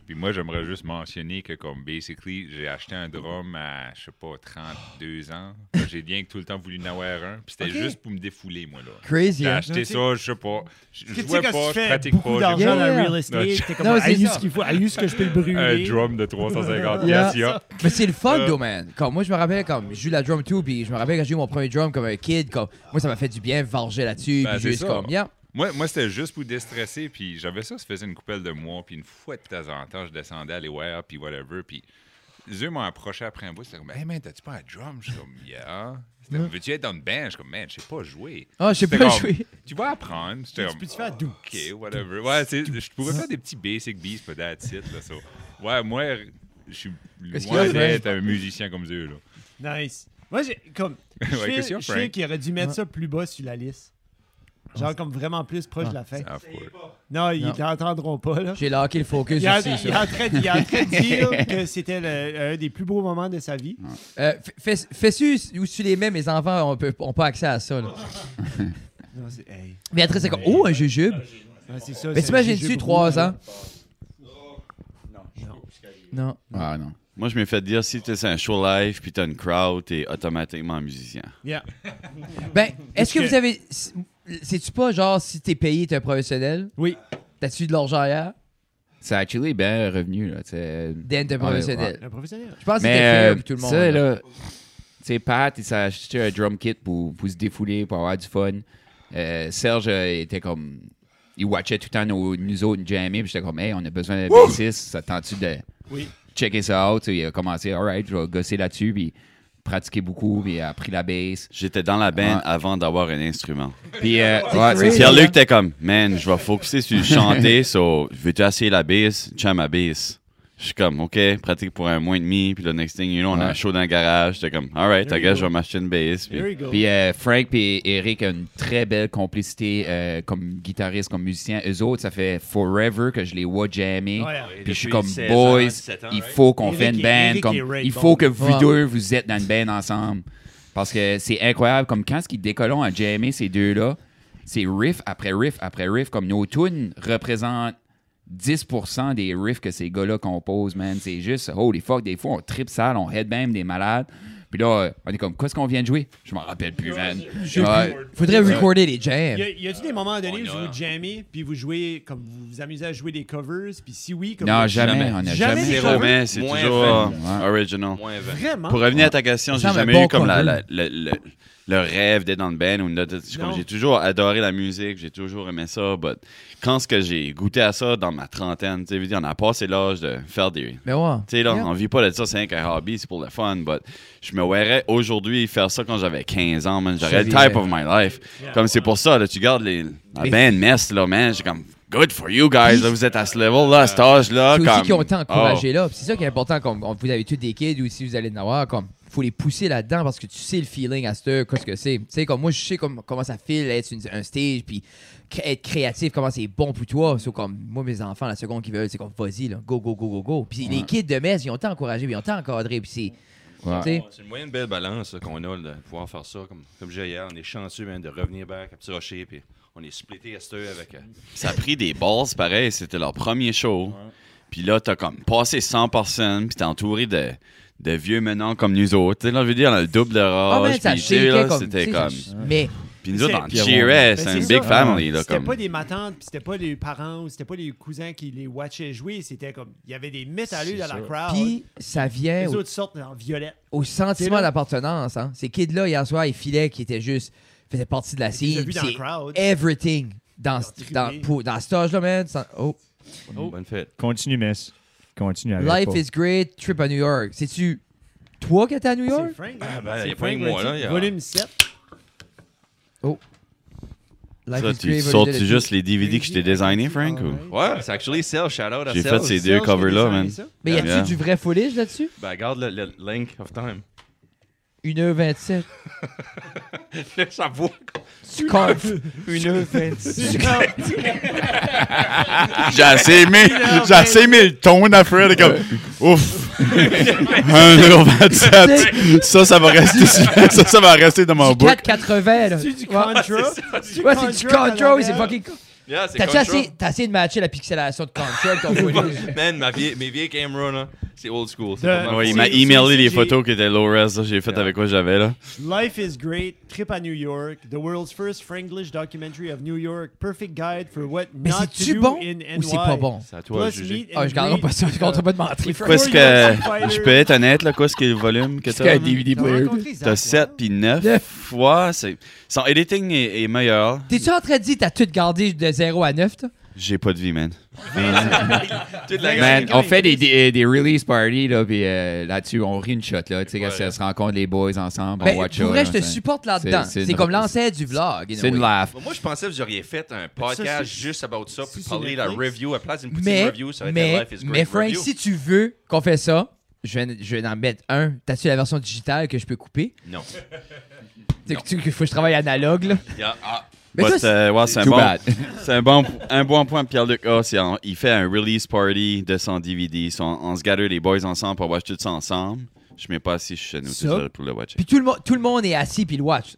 Speaker 4: Puis moi, j'aimerais juste mentionner que, comme, basically, j'ai acheté un drum à, je sais pas, 32 ans. J'ai bien que tout le temps voulu en avoir un. Puis c'était
Speaker 2: Ok.
Speaker 4: juste pour me défouler, moi, là.
Speaker 2: crazy.
Speaker 4: J'ai
Speaker 2: hein?
Speaker 4: acheté ça, je sais pas. Je
Speaker 1: Tu sais,
Speaker 4: jouais
Speaker 1: quand tu
Speaker 4: pas, je
Speaker 1: fais
Speaker 4: pratique
Speaker 1: beaucoup
Speaker 4: pas. j'ai
Speaker 1: d'argent dans le
Speaker 2: Yeah.
Speaker 1: real estate,
Speaker 4: Non,
Speaker 1: t'es comme
Speaker 2: Non,
Speaker 1: ah,
Speaker 2: c'est
Speaker 1: eu
Speaker 2: ça.
Speaker 1: ce qu'il faut, ah, eu ce que je peux le brûler.
Speaker 4: un drum de 350
Speaker 2: Yeah.
Speaker 4: piastres, yeah.
Speaker 2: Mais c'est le fun, though, man. Comme, moi, je me rappelle, comme, je joue la drum too, puis je me rappelle quand j'ai eu mon premier drum comme un kid, comme, moi, ça m'a fait du bien varger là-dessus,
Speaker 4: Ben,
Speaker 2: puis
Speaker 4: c'est
Speaker 2: juste
Speaker 4: ça.
Speaker 2: comme, yeah.
Speaker 4: Moi, moi c'était juste pour déstresser, puis j'avais ça, ça faisait une coupelle de mois, puis une fois de temps en temps, je descendais à les wire, puis whatever, puis eux m'ont approché après un bout, c'était comme « Hey man, t'as-tu pas un drum? » Je suis comme « Yeah. » C'était comme, Veux-tu être dans le band? Je suis comme « Man, je sais pas jouer. »
Speaker 2: Hein? Ah, je sais
Speaker 4: C'était
Speaker 2: pas
Speaker 4: comme,
Speaker 2: jouer.
Speaker 4: Tu vas apprendre. J'étais
Speaker 1: Tu
Speaker 4: comme,
Speaker 1: peux-tu faire doux?
Speaker 4: OK, whatever. Ouais, tu sais, je pourrais faire des petits basic beats, peut-être, à titre, là, ça. Ouais, moi, je suis
Speaker 2: Est-ce
Speaker 4: loin
Speaker 2: qu'il y a-
Speaker 4: d'être un musicien comme eux, là.
Speaker 1: Nice. Moi, j'ai comme. Je
Speaker 4: (laughs) Ouais,
Speaker 1: fais-
Speaker 4: question,
Speaker 1: je sais
Speaker 4: Frank.
Speaker 1: qu'il aurait dû mettre ça plus bas sur la liste. Genre, comme vraiment plus proche de la fin.
Speaker 4: Ah, faut-
Speaker 1: Non, ils
Speaker 2: Non.
Speaker 1: t'entendront pas, là.
Speaker 2: J'ai locké le focus
Speaker 1: Il est en
Speaker 2: aussi,
Speaker 1: il est
Speaker 2: ça.
Speaker 1: en train il est en train de dire que c'était le- un des plus beaux moments de sa vie.
Speaker 2: Euh, fais- Fais-tu ou tu les mets, mes enfants n'ont on pas accès à ça, là.
Speaker 1: Non, c'est hey.
Speaker 2: Mais après, c'est comme, oh, un jujube.
Speaker 6: Ah,
Speaker 1: Non, c'est ça,
Speaker 2: Mais
Speaker 1: c'est un
Speaker 2: t'imagines-tu
Speaker 1: jeu
Speaker 2: trois
Speaker 1: brûlant.
Speaker 2: ans? Non.
Speaker 6: Ah non.
Speaker 8: Moi, je me fais dire, si t'es sur un show live, puis t'as une crowd, t'es automatiquement musicien.
Speaker 1: Yeah.
Speaker 2: Ben, est-ce que
Speaker 1: que-
Speaker 2: vous avez. Sais-tu pas, genre, si t'es payé, t'es un professionnel?
Speaker 1: Oui.
Speaker 2: T'as-tu de l'argent hier?
Speaker 6: Ça a actually bien revenu, là, tu sais.
Speaker 2: Dan, t'es un
Speaker 6: Ouais,
Speaker 2: professionnel.
Speaker 1: Un professionnel.
Speaker 2: Je pense que c'était
Speaker 6: Mais
Speaker 2: fair
Speaker 6: euh,
Speaker 2: pour tout le monde. hein.
Speaker 6: ça,
Speaker 2: là.
Speaker 6: là, tu sais, Pat, il s'est acheté un drum kit pour, pour se défouler, pour avoir du fun. Euh, Serge euh, était comme. Il watchait tout le temps nos, nous autres jammer, puis j'étais comme, hey, on a besoin de B6, ça tente-tu de
Speaker 1: Oui.
Speaker 6: checker ça out? Tu sais, il a commencé, alright, je vais gosser là-dessus, puis pratiquer beaucoup, puis il a appris
Speaker 2: (laughs)
Speaker 6: la bass.
Speaker 8: J'étais dans la band
Speaker 6: Ouais.
Speaker 8: avant d'avoir un instrument.
Speaker 6: Puis, euh, ouais,
Speaker 2: crazy.
Speaker 6: c'est-
Speaker 8: Pierre-Luc était comme, man, je vais focuser sur le chanter, (laughs) so, veux-tu essayer la bass? Tiens, ma bass. Je suis comme, OK, pratique pour un mois et demi, puis le next thing you know, on a un
Speaker 6: Ouais.
Speaker 8: show dans le garage. J'étais comme, alright,
Speaker 1: There
Speaker 8: I
Speaker 1: you
Speaker 8: guess
Speaker 1: go.
Speaker 8: je vais m'acheter une bass. puis-
Speaker 1: Here we go.
Speaker 6: Puis euh, Frank et Eric ont une très belle complicité euh, comme guitariste, comme musicien. Eux autres, ça fait forever que je les vois jammer.
Speaker 1: Ouais.
Speaker 6: Puis je suis
Speaker 5: Depuis
Speaker 6: comme
Speaker 5: 16 ans,
Speaker 6: boys,
Speaker 5: 17 ans,
Speaker 6: il
Speaker 5: right?
Speaker 6: faut qu'on fait
Speaker 1: Eric
Speaker 6: une
Speaker 1: et-
Speaker 6: band.
Speaker 1: Eric
Speaker 6: comme,
Speaker 1: et Ray
Speaker 6: il faut
Speaker 1: Bond.
Speaker 6: que vous
Speaker 2: Ouais.
Speaker 6: deux, vous êtes dans une band ensemble. Parce que c'est incroyable. Comme quand ils décollons à jammer ces deux-là, c'est riff après riff après riff. Comme nos tunes représentent 10% des riffs que ces gars-là composent, man. C'est juste, holy fuck, des fois, on trip sale, on headbang des malades. Puis là, euh, on est comme, qu'est-ce qu'on vient de jouer? Je m'en rappelle plus, man. Ouais.
Speaker 2: Faudrait recorder les jams.
Speaker 1: Y a- y a-tu des moments donnés
Speaker 8: On
Speaker 1: où
Speaker 8: a-
Speaker 1: vous jammez, puis vous jouez, comme vous vous amusez à jouer des covers, puis si oui, comme.
Speaker 6: Non, jamais. On n'a
Speaker 1: Jamais
Speaker 6: jamais.
Speaker 1: les
Speaker 8: C'est
Speaker 1: covers.
Speaker 8: jamais, c'est
Speaker 5: Moins
Speaker 8: toujours
Speaker 6: vingt.
Speaker 8: euh, original.
Speaker 1: Vraiment.
Speaker 8: Pour revenir à ta question,
Speaker 2: Ça
Speaker 8: j'ai
Speaker 2: me
Speaker 8: jamais
Speaker 2: bon
Speaker 8: eu comme la- la-
Speaker 2: combo.
Speaker 8: le, le- le rêve d'être dans le band. ou une autre- c'est comme
Speaker 1: Non.
Speaker 8: J'ai toujours adoré la musique, j'ai toujours aimé ça. But quand ce que j'ai goûté à ça dans ma trentaine, tu sais, je veux dire, on a passé l'âge de faire des.
Speaker 2: Mais ouais.
Speaker 8: Tu sais, là,
Speaker 2: Yeah.
Speaker 8: on vit pas de ça, c'est un hobby, c'est pour le fun. But je me verrais aujourd'hui faire ça quand j'avais 15 ans, man. J'aurais le
Speaker 2: J'avais-
Speaker 8: type of my life. Comme c'est pour ça, là, tu gardes les, la band mess, là, man. J'ai comme. Good for you guys, là, vous êtes à ce level là, à cet âge là.
Speaker 2: C'est aussi
Speaker 8: comme-
Speaker 2: qui ont été
Speaker 8: Oh.
Speaker 2: encouragés là. Puis C'est ça qui est important. Comme on- vous avez tous des kids ou si vous allez en avoir, comme faut les pousser là-dedans parce que tu sais le feeling à ce qu'est-ce que c'est. Tu sais comme moi je sais comme- comment ça file être sur une- un stage puis cré- être créatif comment c'est bon pour toi. C'est comme moi mes enfants la seconde qui veulent c'est comme vas-y là go go go go go. Puis les kids de Metz ils ont été encouragés puis ils ont été encadrés puis c'est
Speaker 6: Ouais.
Speaker 2: tu sais
Speaker 5: C'est une moyenne hein, belle balance là, qu'on a là, de pouvoir faire ça. Comme, comme j'ai hier, on est chanceux man, de revenir back à Petit Rocher. Puis On est splitté esteux avec. euh,
Speaker 8: Ça a pris des balls, pareil. C'était leur premier show. Puis là, t'as comme passé 100 personnes, puis t'es entouré de, de vieux menants comme nous autres. Tu sais, là, je veux dire, on a le double de
Speaker 2: Ah,
Speaker 8: rage.
Speaker 2: ben, ça
Speaker 8: puis, tu sais,
Speaker 2: shakeait
Speaker 8: là,
Speaker 2: comme. tu
Speaker 8: c'était
Speaker 2: sais,
Speaker 8: comme...
Speaker 2: je- Mais
Speaker 8: Puis nous autres, on
Speaker 1: C'est-
Speaker 5: hein,
Speaker 8: cheerait. C'est
Speaker 1: Ben,
Speaker 8: une
Speaker 1: c'est
Speaker 8: hein, big
Speaker 1: ça.
Speaker 8: family. Là,
Speaker 1: C'était
Speaker 8: comme...
Speaker 1: pas des matantes, puis c'était pas les parents, ou c'était pas les cousins qui les watchaient jouer, c'était comme il y avait des métalleux dans la crowd.
Speaker 2: puis eh, ça vient
Speaker 1: Ah, les
Speaker 2: au,
Speaker 1: autres sortent en violette.
Speaker 2: au
Speaker 1: C'est
Speaker 2: sentiment
Speaker 1: là.
Speaker 2: d'appartenance. Hein. Ces kids-là, hier soir, ils filaient qui étaient juste. faisaient partie de la
Speaker 1: Tu les as vus
Speaker 2: scène. puis
Speaker 1: dans le
Speaker 2: c'est
Speaker 1: crowd.
Speaker 2: Everything
Speaker 1: Ils
Speaker 2: dans,
Speaker 1: ont
Speaker 2: dans,
Speaker 1: trippé.
Speaker 2: pour- dans cet âge-là, man. ça- Oh.
Speaker 8: Bonne fête.
Speaker 7: Continue, Mess. Continue avec
Speaker 2: Life
Speaker 7: pas.
Speaker 2: is great, trip à New York. C'est-tu toi qui étais à New York?
Speaker 1: C'est Frank. hein.
Speaker 5: Ah, ben,
Speaker 1: c'est
Speaker 5: y a pas que moi, là, y a-
Speaker 1: Volume 7.
Speaker 2: Life
Speaker 8: Ça,
Speaker 2: is
Speaker 8: tu
Speaker 2: great,
Speaker 8: sortes
Speaker 2: Holiday
Speaker 8: juste
Speaker 2: Edition.
Speaker 8: les DVD que je t'ai designés, Frank? Ou...
Speaker 5: Ouais, c'est actually Cell, shout out à
Speaker 8: J'ai
Speaker 5: Cell.
Speaker 8: fait ces deux covers-là, man.
Speaker 2: (laughs) Mais y a-tu
Speaker 8: Yeah.
Speaker 2: du vrai foliage là-dessus?
Speaker 5: Ben, regarde le, le link of time.
Speaker 1: (laughs)
Speaker 2: 1h27.
Speaker 5: (laughs) Ça vaut.
Speaker 2: Tu carves.
Speaker 1: 1h26. Ah,
Speaker 8: J'ai assez
Speaker 1: (laughs)
Speaker 8: aimé, j'ai assez aimé le ton d'Alfred, comme, ouf, Hein, 1,27, ça, ça va rester,
Speaker 1: (laughs)
Speaker 8: sur- ça, ça va rester dans mon book.
Speaker 2: 4,80 là.
Speaker 1: C'est du
Speaker 2: Ouais.
Speaker 1: Contra.
Speaker 2: Ouais, c'est du control, c'est fucking con.
Speaker 5: Yeah, c'est
Speaker 2: T'as-tu
Speaker 5: Contra.
Speaker 2: assez, t'as assez de matcher la pixelation de control,
Speaker 1: (laughs)
Speaker 2: ton foliage?
Speaker 5: (laughs) Man, ma vieille, mes vieilles cameras, là, c'est old school. C'est
Speaker 1: De-
Speaker 5: pas mal.
Speaker 8: Ouais, il m'a
Speaker 1: C'est- c'est-
Speaker 8: emailé les
Speaker 1: c'est-
Speaker 8: photos qui étaient low res, là, j'ai fait avec quoi j'avais, là.
Speaker 1: Life is Great, Trip à New York, the world's first Franglish documentary of New York, perfect guide for what
Speaker 2: Mais
Speaker 1: not to
Speaker 2: c'est-tu
Speaker 1: do
Speaker 2: bon
Speaker 1: in NY.
Speaker 2: ou c'est pas bon?
Speaker 5: C'est à toi de
Speaker 1: Plus
Speaker 5: juger.
Speaker 1: meet and
Speaker 2: Ah, je garderai
Speaker 1: greet
Speaker 2: pas ça, je garderai pas de mentir.
Speaker 1: Four
Speaker 8: Quoi est-ce
Speaker 1: UFC
Speaker 8: que, je peux être honnête, là, quoi est-ce que le volume que
Speaker 2: qu'il y a
Speaker 8: t'as?
Speaker 2: des vidéos?
Speaker 1: T'as rencontré Zach,
Speaker 8: T'as 7
Speaker 1: là?
Speaker 8: puis 9
Speaker 2: Neuf.
Speaker 8: fois, c'est, son editing est, est meilleur,
Speaker 2: T'es-tu en train de dire que t'as tout gardé de 0 à 9, toi?
Speaker 8: j'ai pas de vie, man.
Speaker 5: Toute la gang.
Speaker 6: Man, on fait des, des, des release parties là, puis euh, là-dessus, on rit une shot là, tu sais, quand
Speaker 5: Ouais.
Speaker 6: ça se rencontre les boys ensemble,
Speaker 2: Ben,
Speaker 6: on watch
Speaker 2: pour
Speaker 6: out,
Speaker 2: vrai, je te
Speaker 6: hein,
Speaker 2: supporte là-dedans.
Speaker 6: c'est- c'est
Speaker 2: C'est
Speaker 6: une-
Speaker 2: comme l'ancêtre du vlog. in a
Speaker 6: C'est une
Speaker 2: way.
Speaker 6: laugh.
Speaker 5: Moi, je pensais que vous auriez fait un podcast
Speaker 1: Ça, c'est-
Speaker 5: juste about ça, puis
Speaker 1: c'est
Speaker 5: parler de la
Speaker 1: Netflix.
Speaker 5: review. À place d'une petite
Speaker 2: Mais,
Speaker 5: review, ça aurait été
Speaker 2: mais,
Speaker 5: Life is Great.
Speaker 2: mais Frank,
Speaker 5: review.
Speaker 2: si tu veux qu'on fait ça, je vais, je vais en mettre un. T'as-tu la version digitale que je peux couper?
Speaker 5: Non.
Speaker 2: Tu sais qu'il faut que je travaille analogue, là.
Speaker 5: (laughs) Yeah, ah,
Speaker 2: Mais
Speaker 8: Ouais,
Speaker 2: toi,
Speaker 6: euh,
Speaker 2: c'est-
Speaker 8: c'est ouais, c'est un,
Speaker 6: Too
Speaker 8: bon,
Speaker 6: bad.
Speaker 8: (laughs) c'est un bon, un bon point, Pierre-Luc. Ah, c'est en- il fait un release party de son DVD. So, on, on se gather les boys ensemble pour watch tout ça ensemble. Je mets pas assis chez nous tout
Speaker 2: Ça.
Speaker 8: seul pour le watcher.
Speaker 2: Puis tout le, mo- tout le monde est assis puis le watch.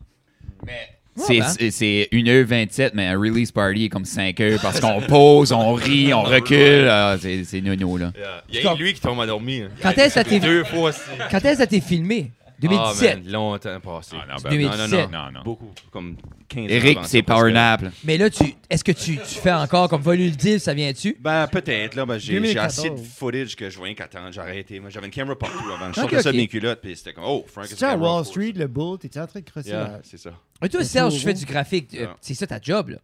Speaker 6: C'est-
Speaker 2: ben.
Speaker 6: C'est c'est 1h27, mais un release party est comme 5h parce qu'on pose, on rit, on recule. ah, c'est c'est nono, là.
Speaker 5: yeah. Il y a lui qui tombe endormi. hein.
Speaker 2: Quand est-ce que t'es-
Speaker 5: Deux fois, c'est.
Speaker 2: Quand est-ce que t'es filmé? 2017.
Speaker 5: Ah, man, longtemps passé.
Speaker 4: Ah, non,
Speaker 2: C'est
Speaker 4: ben, non,
Speaker 2: 2017.
Speaker 4: non, non.
Speaker 5: Beaucoup, comme 15 ans
Speaker 6: Eric,
Speaker 5: avant
Speaker 6: c'est
Speaker 5: ça, parce
Speaker 6: Power
Speaker 5: que-
Speaker 6: Nap. là.
Speaker 2: Mais là, tu, est-ce que tu, tu fais encore comme va lui le dire, ça vient-tu?
Speaker 5: Ben, peut-être, là. Ben, j'ai, j'ai
Speaker 1: 2014.
Speaker 5: assez de footage que je voyais qu'attends, j'ai arrêté. Moi, j'avais une caméra partout avant. Je
Speaker 2: Ok,
Speaker 5: sortais ça
Speaker 2: ok.
Speaker 5: de mes culottes, puis c'était comme, oh, Frank,
Speaker 1: C'est-tu à Wall Street, le bull? T'es-tu en train de crosser
Speaker 5: Yeah,
Speaker 1: la-
Speaker 5: c'est ça.
Speaker 2: Mais toi,
Speaker 1: Surtout
Speaker 2: Serge,
Speaker 1: au
Speaker 2: tu fais
Speaker 1: bout.
Speaker 2: du graphique. euh,
Speaker 5: Ah.
Speaker 2: C'est ça ta job, là.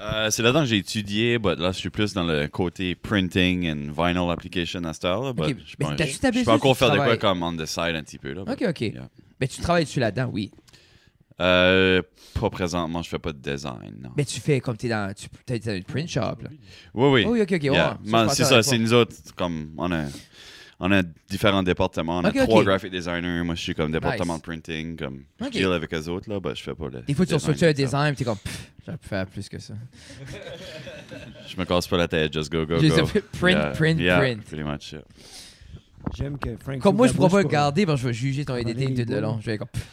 Speaker 8: Euh, c'est là-dedans que j'ai étudié, but là, je suis plus dans le côté printing and vinyl application à cette heure-là. but
Speaker 2: Ok,
Speaker 8: Je
Speaker 2: mais
Speaker 8: pense-
Speaker 2: t'as-tu ta
Speaker 8: je
Speaker 2: business
Speaker 8: peux
Speaker 2: ou
Speaker 8: encore
Speaker 2: tu
Speaker 8: faire de quoi
Speaker 2: travailles?
Speaker 8: comme on the side un petit peu. Là, but-
Speaker 2: OK, OK.
Speaker 8: Yeah.
Speaker 2: Mais tu travailles dessus là-dedans, oui.
Speaker 8: Euh, pas présentement, je fais pas de design. Non.
Speaker 2: Mais tu fais comme t'es dans... Tu t'as t'as une print shop, là.
Speaker 8: Oui, oui.
Speaker 2: Oh, oui, OK, OK. ouais,
Speaker 8: Yeah.
Speaker 2: ouais, je
Speaker 8: Man,
Speaker 2: pensais
Speaker 8: c'est
Speaker 2: à
Speaker 8: ça,
Speaker 2: toi.
Speaker 8: c'est nous autres, comme, on a, on a différents départements. On a
Speaker 2: Ok, ok.
Speaker 8: trois graphic designers. Moi, je suis comme département de printing, comme,
Speaker 2: Ok.
Speaker 8: je deal avec eux autres, là, bah, je fais pas le
Speaker 2: Des fois, tu
Speaker 8: design,
Speaker 2: reçois un
Speaker 8: ça.
Speaker 2: design, puis t'es comme, Pff, j'aurais pu faire plus que ça.
Speaker 8: Je me casse pas la tête, just go, go,
Speaker 2: Juste
Speaker 8: go.
Speaker 2: print, print,
Speaker 8: yeah,
Speaker 2: print.
Speaker 8: Pretty much, yeah.
Speaker 1: J'aime que Frank.
Speaker 2: Comme moi,
Speaker 1: ouvre
Speaker 2: je
Speaker 1: la bouche
Speaker 2: pourrais pas le
Speaker 1: pour-
Speaker 2: garder parce que je vais juger ton
Speaker 1: Regardez
Speaker 2: editing
Speaker 1: les
Speaker 2: tout le
Speaker 1: boules.
Speaker 2: long. Je vais comme, Pff,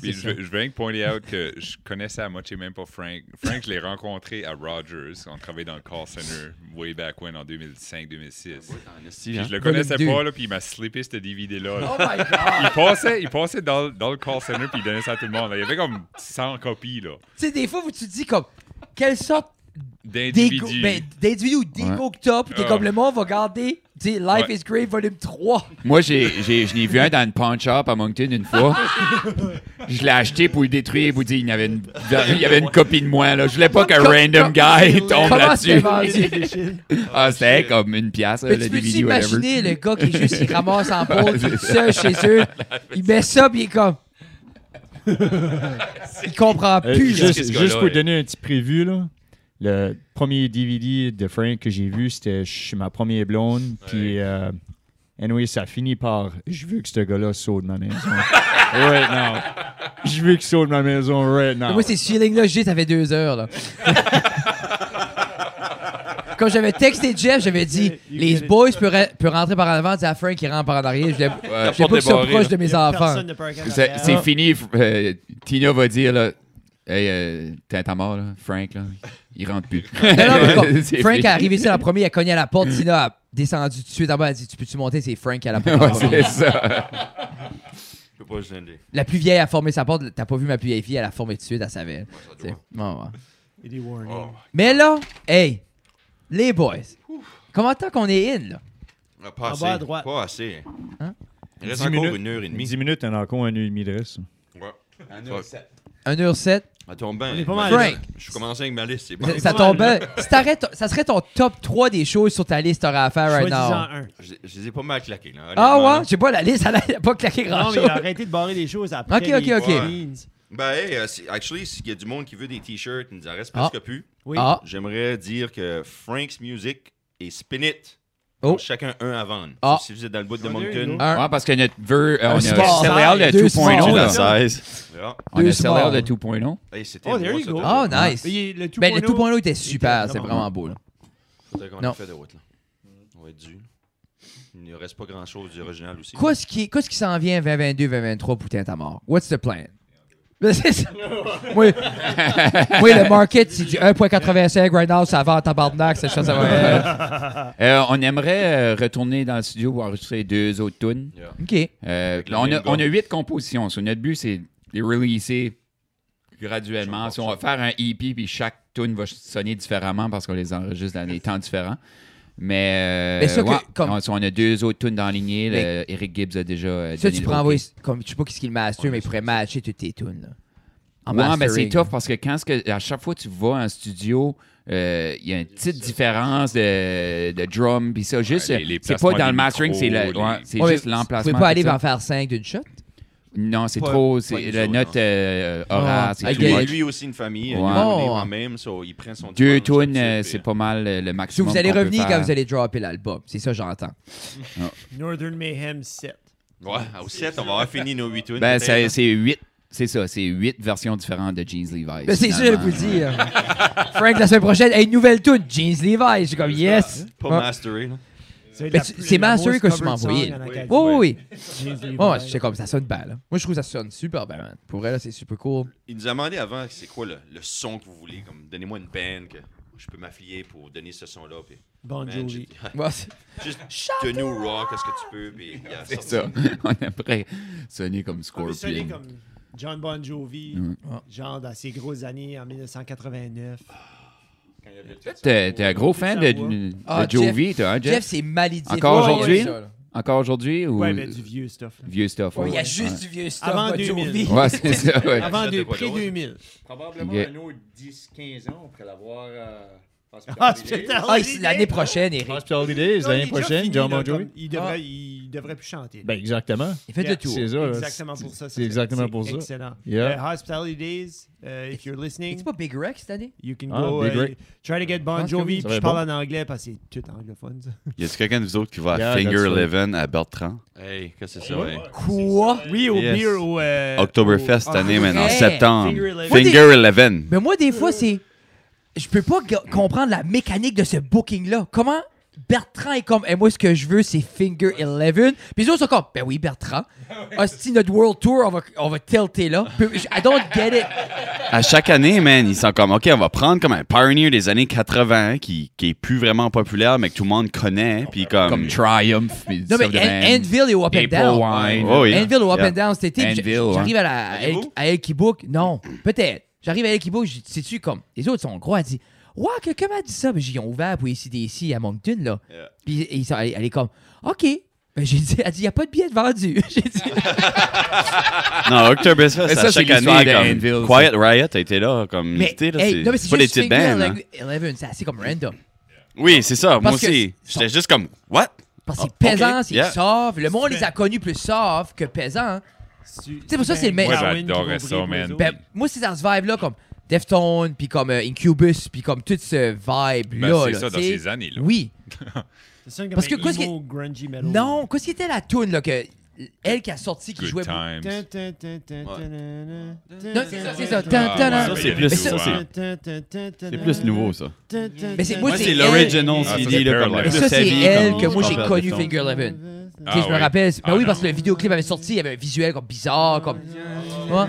Speaker 4: Puis
Speaker 2: c'est
Speaker 4: je, je veux bien pointer out que je connaissais à moitié même pas Frank. Frank, je l'ai rencontré à Rogers. On travaillait dans le call center way back when, en
Speaker 2: Ah,
Speaker 4: 2005-2006. Puis je le connaissais
Speaker 2: Volume
Speaker 4: pas, là, puis il m'a slippé ce
Speaker 2: ça.
Speaker 4: DVD-là. là.
Speaker 2: Oh my god!
Speaker 4: Il passait, il passait dans, dans le call center, puis il donnait ça à tout le monde. là. Il y avait comme 100 copies, là,
Speaker 2: (laughs) tu sais, des fois, où tu te dis comme, quelle sorte d'égo,
Speaker 4: d'individus.
Speaker 2: ben, d'individu ou d'égo que t'as, puis t'es
Speaker 4: Ah.
Speaker 2: comme, le monde va garder, tu sais, Life
Speaker 4: Ouais.
Speaker 2: is Great volume 3.
Speaker 6: Moi, j'ai, j'ai, je n'ai vu un dans une pawn shop à Moncton une fois. Je l'ai acheté pour le détruire pour dire qu'il y avait une, il y avait une copie de moi. Là. Je voulais pas qu'un
Speaker 2: Co-
Speaker 6: (laughs) random
Speaker 2: co- (laughs)
Speaker 6: guy tombe
Speaker 2: Comment c'était
Speaker 6: là-dessus. (laughs)
Speaker 2: vendu?
Speaker 6: Ah, c'était comme une pièce, là,
Speaker 2: Mais
Speaker 6: le
Speaker 2: tu peux
Speaker 6: DVD, whatever.
Speaker 2: imaginer le gars qui juste, il ramasse
Speaker 6: (laughs)
Speaker 2: en pause tout seul chez eux, il met ça, puis il est comme... il comprend
Speaker 7: Euh,
Speaker 2: plus, là.
Speaker 7: juste,
Speaker 5: Qu'est-ce que
Speaker 7: juste
Speaker 5: là,
Speaker 7: pour
Speaker 5: euh?
Speaker 7: donner un petit prévu, là, le premier DVD de Frank que j'ai vu, c'était chez ma première blonde. Puis, euh, anyway, ça finit par Je veux que ce gars-là saute de
Speaker 5: (laughs)
Speaker 7: ma maison. right now. Je veux qu'il saute de ma maison right
Speaker 6: Ah
Speaker 7: now.
Speaker 2: Moi, ces feelings-là, j'ai, ça fait deux heures,
Speaker 6: (laughs)
Speaker 2: là. Quand j'avais texté Jeff, j'avais dit Les boys peuvent peuvent rentrer par en avant, dire à Frank qui rentre par en arrière. Je voulais,
Speaker 6: Euh,
Speaker 2: je voulais pas
Speaker 5: porte
Speaker 2: qu'ils soient
Speaker 5: débarrée,
Speaker 2: proches
Speaker 5: là.
Speaker 2: de mes
Speaker 1: Personne
Speaker 2: enfants.
Speaker 1: ne peut regarder
Speaker 6: C'est,
Speaker 1: la
Speaker 6: c'est fini. f- euh, Tina va dire là, Hey, euh, t'es à mort, là, Frank, là. Il rentre plus.
Speaker 2: Non, non, mais comme,
Speaker 6: (laughs) C'est
Speaker 2: Frank est
Speaker 6: fini.
Speaker 2: arrivé ici en premier, il a cogné à la porte, Tina a descendu tout de suite en bas, elle a dit Tu peux-tu monter C'est Frank
Speaker 6: (laughs)
Speaker 2: qui a la porte.
Speaker 6: Ouais, c'est ça.
Speaker 5: Je peux pas se gêner.
Speaker 2: La plus vieille a formé sa porte, t'as pas vu ma plus vieille fille, elle a formé tout de suite, elle savait.
Speaker 5: Ça
Speaker 2: tu sais.
Speaker 5: doit. Oh,
Speaker 2: Ouais, ouais.
Speaker 1: Et des warnings.
Speaker 2: Mais là, hey, les boys, comment tant qu'on est in là
Speaker 5: Ah, Pas
Speaker 1: En
Speaker 5: assez.
Speaker 1: bas à droite.
Speaker 5: Pas assez.
Speaker 2: Hein?
Speaker 5: Il reste
Speaker 7: 10
Speaker 5: encore
Speaker 7: minutes.
Speaker 5: une heure et demie.
Speaker 7: 10 minutes, on a encore un heure et demie de reste.
Speaker 5: Ouais. Ça-
Speaker 2: 1h07,
Speaker 5: Ça tombe bien.
Speaker 1: est pas mal.
Speaker 2: Frank.
Speaker 5: Je suis commencé avec ma liste. C'est bon.
Speaker 2: ça, ça
Speaker 1: pas mal,
Speaker 2: tombe bien. Si t'arrêtes, ça serait ton top 3 des choses sur ta liste que t'aurais à faire right
Speaker 1: Choisis-en
Speaker 2: now.
Speaker 1: un.
Speaker 5: Je je les ai pas mal claqués. là,
Speaker 2: Ah
Speaker 5: honnêtement,
Speaker 2: ouais, j'ai pas la liste, elle a pas claqué
Speaker 1: Non,
Speaker 2: grand
Speaker 1: mais
Speaker 2: chose.
Speaker 1: il a arrêté de barrer des choses après.
Speaker 2: Ok, ok,
Speaker 1: les
Speaker 2: ok.
Speaker 1: warnings.
Speaker 5: Ben, hey, euh, c'est- actually, s'il y a du monde qui veut des t-shirts, il nous en reste presque plus.
Speaker 1: Oui.
Speaker 2: Ah,
Speaker 5: J'aimerais dire que Frank's Music et Spin It
Speaker 2: Oh.
Speaker 5: ont chacun un à vendre.
Speaker 2: Ah.
Speaker 5: Si vous êtes dans le bout de
Speaker 1: J'en ai
Speaker 5: Moncton,
Speaker 1: une,
Speaker 2: un.
Speaker 6: Ouais, parce que notre vœu, euh, on a
Speaker 2: sport.
Speaker 6: sell-out de
Speaker 2: Deux
Speaker 6: 2.0.
Speaker 2: sports.
Speaker 8: la
Speaker 6: là.
Speaker 1: ça.
Speaker 8: 16.
Speaker 5: voilà.
Speaker 6: On
Speaker 2: Deux
Speaker 6: a sell-out de
Speaker 2: sports.
Speaker 6: 2.0.
Speaker 5: Ah. Hey, c'était
Speaker 1: Oh,
Speaker 5: bon,
Speaker 1: there you
Speaker 5: ça,
Speaker 1: go.
Speaker 6: Ah,
Speaker 5: toi.
Speaker 2: Oh, nice.
Speaker 1: Il est- Le oh, 2.0
Speaker 2: Ben, le 2.0 était
Speaker 1: était
Speaker 2: super, c'est
Speaker 1: vraiment
Speaker 2: vraiment beau. Là.
Speaker 5: Peut-être qu'on
Speaker 2: Non.
Speaker 5: a fait de route, là. On va être dû. Il ne reste pas grand-chose du original aussi.
Speaker 2: Qu'est-ce qui qu'est-ce qui s'en vient 2022, 2023 pour ta mort? What's the plan? (laughs) Ben, c'est ça. Oui. oui, le market, c'est du 1.85 right now, ça va en tabarnak, cette chose, ça va.
Speaker 6: Euh, on aimerait euh, retourner dans le studio pour enregistrer deux autres tunes.
Speaker 5: Yeah.
Speaker 2: OK.
Speaker 6: Euh,
Speaker 5: Avec le
Speaker 6: on,
Speaker 5: même
Speaker 6: a,
Speaker 5: gars.
Speaker 6: on a huit compositions. So, notre but, c'est de les releaser graduellement. Si on va faire un EP, puis chaque tune va sonner différemment parce qu'on les enregistre dans des temps différents. Mais, euh,
Speaker 2: Mais ça que-
Speaker 6: ouais,
Speaker 2: comme-
Speaker 6: on, so, on a deux autres tunes dans la lignée.
Speaker 2: Mais-
Speaker 6: Le- Eric Gibbs a déjà. euh,
Speaker 2: Ça,
Speaker 6: donné
Speaker 2: tu
Speaker 6: le
Speaker 2: pourrais
Speaker 6: OK.
Speaker 2: envoyer, comme, je sais pas qu'est-ce qu'il master, mais il pourrait matcher toutes tes tunes. Là. En
Speaker 6: Ouais, mais c'est
Speaker 2: mastering.
Speaker 6: tough parce que quand ce que, à chaque fois que tu vas en studio, euh, il y a une petite différence de, de drum, puis ça, juste,
Speaker 4: les- les
Speaker 6: euh, c'est
Speaker 4: placements
Speaker 6: pas dans
Speaker 4: des
Speaker 6: le mastering,
Speaker 4: micros,
Speaker 6: c'est le-
Speaker 4: les-
Speaker 6: ouais, c'est
Speaker 2: Ouais,
Speaker 6: juste
Speaker 2: mais
Speaker 6: l'emplacement.
Speaker 2: Tu pouvais pas aller
Speaker 6: tout ça.
Speaker 2: en faire 5 d'une shot?
Speaker 6: Non, c'est
Speaker 5: Pas-
Speaker 6: trop,
Speaker 5: pas
Speaker 6: c'est
Speaker 5: une
Speaker 6: la
Speaker 5: chose,
Speaker 6: note
Speaker 5: non.
Speaker 6: euh, horaire,
Speaker 2: Ah,
Speaker 6: c'est
Speaker 2: ok.
Speaker 6: too
Speaker 5: Lui,
Speaker 6: much.
Speaker 5: lui aussi, une famille.
Speaker 6: Ouais.
Speaker 5: Il en est
Speaker 2: Oh.
Speaker 5: en même, so, il prend son
Speaker 6: Deux
Speaker 5: dimanche
Speaker 6: tunes,
Speaker 5: là-dessus,
Speaker 6: euh,
Speaker 5: puis,
Speaker 6: c'est
Speaker 5: euh,
Speaker 6: pas mal le, le
Speaker 2: Si
Speaker 6: maximum.
Speaker 2: vous allez
Speaker 6: qu'on peut
Speaker 2: revenir
Speaker 6: faire.
Speaker 2: quand vous allez dropper l'album. C'est ça, j'entends. oh.
Speaker 1: Northern Mayhem 7.
Speaker 5: Ouais, au 7, on va avoir fini nos 8 tunes.
Speaker 6: Ben,
Speaker 5: peut-être,
Speaker 6: c'est
Speaker 5: là.
Speaker 6: c'est huit. C'est ça, c'est huit versions différentes de Jeans Levi's.
Speaker 2: Mais Ben, c'est ça, je
Speaker 6: finalement.
Speaker 2: vous dis. euh, (laughs) Frank, la semaine prochaine, hey, une nouvelle tune, Jeans Levi. J'ai comme, yes.
Speaker 5: Pas
Speaker 2: Ouais.
Speaker 5: masteré, là.
Speaker 1: C'est
Speaker 2: Mais
Speaker 1: hein. la
Speaker 2: tu-
Speaker 1: plus-
Speaker 2: Ben, c'est
Speaker 1: la
Speaker 2: masteré
Speaker 1: most
Speaker 2: que tu
Speaker 1: covered
Speaker 2: m'as
Speaker 1: song
Speaker 2: envoyé.
Speaker 1: en
Speaker 5: Oui.
Speaker 1: Acadie.
Speaker 2: Oui, oui, oui.
Speaker 1: James Lee
Speaker 2: Moi,
Speaker 1: Bryan.
Speaker 2: c'est comme ça sonne bien. Là. Moi, je trouve que ça sonne super bien, man. Pour vrai, là, c'est super cool.
Speaker 5: Il nous a demandé avant c'est quoi le, le son que vous voulez. Comme, donnez-moi une band que je peux m'affilier pour donner ce son-là. Puis,
Speaker 1: Bon
Speaker 5: man,
Speaker 1: Jovi.
Speaker 5: j'ai- (laughs)
Speaker 2: Ouais, c'est-
Speaker 5: Juste tenu raw, qu'est-ce que tu peux.
Speaker 8: (laughs)
Speaker 5: Puis, il a
Speaker 6: C'est
Speaker 5: sorti-
Speaker 6: ça. (laughs) On aimerait sonner comme Scorpion.
Speaker 1: Ah, Mais ça, il est comme John Bon Jovi,
Speaker 2: Mm.
Speaker 1: genre dans ses grosses années en 1989.
Speaker 6: T'es t'es un gros fan de,
Speaker 1: hein?
Speaker 6: de
Speaker 2: Ah,
Speaker 6: Jovi, toi, hein, Jeff?
Speaker 2: Jeff, c'est malédique.
Speaker 6: Encore
Speaker 2: Ouais,
Speaker 6: aujourd'hui?
Speaker 2: ouais, ça, là.
Speaker 6: Encore aujourd'hui ou
Speaker 1: Ouais, ben du vieux stuff. là.
Speaker 6: vieux stuff?
Speaker 2: Ouais,
Speaker 6: ouais.
Speaker 2: Il y a juste du vieux stuff.
Speaker 1: Avant
Speaker 2: pas de
Speaker 1: 2000.
Speaker 2: Jovi.
Speaker 6: Ouais, c'est ça,
Speaker 2: (laughs)
Speaker 6: ouais.
Speaker 1: Avant de
Speaker 5: Achète pas
Speaker 1: près
Speaker 5: d'autres.
Speaker 1: 2000.
Speaker 9: Probablement
Speaker 6: Ok.
Speaker 9: un autre 10-15 ans après l'avoir
Speaker 7: Ah,
Speaker 9: euh, hospitalisé.
Speaker 1: Hospital
Speaker 2: Ah,
Speaker 1: Holiday.
Speaker 2: l'année prochaine, Eric.
Speaker 7: Hospital Days,
Speaker 1: Non, il est
Speaker 7: l'année
Speaker 1: déjà
Speaker 7: prochaine,
Speaker 1: fini,
Speaker 7: John
Speaker 1: là,
Speaker 7: Bon Jovi.
Speaker 1: comme Il
Speaker 8: Ah.
Speaker 1: devrait, il devrait plus chanter. là.
Speaker 7: Ben, exactement.
Speaker 2: Il fait
Speaker 1: Yeah,
Speaker 2: le tour.
Speaker 7: C'est ça. là.
Speaker 1: exactement pour ça. ça,
Speaker 7: C'est exactement pour ça.
Speaker 1: Excellent.
Speaker 7: Yeah.
Speaker 1: Euh, Hospitality Days, euh, if you're
Speaker 2: C'est
Speaker 1: listening,
Speaker 2: pas Big Rex cette année?
Speaker 1: you can
Speaker 7: Ah,
Speaker 1: go
Speaker 7: Big
Speaker 1: euh,
Speaker 7: Rick.
Speaker 1: try to get
Speaker 2: Je
Speaker 1: Bon
Speaker 2: pense que oui.
Speaker 1: Jovi.
Speaker 7: Ça
Speaker 1: Puis
Speaker 7: va
Speaker 1: je
Speaker 7: être
Speaker 1: parle en anglais parce que c'est tout anglophone.
Speaker 2: (laughs)
Speaker 1: ça.
Speaker 8: Y a-t-il quelqu'un de vous autres qui va à
Speaker 7: Yeah,
Speaker 8: Finger
Speaker 7: that's right.
Speaker 8: Eleven à Bertrand?
Speaker 5: Hey, qu'est-ce que c'est ça? hey?
Speaker 2: Quoi?
Speaker 1: Oui, au
Speaker 8: Yes.
Speaker 1: beer, au. euh,
Speaker 8: Oktoberfest
Speaker 1: au-
Speaker 8: cette année
Speaker 1: au-
Speaker 8: maintenant, en
Speaker 2: Hey!
Speaker 8: septembre.
Speaker 1: Finger Eleven.
Speaker 2: Moi,
Speaker 8: Finger Eleven.
Speaker 2: Mais moi, des fois, c'est. Je peux pas ga- comprendre la mécanique de ce booking-là. Comment Bertrand est comme. Et moi, ce que je veux, c'est Finger 11. Puis les autres sont comme. Ben oui, Bertrand. Hostie, notre World Tour, on va, on va tilter là. Peu- je- I don't get it.
Speaker 8: À chaque année, man, ils sont comme, OK, on va prendre comme un pioneer des années 80 qui, qui est plus vraiment populaire, mais que tout le monde connaît. Puis comme.
Speaker 6: Comme Triumph. puis
Speaker 2: Non, mais
Speaker 6: stuff de
Speaker 2: An-
Speaker 6: même.
Speaker 2: Anvil est au Up and
Speaker 6: April
Speaker 2: Down.
Speaker 6: Wine.
Speaker 8: Oh, oui.
Speaker 2: Anvil au Up
Speaker 8: Yeah. hein.
Speaker 2: and Down cet été. puis
Speaker 6: Anvil,
Speaker 2: j-
Speaker 6: ouais.
Speaker 2: J'arrive à, la, à,
Speaker 5: Allez-vous?
Speaker 2: El- à El Kibouk. Non, peut-être. J'arrive à El Kibouk, je dis, sais-tu, comme. Les autres sont gros, elle dit. Ouais, quelqu'un m'a dit ça. Mais j'ai ouvert pour ici d'ici à Moncton, là.
Speaker 5: Yeah.
Speaker 2: Puis ils sont, elle, elle est comme. OK. Ben, j'ai dit, elle dit, il n'y a pas de billets de vendu. (laughs) J'ai dit,
Speaker 8: Non, Oktoberfest,
Speaker 6: Mais ça,
Speaker 8: à
Speaker 6: c'est
Speaker 8: chaque
Speaker 6: l'histoire
Speaker 8: année,
Speaker 6: de
Speaker 8: comme
Speaker 6: Anvil, ça.
Speaker 8: Quiet Riot a été là, comme
Speaker 2: mais,
Speaker 8: invité, là,
Speaker 2: hey,
Speaker 8: c'est
Speaker 2: non, mais
Speaker 8: c'est
Speaker 2: c'est
Speaker 8: pas des
Speaker 2: juste
Speaker 8: petites
Speaker 2: Finger
Speaker 8: bandes. hein.
Speaker 2: Eleven, c'est assez comme random.
Speaker 8: Oui, c'est ça, moi
Speaker 2: Parce que
Speaker 8: aussi.
Speaker 2: c'est-
Speaker 8: J'étais juste comme, what?
Speaker 2: Parce que c'est
Speaker 8: Ah, ok,
Speaker 2: pesant, c'est
Speaker 8: yeah.
Speaker 2: soft. Le monde
Speaker 1: C'est
Speaker 2: les a connus plus soft que pesant.
Speaker 1: Tu
Speaker 2: sais, pour ça, c'est le meilleur.
Speaker 4: Moi, j'adorais ça, man.
Speaker 2: Ben, moi, c'est dans ce vibe-là, comme Deftone, puis comme euh, Incubus, puis comme tout ce
Speaker 4: Ben,
Speaker 2: vibe-là.
Speaker 4: c'est
Speaker 2: là,
Speaker 4: ça, dans
Speaker 2: tu sais.
Speaker 4: ces années-là.
Speaker 2: Oui.
Speaker 1: Parce
Speaker 2: Parce
Speaker 1: que
Speaker 2: que quoi, ce qui-
Speaker 1: grungy metal.
Speaker 2: Non, qu'est-ce qui était la toune, là, que elle qui a sorti, qui
Speaker 4: Good
Speaker 2: jouait.
Speaker 4: times.
Speaker 1: Tan, tan, tan, tan, tan, nan, nan.
Speaker 2: Non, c'est ça, c'est
Speaker 1: Tan,
Speaker 2: ça.
Speaker 1: tan,
Speaker 2: Tan, tan,
Speaker 4: Ah,
Speaker 2: tan.
Speaker 4: ouais,
Speaker 8: Ça,
Speaker 4: mais
Speaker 8: c'est
Speaker 4: il y
Speaker 8: plus-
Speaker 4: avait
Speaker 2: ça,
Speaker 4: souvent.
Speaker 8: c'est-
Speaker 1: tan, tan, tan, tan,
Speaker 8: C'est plus
Speaker 1: nan.
Speaker 8: nouveau, ça.
Speaker 1: Tan, tan,
Speaker 2: Mais c'est-
Speaker 1: tan,
Speaker 2: moi,
Speaker 8: Moi,
Speaker 2: c'est
Speaker 8: c'est
Speaker 2: elle.
Speaker 8: l'original
Speaker 4: Ah, ça,
Speaker 8: CD,
Speaker 4: c'est
Speaker 8: là,
Speaker 4: Pearl
Speaker 8: comme le
Speaker 4: Harbor.
Speaker 8: plus
Speaker 2: Ça, c'est
Speaker 8: heavy,
Speaker 2: elle
Speaker 8: comme-
Speaker 2: que moi,
Speaker 8: comme
Speaker 2: j'ai
Speaker 8: Pearl
Speaker 2: connue,
Speaker 8: Harbor.
Speaker 2: Finger Eleven.
Speaker 1: tan.
Speaker 4: Ah,
Speaker 2: Tu sais, je me
Speaker 4: oui.
Speaker 2: rappelle. Ben
Speaker 4: Ah,
Speaker 2: oui, parce
Speaker 4: non.
Speaker 2: que le vidéoclip avait sorti, il y avait un visuel comme bizarre, comme. Ouais. Mhm.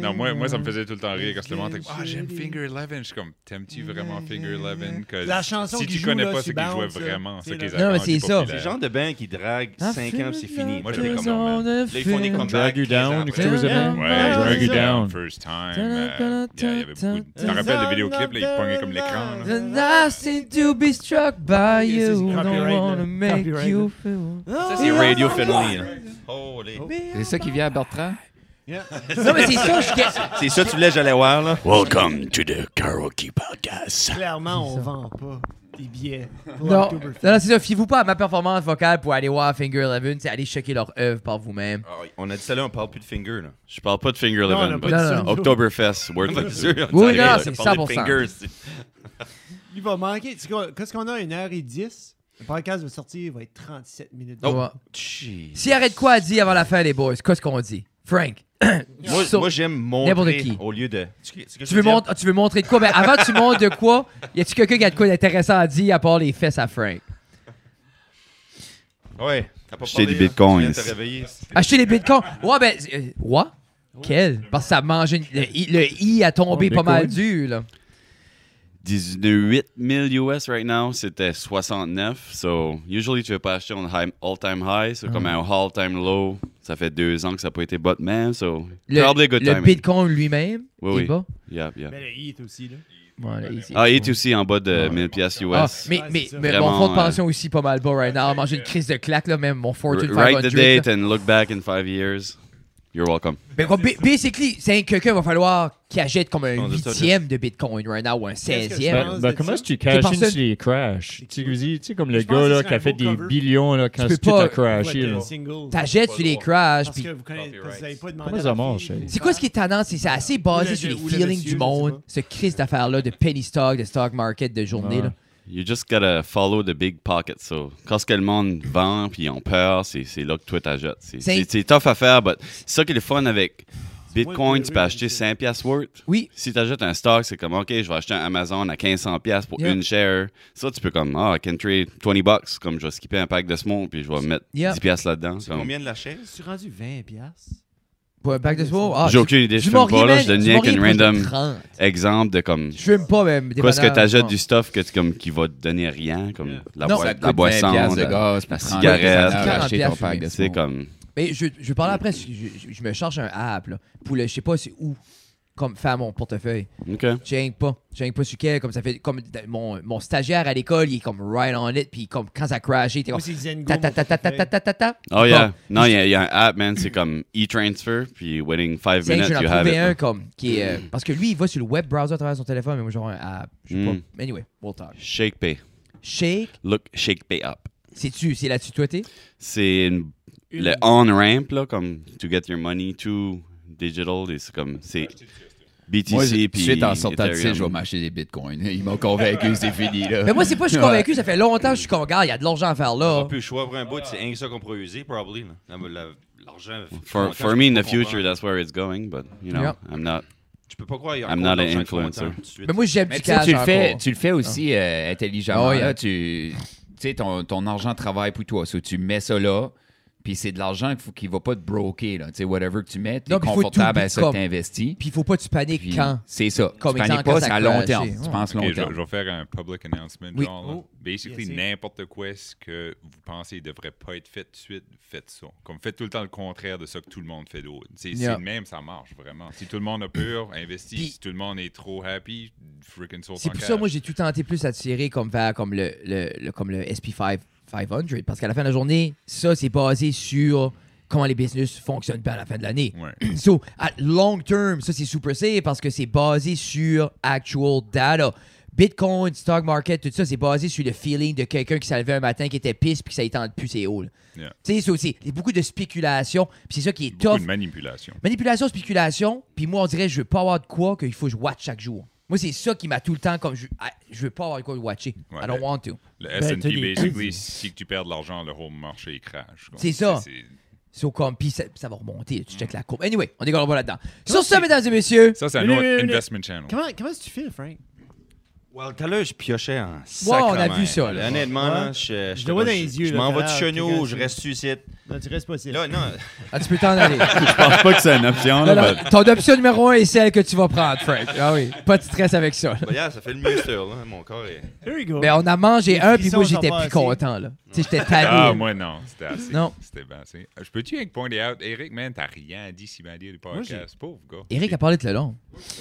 Speaker 4: Non, moi, moi, ça me faisait tout le temps rire quand le monde était comme, Ah, j'aime Finger Eleven. Je suis comme T'aimes-tu vraiment Finger Eleven? Que
Speaker 1: La chanson
Speaker 4: Si tu
Speaker 1: qu'ils jouent,
Speaker 4: connais
Speaker 1: là,
Speaker 4: pas
Speaker 1: sur
Speaker 4: ce qu'ils jouaient
Speaker 1: Bounce, là,
Speaker 4: vraiment,
Speaker 1: c'est
Speaker 4: c'est qu'ils
Speaker 1: là.
Speaker 4: avaient
Speaker 2: Non, mais
Speaker 4: rendu
Speaker 2: c'est ça.
Speaker 5: C'est
Speaker 4: populaire.
Speaker 5: le genre de band qui drague
Speaker 2: Ah,
Speaker 5: 5 ans, puis c'est fini.
Speaker 4: Moi,
Speaker 5: Moi,
Speaker 4: j'étais comme euh, non, man.
Speaker 5: Là, ils font des comebacks.
Speaker 7: Drag You
Speaker 5: 15 ans
Speaker 7: Down,
Speaker 5: après.
Speaker 7: Cruise the Band.
Speaker 4: Ouais,
Speaker 1: Ah,
Speaker 4: Drag
Speaker 1: c'est
Speaker 4: You
Speaker 1: ça.
Speaker 4: Down, First Time. euh, yeah, il y avait beaucoup de- Tu te rappelles le vidéoclip, là, il pognait comme l'écran. là.
Speaker 2: nothing to be struck by
Speaker 1: Yeah, c'est
Speaker 2: you.
Speaker 1: copyright,
Speaker 2: Don't
Speaker 1: là.
Speaker 2: wanna make
Speaker 1: Copyright,
Speaker 2: you feel.
Speaker 1: Ah!
Speaker 5: Ça, c'est Radio hein. Finley. là. Holy.
Speaker 6: C'est ça qui vient à Bertrand?
Speaker 2: (laughs) Non, mais c'est ça, je guess.
Speaker 5: C'est ça, tu voulais, j'allais voir, là.
Speaker 8: Welcome to the Karaoke Podcast.
Speaker 1: Clairement, on vend pas des billets pour
Speaker 2: Non, non,
Speaker 1: Oktoberfest.
Speaker 2: non, c'est ça. Fiez-vous pas à ma performance vocale pour aller voir Finger Eleven. C'est aller checker leur œuvre par vous-même.
Speaker 5: Ah oui, On a dit ça là, on parle plus de finger, là.
Speaker 8: Je parle pas de Finger
Speaker 1: Non, on
Speaker 8: Eleven.
Speaker 1: a pas
Speaker 8: but
Speaker 1: dit
Speaker 2: non,
Speaker 1: ça.
Speaker 2: non.
Speaker 1: Joe.
Speaker 8: Oktoberfest,
Speaker 2: (laughs)
Speaker 8: we're
Speaker 2: Oui, non,
Speaker 8: là,
Speaker 2: c'est
Speaker 8: parle des
Speaker 2: 100%.
Speaker 8: fingers, c'est-
Speaker 1: Il va manquer. Tu sais, Qu'est-ce qu'on a? Une heure et dix? Le podcast va sortir, il va être 37 minutes.
Speaker 2: Ouais.
Speaker 5: Jeez.
Speaker 2: S'il arrête quoi à dire avant la fin, les boys, qu'est-ce qu'on dit? (coughs) Frank,
Speaker 5: Moi,
Speaker 2: So-
Speaker 5: moi, j'aime
Speaker 2: N'importe
Speaker 5: montrer
Speaker 2: qui.
Speaker 5: au lieu de. Tu, tu-
Speaker 2: tu veux,
Speaker 5: dire?
Speaker 2: mont- tu veux montrer de quoi? Ben, avant, tu montres de quoi? Y a-tu quelqu'un qui a de quoi d'intéressant à dire à part les fesses à Frank?
Speaker 5: Ouais. T'as pas
Speaker 8: Acheter
Speaker 5: parlé,
Speaker 8: des
Speaker 5: là.
Speaker 8: bitcoins.
Speaker 5: Tu viens de te réveiller.
Speaker 2: Acheter les bitcoins. Ouais, ben. euh, ouais? Quel? Parce que ça mange une- le, i, le i a tombé
Speaker 7: Oh,
Speaker 2: pas mal
Speaker 7: Bitcoin.
Speaker 2: dur, là.
Speaker 8: 18 000 US right now, c'était 69. So, usually, tu veux pas acheter un high- all-time high. So, comme un
Speaker 2: Mm.
Speaker 8: all-time low, ça fait deux ans que ça n'a pas été bot man. So,
Speaker 2: Le,
Speaker 8: probably good
Speaker 2: le
Speaker 8: timing.
Speaker 2: bitcoin lui-même.
Speaker 8: Oui,
Speaker 2: il est
Speaker 8: oui.
Speaker 2: bas.
Speaker 8: Yeah, yeah.
Speaker 1: Mais Ben, le hit aussi, là.
Speaker 2: Ouais, là, il-
Speaker 8: Ah, est aussi en bas de 1000 piastres US.
Speaker 2: Ah, mais,
Speaker 1: Ouais,
Speaker 2: mais,
Speaker 1: c'est ça.
Speaker 2: mais mon
Speaker 8: Vraiment,
Speaker 2: fonds de
Speaker 8: euh,
Speaker 2: pension aussi pas mal bas right now. Manger une crise de claque, là, même mon
Speaker 8: R-
Speaker 2: Fortune 500.
Speaker 8: Write
Speaker 2: là.
Speaker 8: the date and look back in five years. You're welcome.
Speaker 2: Ben, quoi, ba- basically, c'est un quelqu'un va falloir qui achète comme un
Speaker 5: On dit ça,
Speaker 2: huitième de Bitcoin right now ou un
Speaker 1: Qu'est-ce que
Speaker 2: seizième.
Speaker 1: ça?
Speaker 7: Ben,
Speaker 1: pense
Speaker 7: ben,
Speaker 1: de
Speaker 7: comment
Speaker 1: ça.
Speaker 7: est-ce que tu cash in
Speaker 2: personne-
Speaker 7: sur les crashs? Tu sais, je veux dire, tu sais, comme le
Speaker 1: Je pense que
Speaker 7: gars
Speaker 1: ce
Speaker 7: là,
Speaker 1: serait
Speaker 7: qui
Speaker 1: un
Speaker 7: a fait
Speaker 1: beau
Speaker 7: des
Speaker 1: cover.
Speaker 7: billions là, quand
Speaker 2: Tu peux
Speaker 7: tout
Speaker 2: pas-
Speaker 7: a crashé.
Speaker 1: Ouais,
Speaker 7: là.
Speaker 1: un single.
Speaker 2: T'achètes sur les crashs.
Speaker 1: Parce
Speaker 2: puis-
Speaker 1: que vous connaissez, parce que vous avez pas demandé.
Speaker 7: Comment
Speaker 1: à
Speaker 7: ça
Speaker 1: la
Speaker 7: marche,
Speaker 1: fille,
Speaker 7: elle?
Speaker 1: les
Speaker 2: C'est quoi ce qui est tendance? C'est c'est assez
Speaker 1: Ou
Speaker 2: basé
Speaker 1: le-
Speaker 2: sur
Speaker 1: ou
Speaker 2: les
Speaker 1: le
Speaker 2: feelings
Speaker 1: monsieur,
Speaker 2: du
Speaker 1: je
Speaker 2: monde, ce crise d'affaires-là de penny stock, de stock market, de journée.
Speaker 7: Ouais.
Speaker 2: Là.
Speaker 8: You just gotta follow the big pocket. So, quand ce que le monde vend puis ils ont peur, c'est c'est là que toi t'ajoutes. C'est-
Speaker 2: C'est-
Speaker 8: C'est c'est tough à faire, mais c'est ça qui est le fun avec
Speaker 1: moins
Speaker 8: Bitcoin. Tu peux
Speaker 1: peureux,
Speaker 8: acheter
Speaker 1: c'est-
Speaker 8: 5 piastres worth.
Speaker 2: Oui.
Speaker 8: Si t'ajoutes un stock, c'est comme, OK, je vais acheter un Amazon à 1500 piastres pour
Speaker 2: Yeah.
Speaker 8: une share. Ça, tu peux comme, ah, I can trade 20 bucks. Comme je vais skipper un pack de small puis je vais mettre
Speaker 2: Yeah.
Speaker 8: 10 piastres là-dedans.
Speaker 5: C'est
Speaker 8: Comme-
Speaker 5: combien de la chaise?
Speaker 1: Tu es rendu 20 piastres?
Speaker 2: Pour un pack de soi. Ah,
Speaker 8: J'ai aucune idée.
Speaker 2: du
Speaker 8: Je fume pas, là.
Speaker 2: Maurienne-
Speaker 8: Je donne
Speaker 2: du
Speaker 8: rien qu'un
Speaker 2: Maurienne,
Speaker 8: random
Speaker 2: plus de 30.
Speaker 8: exemple de comme
Speaker 2: Je fume pas, même.
Speaker 8: Quoi, est-ce que
Speaker 2: dépendant-
Speaker 8: t'achètes du stuff que tu, comme, qui va te donner rien, comme la,
Speaker 2: Non,
Speaker 8: boi-
Speaker 2: ça
Speaker 8: la boisson,
Speaker 6: piastres de
Speaker 8: la-
Speaker 6: gaz,
Speaker 8: la
Speaker 6: puis 30
Speaker 8: cigarette,
Speaker 6: piastres à acheter ton
Speaker 2: 40
Speaker 6: pack de
Speaker 8: tu sais,
Speaker 6: smoke.
Speaker 8: comme...
Speaker 2: Mais je, je parle après, je, je- je me charge un app, là, pour le, je sais pas c'est où, comme faire mon portefeuille.
Speaker 8: OK.
Speaker 2: Je hang pas. Je hang pas sur quel, comme ça fait, comme d- mon, mon stagiaire à l'école, il est comme right on it, puis comme quand ça crashait, t'es
Speaker 1: Moi,
Speaker 2: comme
Speaker 1: c'est Zengo.
Speaker 2: ta ta ta ta ta ta ta ta ta.
Speaker 6: Ah,
Speaker 8: Oh, yeah.
Speaker 2: Bon,
Speaker 8: non, il y, a- il y a un app, man, c'est comme e-transfer, puis waiting five
Speaker 2: Tiens,
Speaker 8: minutes,
Speaker 2: je vais
Speaker 8: you
Speaker 2: en
Speaker 8: have
Speaker 2: trouver
Speaker 8: it.
Speaker 2: un comme qui est. euh, parce que lui, il va sur le web browser à travers son téléphone, mais moi, j'aurai un app. Je sais
Speaker 8: Mm.
Speaker 2: pas. Anyway, we'll talk.
Speaker 8: Shake Pay.
Speaker 2: Shake,
Speaker 8: Look, Shake Pay up.
Speaker 2: c'est-tu, c'est là-dessus toi, t'es?
Speaker 8: C'est une- le on-ramp, là, comme to get your money to digital, et c'est comme... C'est BTC,
Speaker 6: Moi,
Speaker 8: puis
Speaker 6: je- suite en sortant de
Speaker 8: Ethereum.
Speaker 6: site, je vais m'acheter des bitcoins. Ils m'ont (laughs) convaincu, c'est fini. Là.
Speaker 2: Mais moi, c'est pas, je suis
Speaker 6: Ouais.
Speaker 2: convaincu, ça fait longtemps que je suis comme, regarde, il y a de l'argent à faire
Speaker 5: On
Speaker 2: là.
Speaker 5: n'a plus le choix pour un bout, c'est rien que ça qu'on pourrait user, probably. là. La- la- L'argent.
Speaker 8: For,
Speaker 5: je peux
Speaker 8: for me, in
Speaker 5: pas
Speaker 8: the
Speaker 5: comprendre.
Speaker 8: future, that's where it's going, but, you know,
Speaker 2: Yeah.
Speaker 8: I'm not...
Speaker 5: Je peux pas croire. il y a
Speaker 8: I'm
Speaker 5: encore
Speaker 8: not an
Speaker 5: d'argent qui va
Speaker 8: influencer.
Speaker 5: entendre tout de suite.
Speaker 2: Mais moi, j'aime
Speaker 6: Mais
Speaker 2: du
Speaker 6: tu sais,
Speaker 2: cash
Speaker 6: tu le fais,
Speaker 2: encore.
Speaker 6: tu le fais aussi euh, intelligemment.
Speaker 2: Oh, yeah.
Speaker 6: là. tu tu sais, ton, ton argent travaille pour toi. So, tu mets ça là, puis c'est de l'argent qu'il faut- qui ne va pas te broker. Là. Tu sais, whatever que tu mets, tu
Speaker 2: Non,
Speaker 6: es
Speaker 2: puis faut
Speaker 6: confortable
Speaker 2: tout
Speaker 6: à ça que
Speaker 2: comme-
Speaker 6: tu investis.
Speaker 2: Puis il faut pas que tu paniques
Speaker 6: Puis
Speaker 2: quand.
Speaker 6: C'est ça.
Speaker 2: Comme
Speaker 6: tu paniques
Speaker 2: exemple, quand
Speaker 6: pas, c'est
Speaker 2: ça
Speaker 6: à long
Speaker 2: crashe,
Speaker 6: terme.
Speaker 2: c'est-
Speaker 6: Tu penses long
Speaker 4: Ok, je,
Speaker 6: terme.
Speaker 4: je vais faire un public announcement.
Speaker 2: Oui.
Speaker 4: Genre, là.
Speaker 1: Oh,
Speaker 4: Basically,
Speaker 1: yes, yes.
Speaker 4: n'importe quoi ce que vous pensez ne devrait pas être fait tout de suite, faites ça. Comme faites tout le temps le contraire de ça que tout le monde fait d'autre. C'est
Speaker 2: Yeah.
Speaker 4: c'est de même, ça marche vraiment. Si tout le monde a peur, investis.
Speaker 2: Puis-
Speaker 4: si tout le monde est trop happy, freaking source
Speaker 2: C'est pour ça, moi, j'ai tout tenté plus à tirer comme vers comme le, le- le- comme le SP500. Parce qu'à la fin de la journée, ça, c'est basé sur comment les business fonctionnent pas à la fin de l'année. (coughs)
Speaker 4: Ouais.
Speaker 2: So, à long term, ça, c'est super safe parce que c'est basé sur actual data. Bitcoin, stock market, tout ça, c'est basé sur le feeling de quelqu'un qui s'est levé un matin, qui était pisse, puis que ça étend plus ses hauts. là.
Speaker 4: Yeah.
Speaker 2: Tu sais, c'est aussi il y a beaucoup de spéculation, puis c'est ça qui est
Speaker 4: Beaucoup
Speaker 2: tough.
Speaker 4: de manipulation.
Speaker 2: Manipulation, spéculation, puis moi, on dirait, je veux pas avoir de quoi qu'il faut que je watch chaque jour. Moi, c'est ça qui m'a tout le temps comme je, ah, je veux pas avoir de quoi de watcher.
Speaker 4: Ouais,
Speaker 2: I don't
Speaker 4: mais-
Speaker 2: want to.
Speaker 4: Le
Speaker 1: t'as
Speaker 4: S&P,
Speaker 1: des-
Speaker 4: basically, si que tu perds de l'argent, le whole marché il crash.
Speaker 2: C'est ça.
Speaker 4: c'est-
Speaker 2: So, comme, puis ça, ça va remonter, tu check la courbe. Anyway, on décolle pas là-dedans. Sur ce, mesdames et messieurs,
Speaker 4: Ça, c'est un
Speaker 1: Mais-
Speaker 4: autre
Speaker 1: mais- mais-
Speaker 4: investment channel.
Speaker 1: Comment, comment est-ce que tu fais, Frank?
Speaker 5: Well, tout à l'heure, je piochais en
Speaker 2: on a
Speaker 5: sacrement.
Speaker 2: vu ça, là.
Speaker 5: Honnêtement,
Speaker 1: Ouais.
Speaker 5: là, je, je,
Speaker 1: Je le vois dans les
Speaker 5: je-
Speaker 1: yeux,
Speaker 5: je
Speaker 1: là,
Speaker 5: m'en
Speaker 1: tout à
Speaker 5: vais de
Speaker 1: l'heure, quelqu'un
Speaker 5: chenou, je
Speaker 1: qui-
Speaker 5: reste sur le site.
Speaker 1: Non, tu restes possible.
Speaker 5: Là, non.
Speaker 2: Ah, tu
Speaker 5: (laughs)
Speaker 2: peux t'en
Speaker 1: (laughs)
Speaker 2: aller.
Speaker 8: Je pense pas que (laughs) c'est une option, là.
Speaker 1: ben,
Speaker 2: Non, non,
Speaker 8: mais-
Speaker 2: ton option numéro un est celle que tu vas prendre, Frank. Ah oui, pas de stress avec ça. là.
Speaker 5: Ben, yeah, ça fait le mieux sur, là. Mon corps est.
Speaker 1: Here we go.
Speaker 2: Mais on a mangé
Speaker 1: Les
Speaker 2: un, puis
Speaker 1: frissons
Speaker 2: moi,
Speaker 1: sont
Speaker 2: j'étais
Speaker 1: pas
Speaker 2: plus
Speaker 1: assez.
Speaker 2: content, là. Tu sais, j'étais tanné.
Speaker 4: Ah, moi, non. C'était assez.
Speaker 2: Non.
Speaker 4: C'était bien assez. Euh, Je peux-tu rien que pointer out? Eric, man, t'as rien dit si mal dit du podcast. Pauvre gars.
Speaker 2: Eric a parlé tout le long.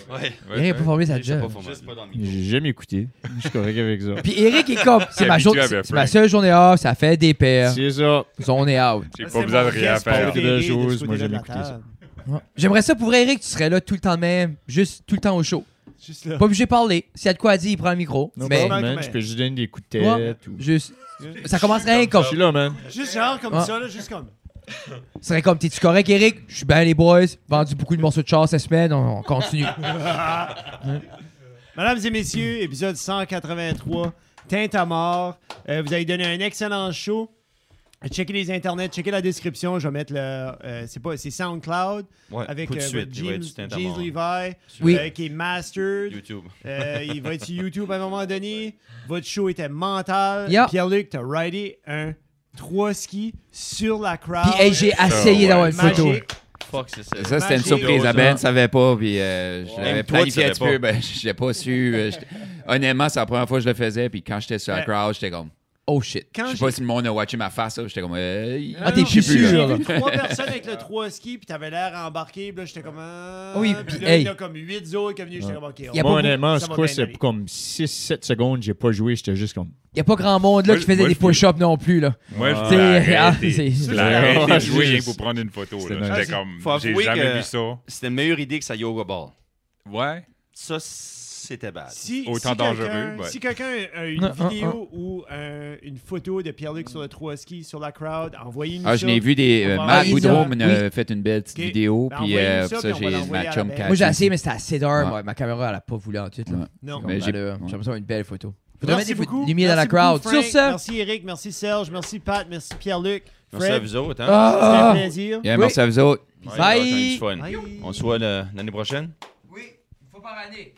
Speaker 5: Ouais.
Speaker 4: Ouais,
Speaker 2: Eric a pas
Speaker 4: ouais.
Speaker 2: formé sa
Speaker 5: Juste pas
Speaker 2: job.
Speaker 5: formel. Juste pas dans le micro.
Speaker 7: J'ai jamais écouté. Je suis correct avec ça.
Speaker 2: Puis Eric est comme, c'est ma,
Speaker 4: habitué
Speaker 2: jour-
Speaker 4: avec
Speaker 2: c'est- c'est
Speaker 4: Frank.
Speaker 2: ma seule journée off, ça fait des paires.
Speaker 7: C'est ça.
Speaker 2: On est out.
Speaker 4: J'ai
Speaker 1: Ça,
Speaker 4: pas
Speaker 1: c'est
Speaker 4: besoin de
Speaker 1: mon
Speaker 4: rien
Speaker 1: geste
Speaker 4: faire.
Speaker 1: préféré de ce
Speaker 7: Deux choses, moi,
Speaker 1: côté-là de
Speaker 7: j'aime
Speaker 1: la
Speaker 7: écouter ça.
Speaker 1: table.
Speaker 2: Ouais. J'aimerais ça pour vrai, Eric, tu serais là tout le temps de même, juste tout le temps au show.
Speaker 1: Juste là.
Speaker 2: Pas obligé de parler. S'il y a de quoi à dire, il prend le micro.
Speaker 7: Non,
Speaker 2: mais
Speaker 7: pas, man, je peux juste donner des coups de
Speaker 2: Ouais.
Speaker 7: tête. ou-
Speaker 2: juste, ça commencerait comme.
Speaker 7: Je suis là, man.
Speaker 1: Juste genre comme
Speaker 2: Ah.
Speaker 1: ça, là, juste comme.
Speaker 2: Ce serait comme, t'es-tu correct, Eric? Je suis bien, les boys. Vendu beaucoup de morceaux de char cette semaine. On,
Speaker 1: (laughs)
Speaker 2: on continue.
Speaker 1: Mesdames et messieurs, épisode 183, Teinte à mort. Euh, vous avez donné un excellent show. Checkez les internets, checkez la description. Je vais mettre le. euh, c'est pas, c'est SoundCloud
Speaker 5: Ouais,
Speaker 1: avec
Speaker 5: tout de
Speaker 1: euh,
Speaker 5: suite. il va
Speaker 1: James,
Speaker 5: être du teint à
Speaker 1: James
Speaker 5: mort.
Speaker 1: Levi,
Speaker 2: Oui.
Speaker 1: euh, qui est mastered.
Speaker 5: YouTube.
Speaker 1: Euh, il va être sur YouTube à un moment donné. Votre show était mental.
Speaker 2: Yeah.
Speaker 1: Pierre-Luc, t'as ridé un 3 skis sur la crowd.
Speaker 2: Puis, hey, j'ai essayé
Speaker 4: ouais.
Speaker 2: d'avoir une
Speaker 1: Magique.
Speaker 2: photo.
Speaker 5: Fuck, c'est ça.
Speaker 6: Ça, c'était une
Speaker 1: Magique.
Speaker 6: surprise.
Speaker 5: Ça.
Speaker 6: La band ne savait pas, puis euh, je l'avais
Speaker 5: Même toi, tu
Speaker 6: planifié un
Speaker 5: savais
Speaker 6: petit peu. Ben, je l'ai pas su. euh, j'étais- Honnêtement, c'est la première fois que je le faisais, puis quand j'étais sur la
Speaker 1: Ouais.
Speaker 6: crowd, j'étais comme.
Speaker 2: Oh shit.
Speaker 1: Quand
Speaker 6: Je sais
Speaker 1: j'ai-
Speaker 6: pas si le monde a watché ma face, là, j'étais comme. euh, il-
Speaker 2: Ah, t'es
Speaker 1: non,
Speaker 2: plus
Speaker 1: j'ai vu-
Speaker 2: sûr,
Speaker 1: J'ai
Speaker 2: là.
Speaker 1: vu trois personnes avec le 3 ski, puis t'avais l'air embarqué, puis là, j'étais comme. Ah,
Speaker 2: Oui,
Speaker 1: puis
Speaker 2: puis,
Speaker 1: là, il
Speaker 2: hey.
Speaker 1: y en a comme 8 autres qui sont venus, j'étais comme, ok, on
Speaker 2: Y a
Speaker 1: va-
Speaker 2: pas
Speaker 7: Moi,
Speaker 2: beaucoup-
Speaker 7: honnêtement,
Speaker 1: ça
Speaker 7: c'est
Speaker 1: va
Speaker 7: quoi,
Speaker 1: bien aller.
Speaker 7: c'est comme 6-7 secondes, j'ai pas joué, j'étais juste comme.
Speaker 2: Y a pas grand monde, là,
Speaker 4: Moi,
Speaker 2: qui faisait
Speaker 4: moi,
Speaker 2: des
Speaker 4: je suis-
Speaker 2: push-ups non plus, là.
Speaker 4: Moi, je
Speaker 2: C'est-
Speaker 4: voulais
Speaker 2: ah,
Speaker 4: arrêter.
Speaker 2: c'est-
Speaker 4: Je voulais arrêter de jouer rien que pour prendre une photo.
Speaker 7: C'était
Speaker 4: là.
Speaker 7: nice.
Speaker 4: J'étais comme,
Speaker 5: Faut
Speaker 4: j'ai
Speaker 5: avouer
Speaker 4: jamais
Speaker 5: que-
Speaker 4: vu ça.
Speaker 5: C'était une meilleure idée que sa yoga ball.
Speaker 4: Ouais.
Speaker 5: Ça, c'était bad.
Speaker 1: Si,
Speaker 4: Autant
Speaker 1: si
Speaker 4: dangereux,
Speaker 1: quelqu'un-
Speaker 4: ouais.
Speaker 1: Si quelqu'un a une
Speaker 2: Ah, ah,
Speaker 1: vidéo ou un- une photo de Pierre-Luc sur le 3 ski sur la crowd, envoyez-nous
Speaker 6: Ah, je
Speaker 1: ça.
Speaker 6: n'ai vu des. euh,
Speaker 1: On va
Speaker 6: Matt
Speaker 2: envoyer
Speaker 6: Boudreau
Speaker 2: ça.
Speaker 6: m'a euh, fait une belle petite
Speaker 1: Ok.
Speaker 6: vidéo,
Speaker 1: Ben,
Speaker 6: puis
Speaker 1: envoyez-nous
Speaker 6: euh,
Speaker 1: ça,
Speaker 6: ça,
Speaker 1: puis on va
Speaker 6: j'ai
Speaker 1: l'envoyer
Speaker 6: ma
Speaker 1: à Ben.
Speaker 6: chum
Speaker 1: la belle.
Speaker 6: Cathy.
Speaker 2: Moi, j'ai essayé, mais c'était assez d'heures.
Speaker 6: Ouais.
Speaker 2: moi. Ma caméra, elle a pas voulu en tout, là.
Speaker 6: Ouais.
Speaker 1: Non.
Speaker 2: Mais
Speaker 6: Mais
Speaker 2: j'ai
Speaker 6: j'ai-
Speaker 2: l'impression une belle photo. Faudrait
Speaker 1: Merci
Speaker 2: mettre des
Speaker 1: beaucoup.
Speaker 2: lumières dans la
Speaker 1: Merci
Speaker 2: crowd.
Speaker 1: beaucoup, Frank.
Speaker 2: Sur ça.
Speaker 1: Merci Eric, merci Serge, merci Pat, merci Pierre-Luc.
Speaker 5: Merci à
Speaker 1: Fred,
Speaker 5: vous autres. Hein?
Speaker 1: c'était un
Speaker 2: Ah!
Speaker 1: plaisir.
Speaker 6: Yeah,
Speaker 2: Oui.
Speaker 6: Merci à vous autres.
Speaker 2: Bye.
Speaker 5: Ouais, on va avoir du fun.
Speaker 1: Bye.
Speaker 5: On se voit le- l'année prochaine.
Speaker 2: Oui, une fois par année.